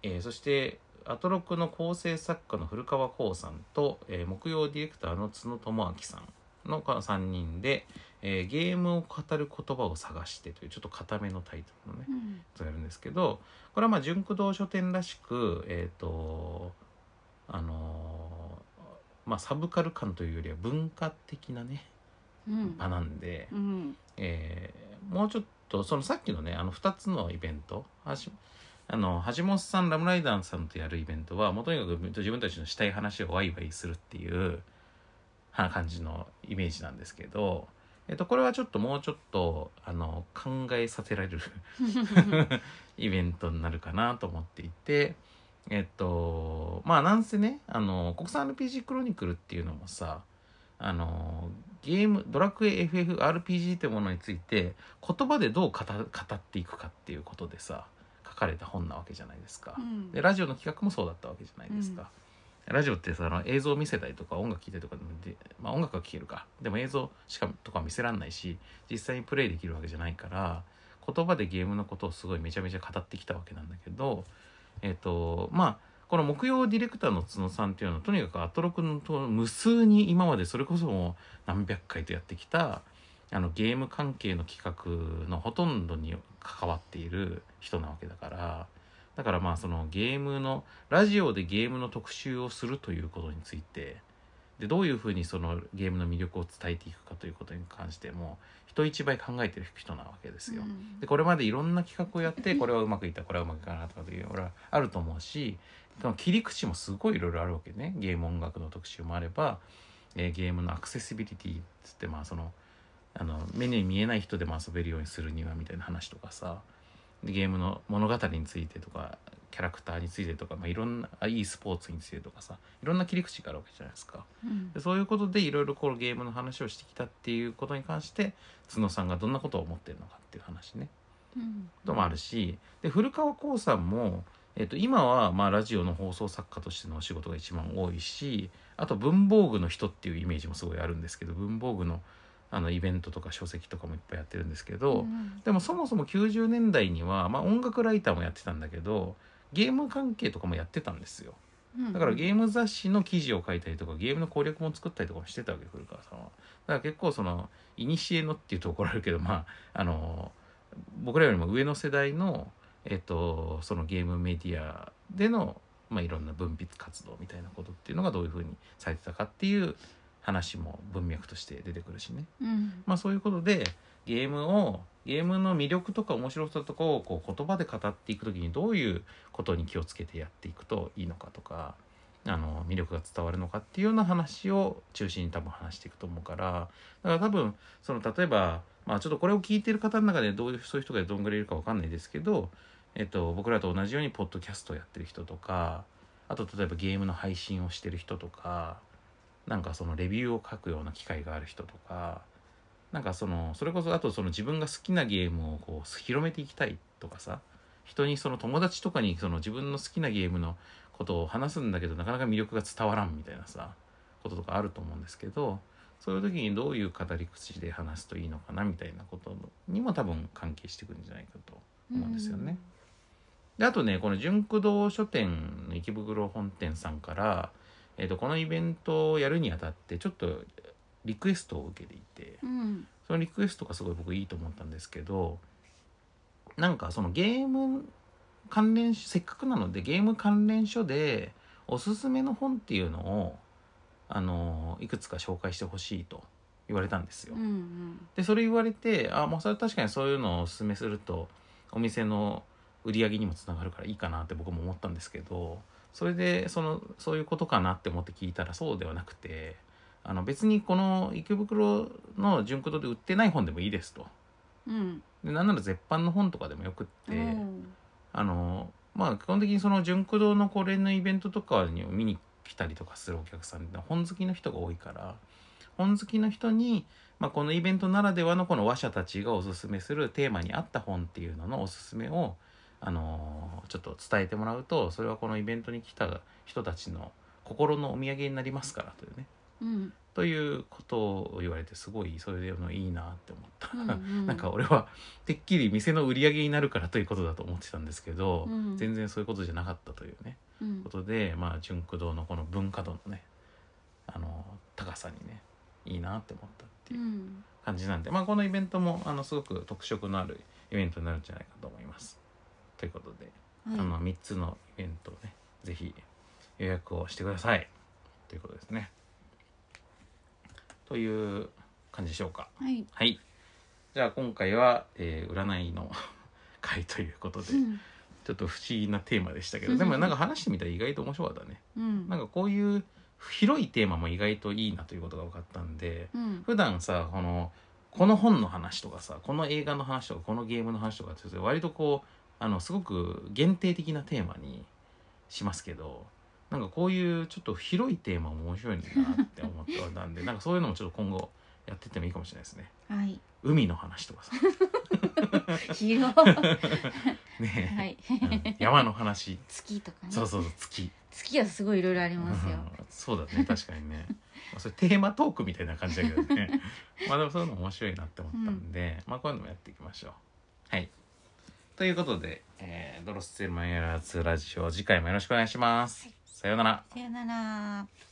S1: えーそしてアトロクの構成作家の古川光さんと、えー木曜ディレクターの角智明さんの3人で、えーゲームを語る言葉を探してというちょっと固めのタイトルのねとやるんですけどこれはまあ純駆動書店らしくえっ、とあのーまあサブカル感というよりは文化的なね場なんで、えーもうちょっとそのさっきのねあの2つのイベントはじあの橋本さんラムライダーさんとやるイベントはもうとにかく自分たちのしたい話をワイワイするっていうは感じのイメージなんですけど、えっとこれはちょっともうちょっとあの考えさせられる イベントになるかなと思っていてえっとまあなんせねあの国産 RPG クロニクルっていうのもさあのゲームドラクエ FFRPG というものについて言葉でどう語語っていくかっていうことでさ書かれた本なわけじゃないですか。 でラジオの企画もそうだったわけじゃないですか、ラジオってさあの映像を見せたりとか音楽聴いたりとかで、まあ、音楽は聴けるかでも映像しかとか見せらんないし実際にプレイできるわけじゃないから言葉でゲームのことをすごいめちゃめちゃ語ってきたわけなんだけどえっ、とまあこの木曜ディレクターの角さんっていうのはとにかくアトロクのと無数に今までそれこそもう何百回とやってきたあのゲーム関係の企画のほとんどに関わっている人なわけだからだからまあそのゲームのラジオでゲームの特集をするということについてでどういうふうにそのゲームの魅力を伝えていくかということに関しても人一倍考えてる人なわけですよ。でこれまでいろんな企画をやってこれはうまくいったこれはうまくいかなかったという俺はあると思うしその切り口もすごいいろいろあるわけねゲーム音楽の特集もあれば、えーゲームのアクセシビリティっつってまあそのあの目に見えない人でも遊べるようにするにはみたいな話とかさでゲームの物語についてとかキャラクターについてとか、まあ、いろんなあいいスポーツについてとかさいろんな切り口があるわけじゃないですか。でそういうことでいろいろこうゲームの話をしてきたっていうことに関して角さんがどんなことを思ってるのかっていう話ね。こともあるしで古川光さんも、えっと今はまあラジオの放送作家としてのお仕事が一番多いしあと文房具の人っていうイメージもすごいあるんですけど文房具のあのイベントとか書籍とかもいっぱいやってるんですけど、でもそもそも90年代には、まあ、音楽ライターもやってたんだけどゲーム関係とかもやってたんですよ。だからゲーム雑誌の記事を書いたりとかゲームの攻略も作ったりとかもしてたわけ古川さんは。だから結構そのいにしえのっていうと怒られるけどまああの僕らよりも上の世代の,、えっとそのゲームメディアでの、まあ、いろんな文筆活動みたいなことっていうのがどういうふうにされてたかっていう話も文脈として出てくるしね。まあ、そういうことでゲームをゲームの魅力とか面白さとかをこう言葉で語っていく時にどういうことに気をつけてやっていくといいのかとかあの魅力が伝わるのかっていうような話を中心に多分話していくと思うからだから多分その例えば、まあ、ちょっとこれを聞いてる方の中でどういうそういう人がどんぐらいいるかわかんないですけど、えっと、僕らと同じようにポッドキャストをやってる人とかあと例えばゲームの配信をしてる人とかなんかそのレビューを書くような機会がある人とかなんかそのそれこそあとその自分が好きなゲームをこう広めていきたいとかさ人にその友達とかにその自分の好きなゲームのことを話すんだけどなかなか魅力が伝わらんみたいなさこととかあると思うんですけどそういう時にどういう語り口で話すといいのかなみたいなことにも多分関係してくるんじゃないかと思うんですよね。であとねこの純駆動書店の池袋本店さんから、えー、とこのイベントをやるにあたってちょっとリクエストを受けていて
S3: うん
S1: そのリクエストがすごい僕いいと思ったんですけどなんかそのゲーム関連せっかくなのでゲーム関連書でおすすめの本っていうのをあのいくつか紹介してほしいと言われたんですよ。
S3: うんうん
S1: でそれ言われてあまあそれ確かにそういうのをおすすめするとお店の売り上げにもつながるからいいかなって僕も思ったんですけどそれでそのそういうことかなって思って聞いたらそうではなくてあの別にこの池袋の純駆動で売ってない本でもいいですと
S3: うん
S1: でなんなら絶版の本とかでもよくって、
S3: うん
S1: あのまあ基本的にその純駆動のこれのイベントとかに見に来たりとかするお客さんって本好きの人が多いから本好きの人に、まあ、このイベントならではのこの話者たちがおすすめするテーマに合った本っていうののおすすめをあのちょっと伝えてもらうとそれはこのイベントに来た人たちの心のお土産になりますからというね
S3: うん
S1: ということを言われてすごいそれでのいいなって思った、
S3: うんう ん
S1: なんか俺はてっきり店の売り上げになるからということだと思ってたんですけど、
S3: うん
S1: 全然そういうことじゃなかったというね
S3: うん
S1: ことでまあ純駆動のこの文化度のねあの高さにねいいなって思ったっていう
S3: うん
S1: 感じなんで、まあこのイベントもあのすごく特色のあるイベントになるんじゃないかと思います。ということで、
S3: はい
S1: あの3つのイベントをねぜひ予約をしてくださいということですね。という感じでしょうか。
S3: はい
S1: はい。じゃあ今回は、えー占いの 回ということで、
S3: うん
S1: ちょっと不思議なテーマでしたけど、でもなんか話してみたら意外と面白かったね。
S3: うん
S1: なんかこういう広いテーマも意外といいなということが分かったんで、
S3: うん
S1: 普段さ、この、この本の話とかさ、この映画の話とか、このゲームの話とかって、割とこう、あの、すごく限定的なテーマにしますけど、なんかこういうちょっと広いテーマも面白いんだなって思った んで、なんかそういうのもちょっと今後やってってもいいかもしれないですね。
S3: はい
S1: 海の話とかさ、
S3: 広
S1: ね
S3: はい
S1: うん山の話
S3: 月とかね
S1: そうそうそう月
S3: 月はすごいいろいろありますよ
S1: うん そうだね確かに ねまあそれテーマトークみたいな感じだけどね まあでもそういうの面白いなって思ったんで、まあこういうのもやっていきましょうはいということで、えードロッセルマイヤーズラジオ次回もよろしくお願いします、さようなら
S3: さよなら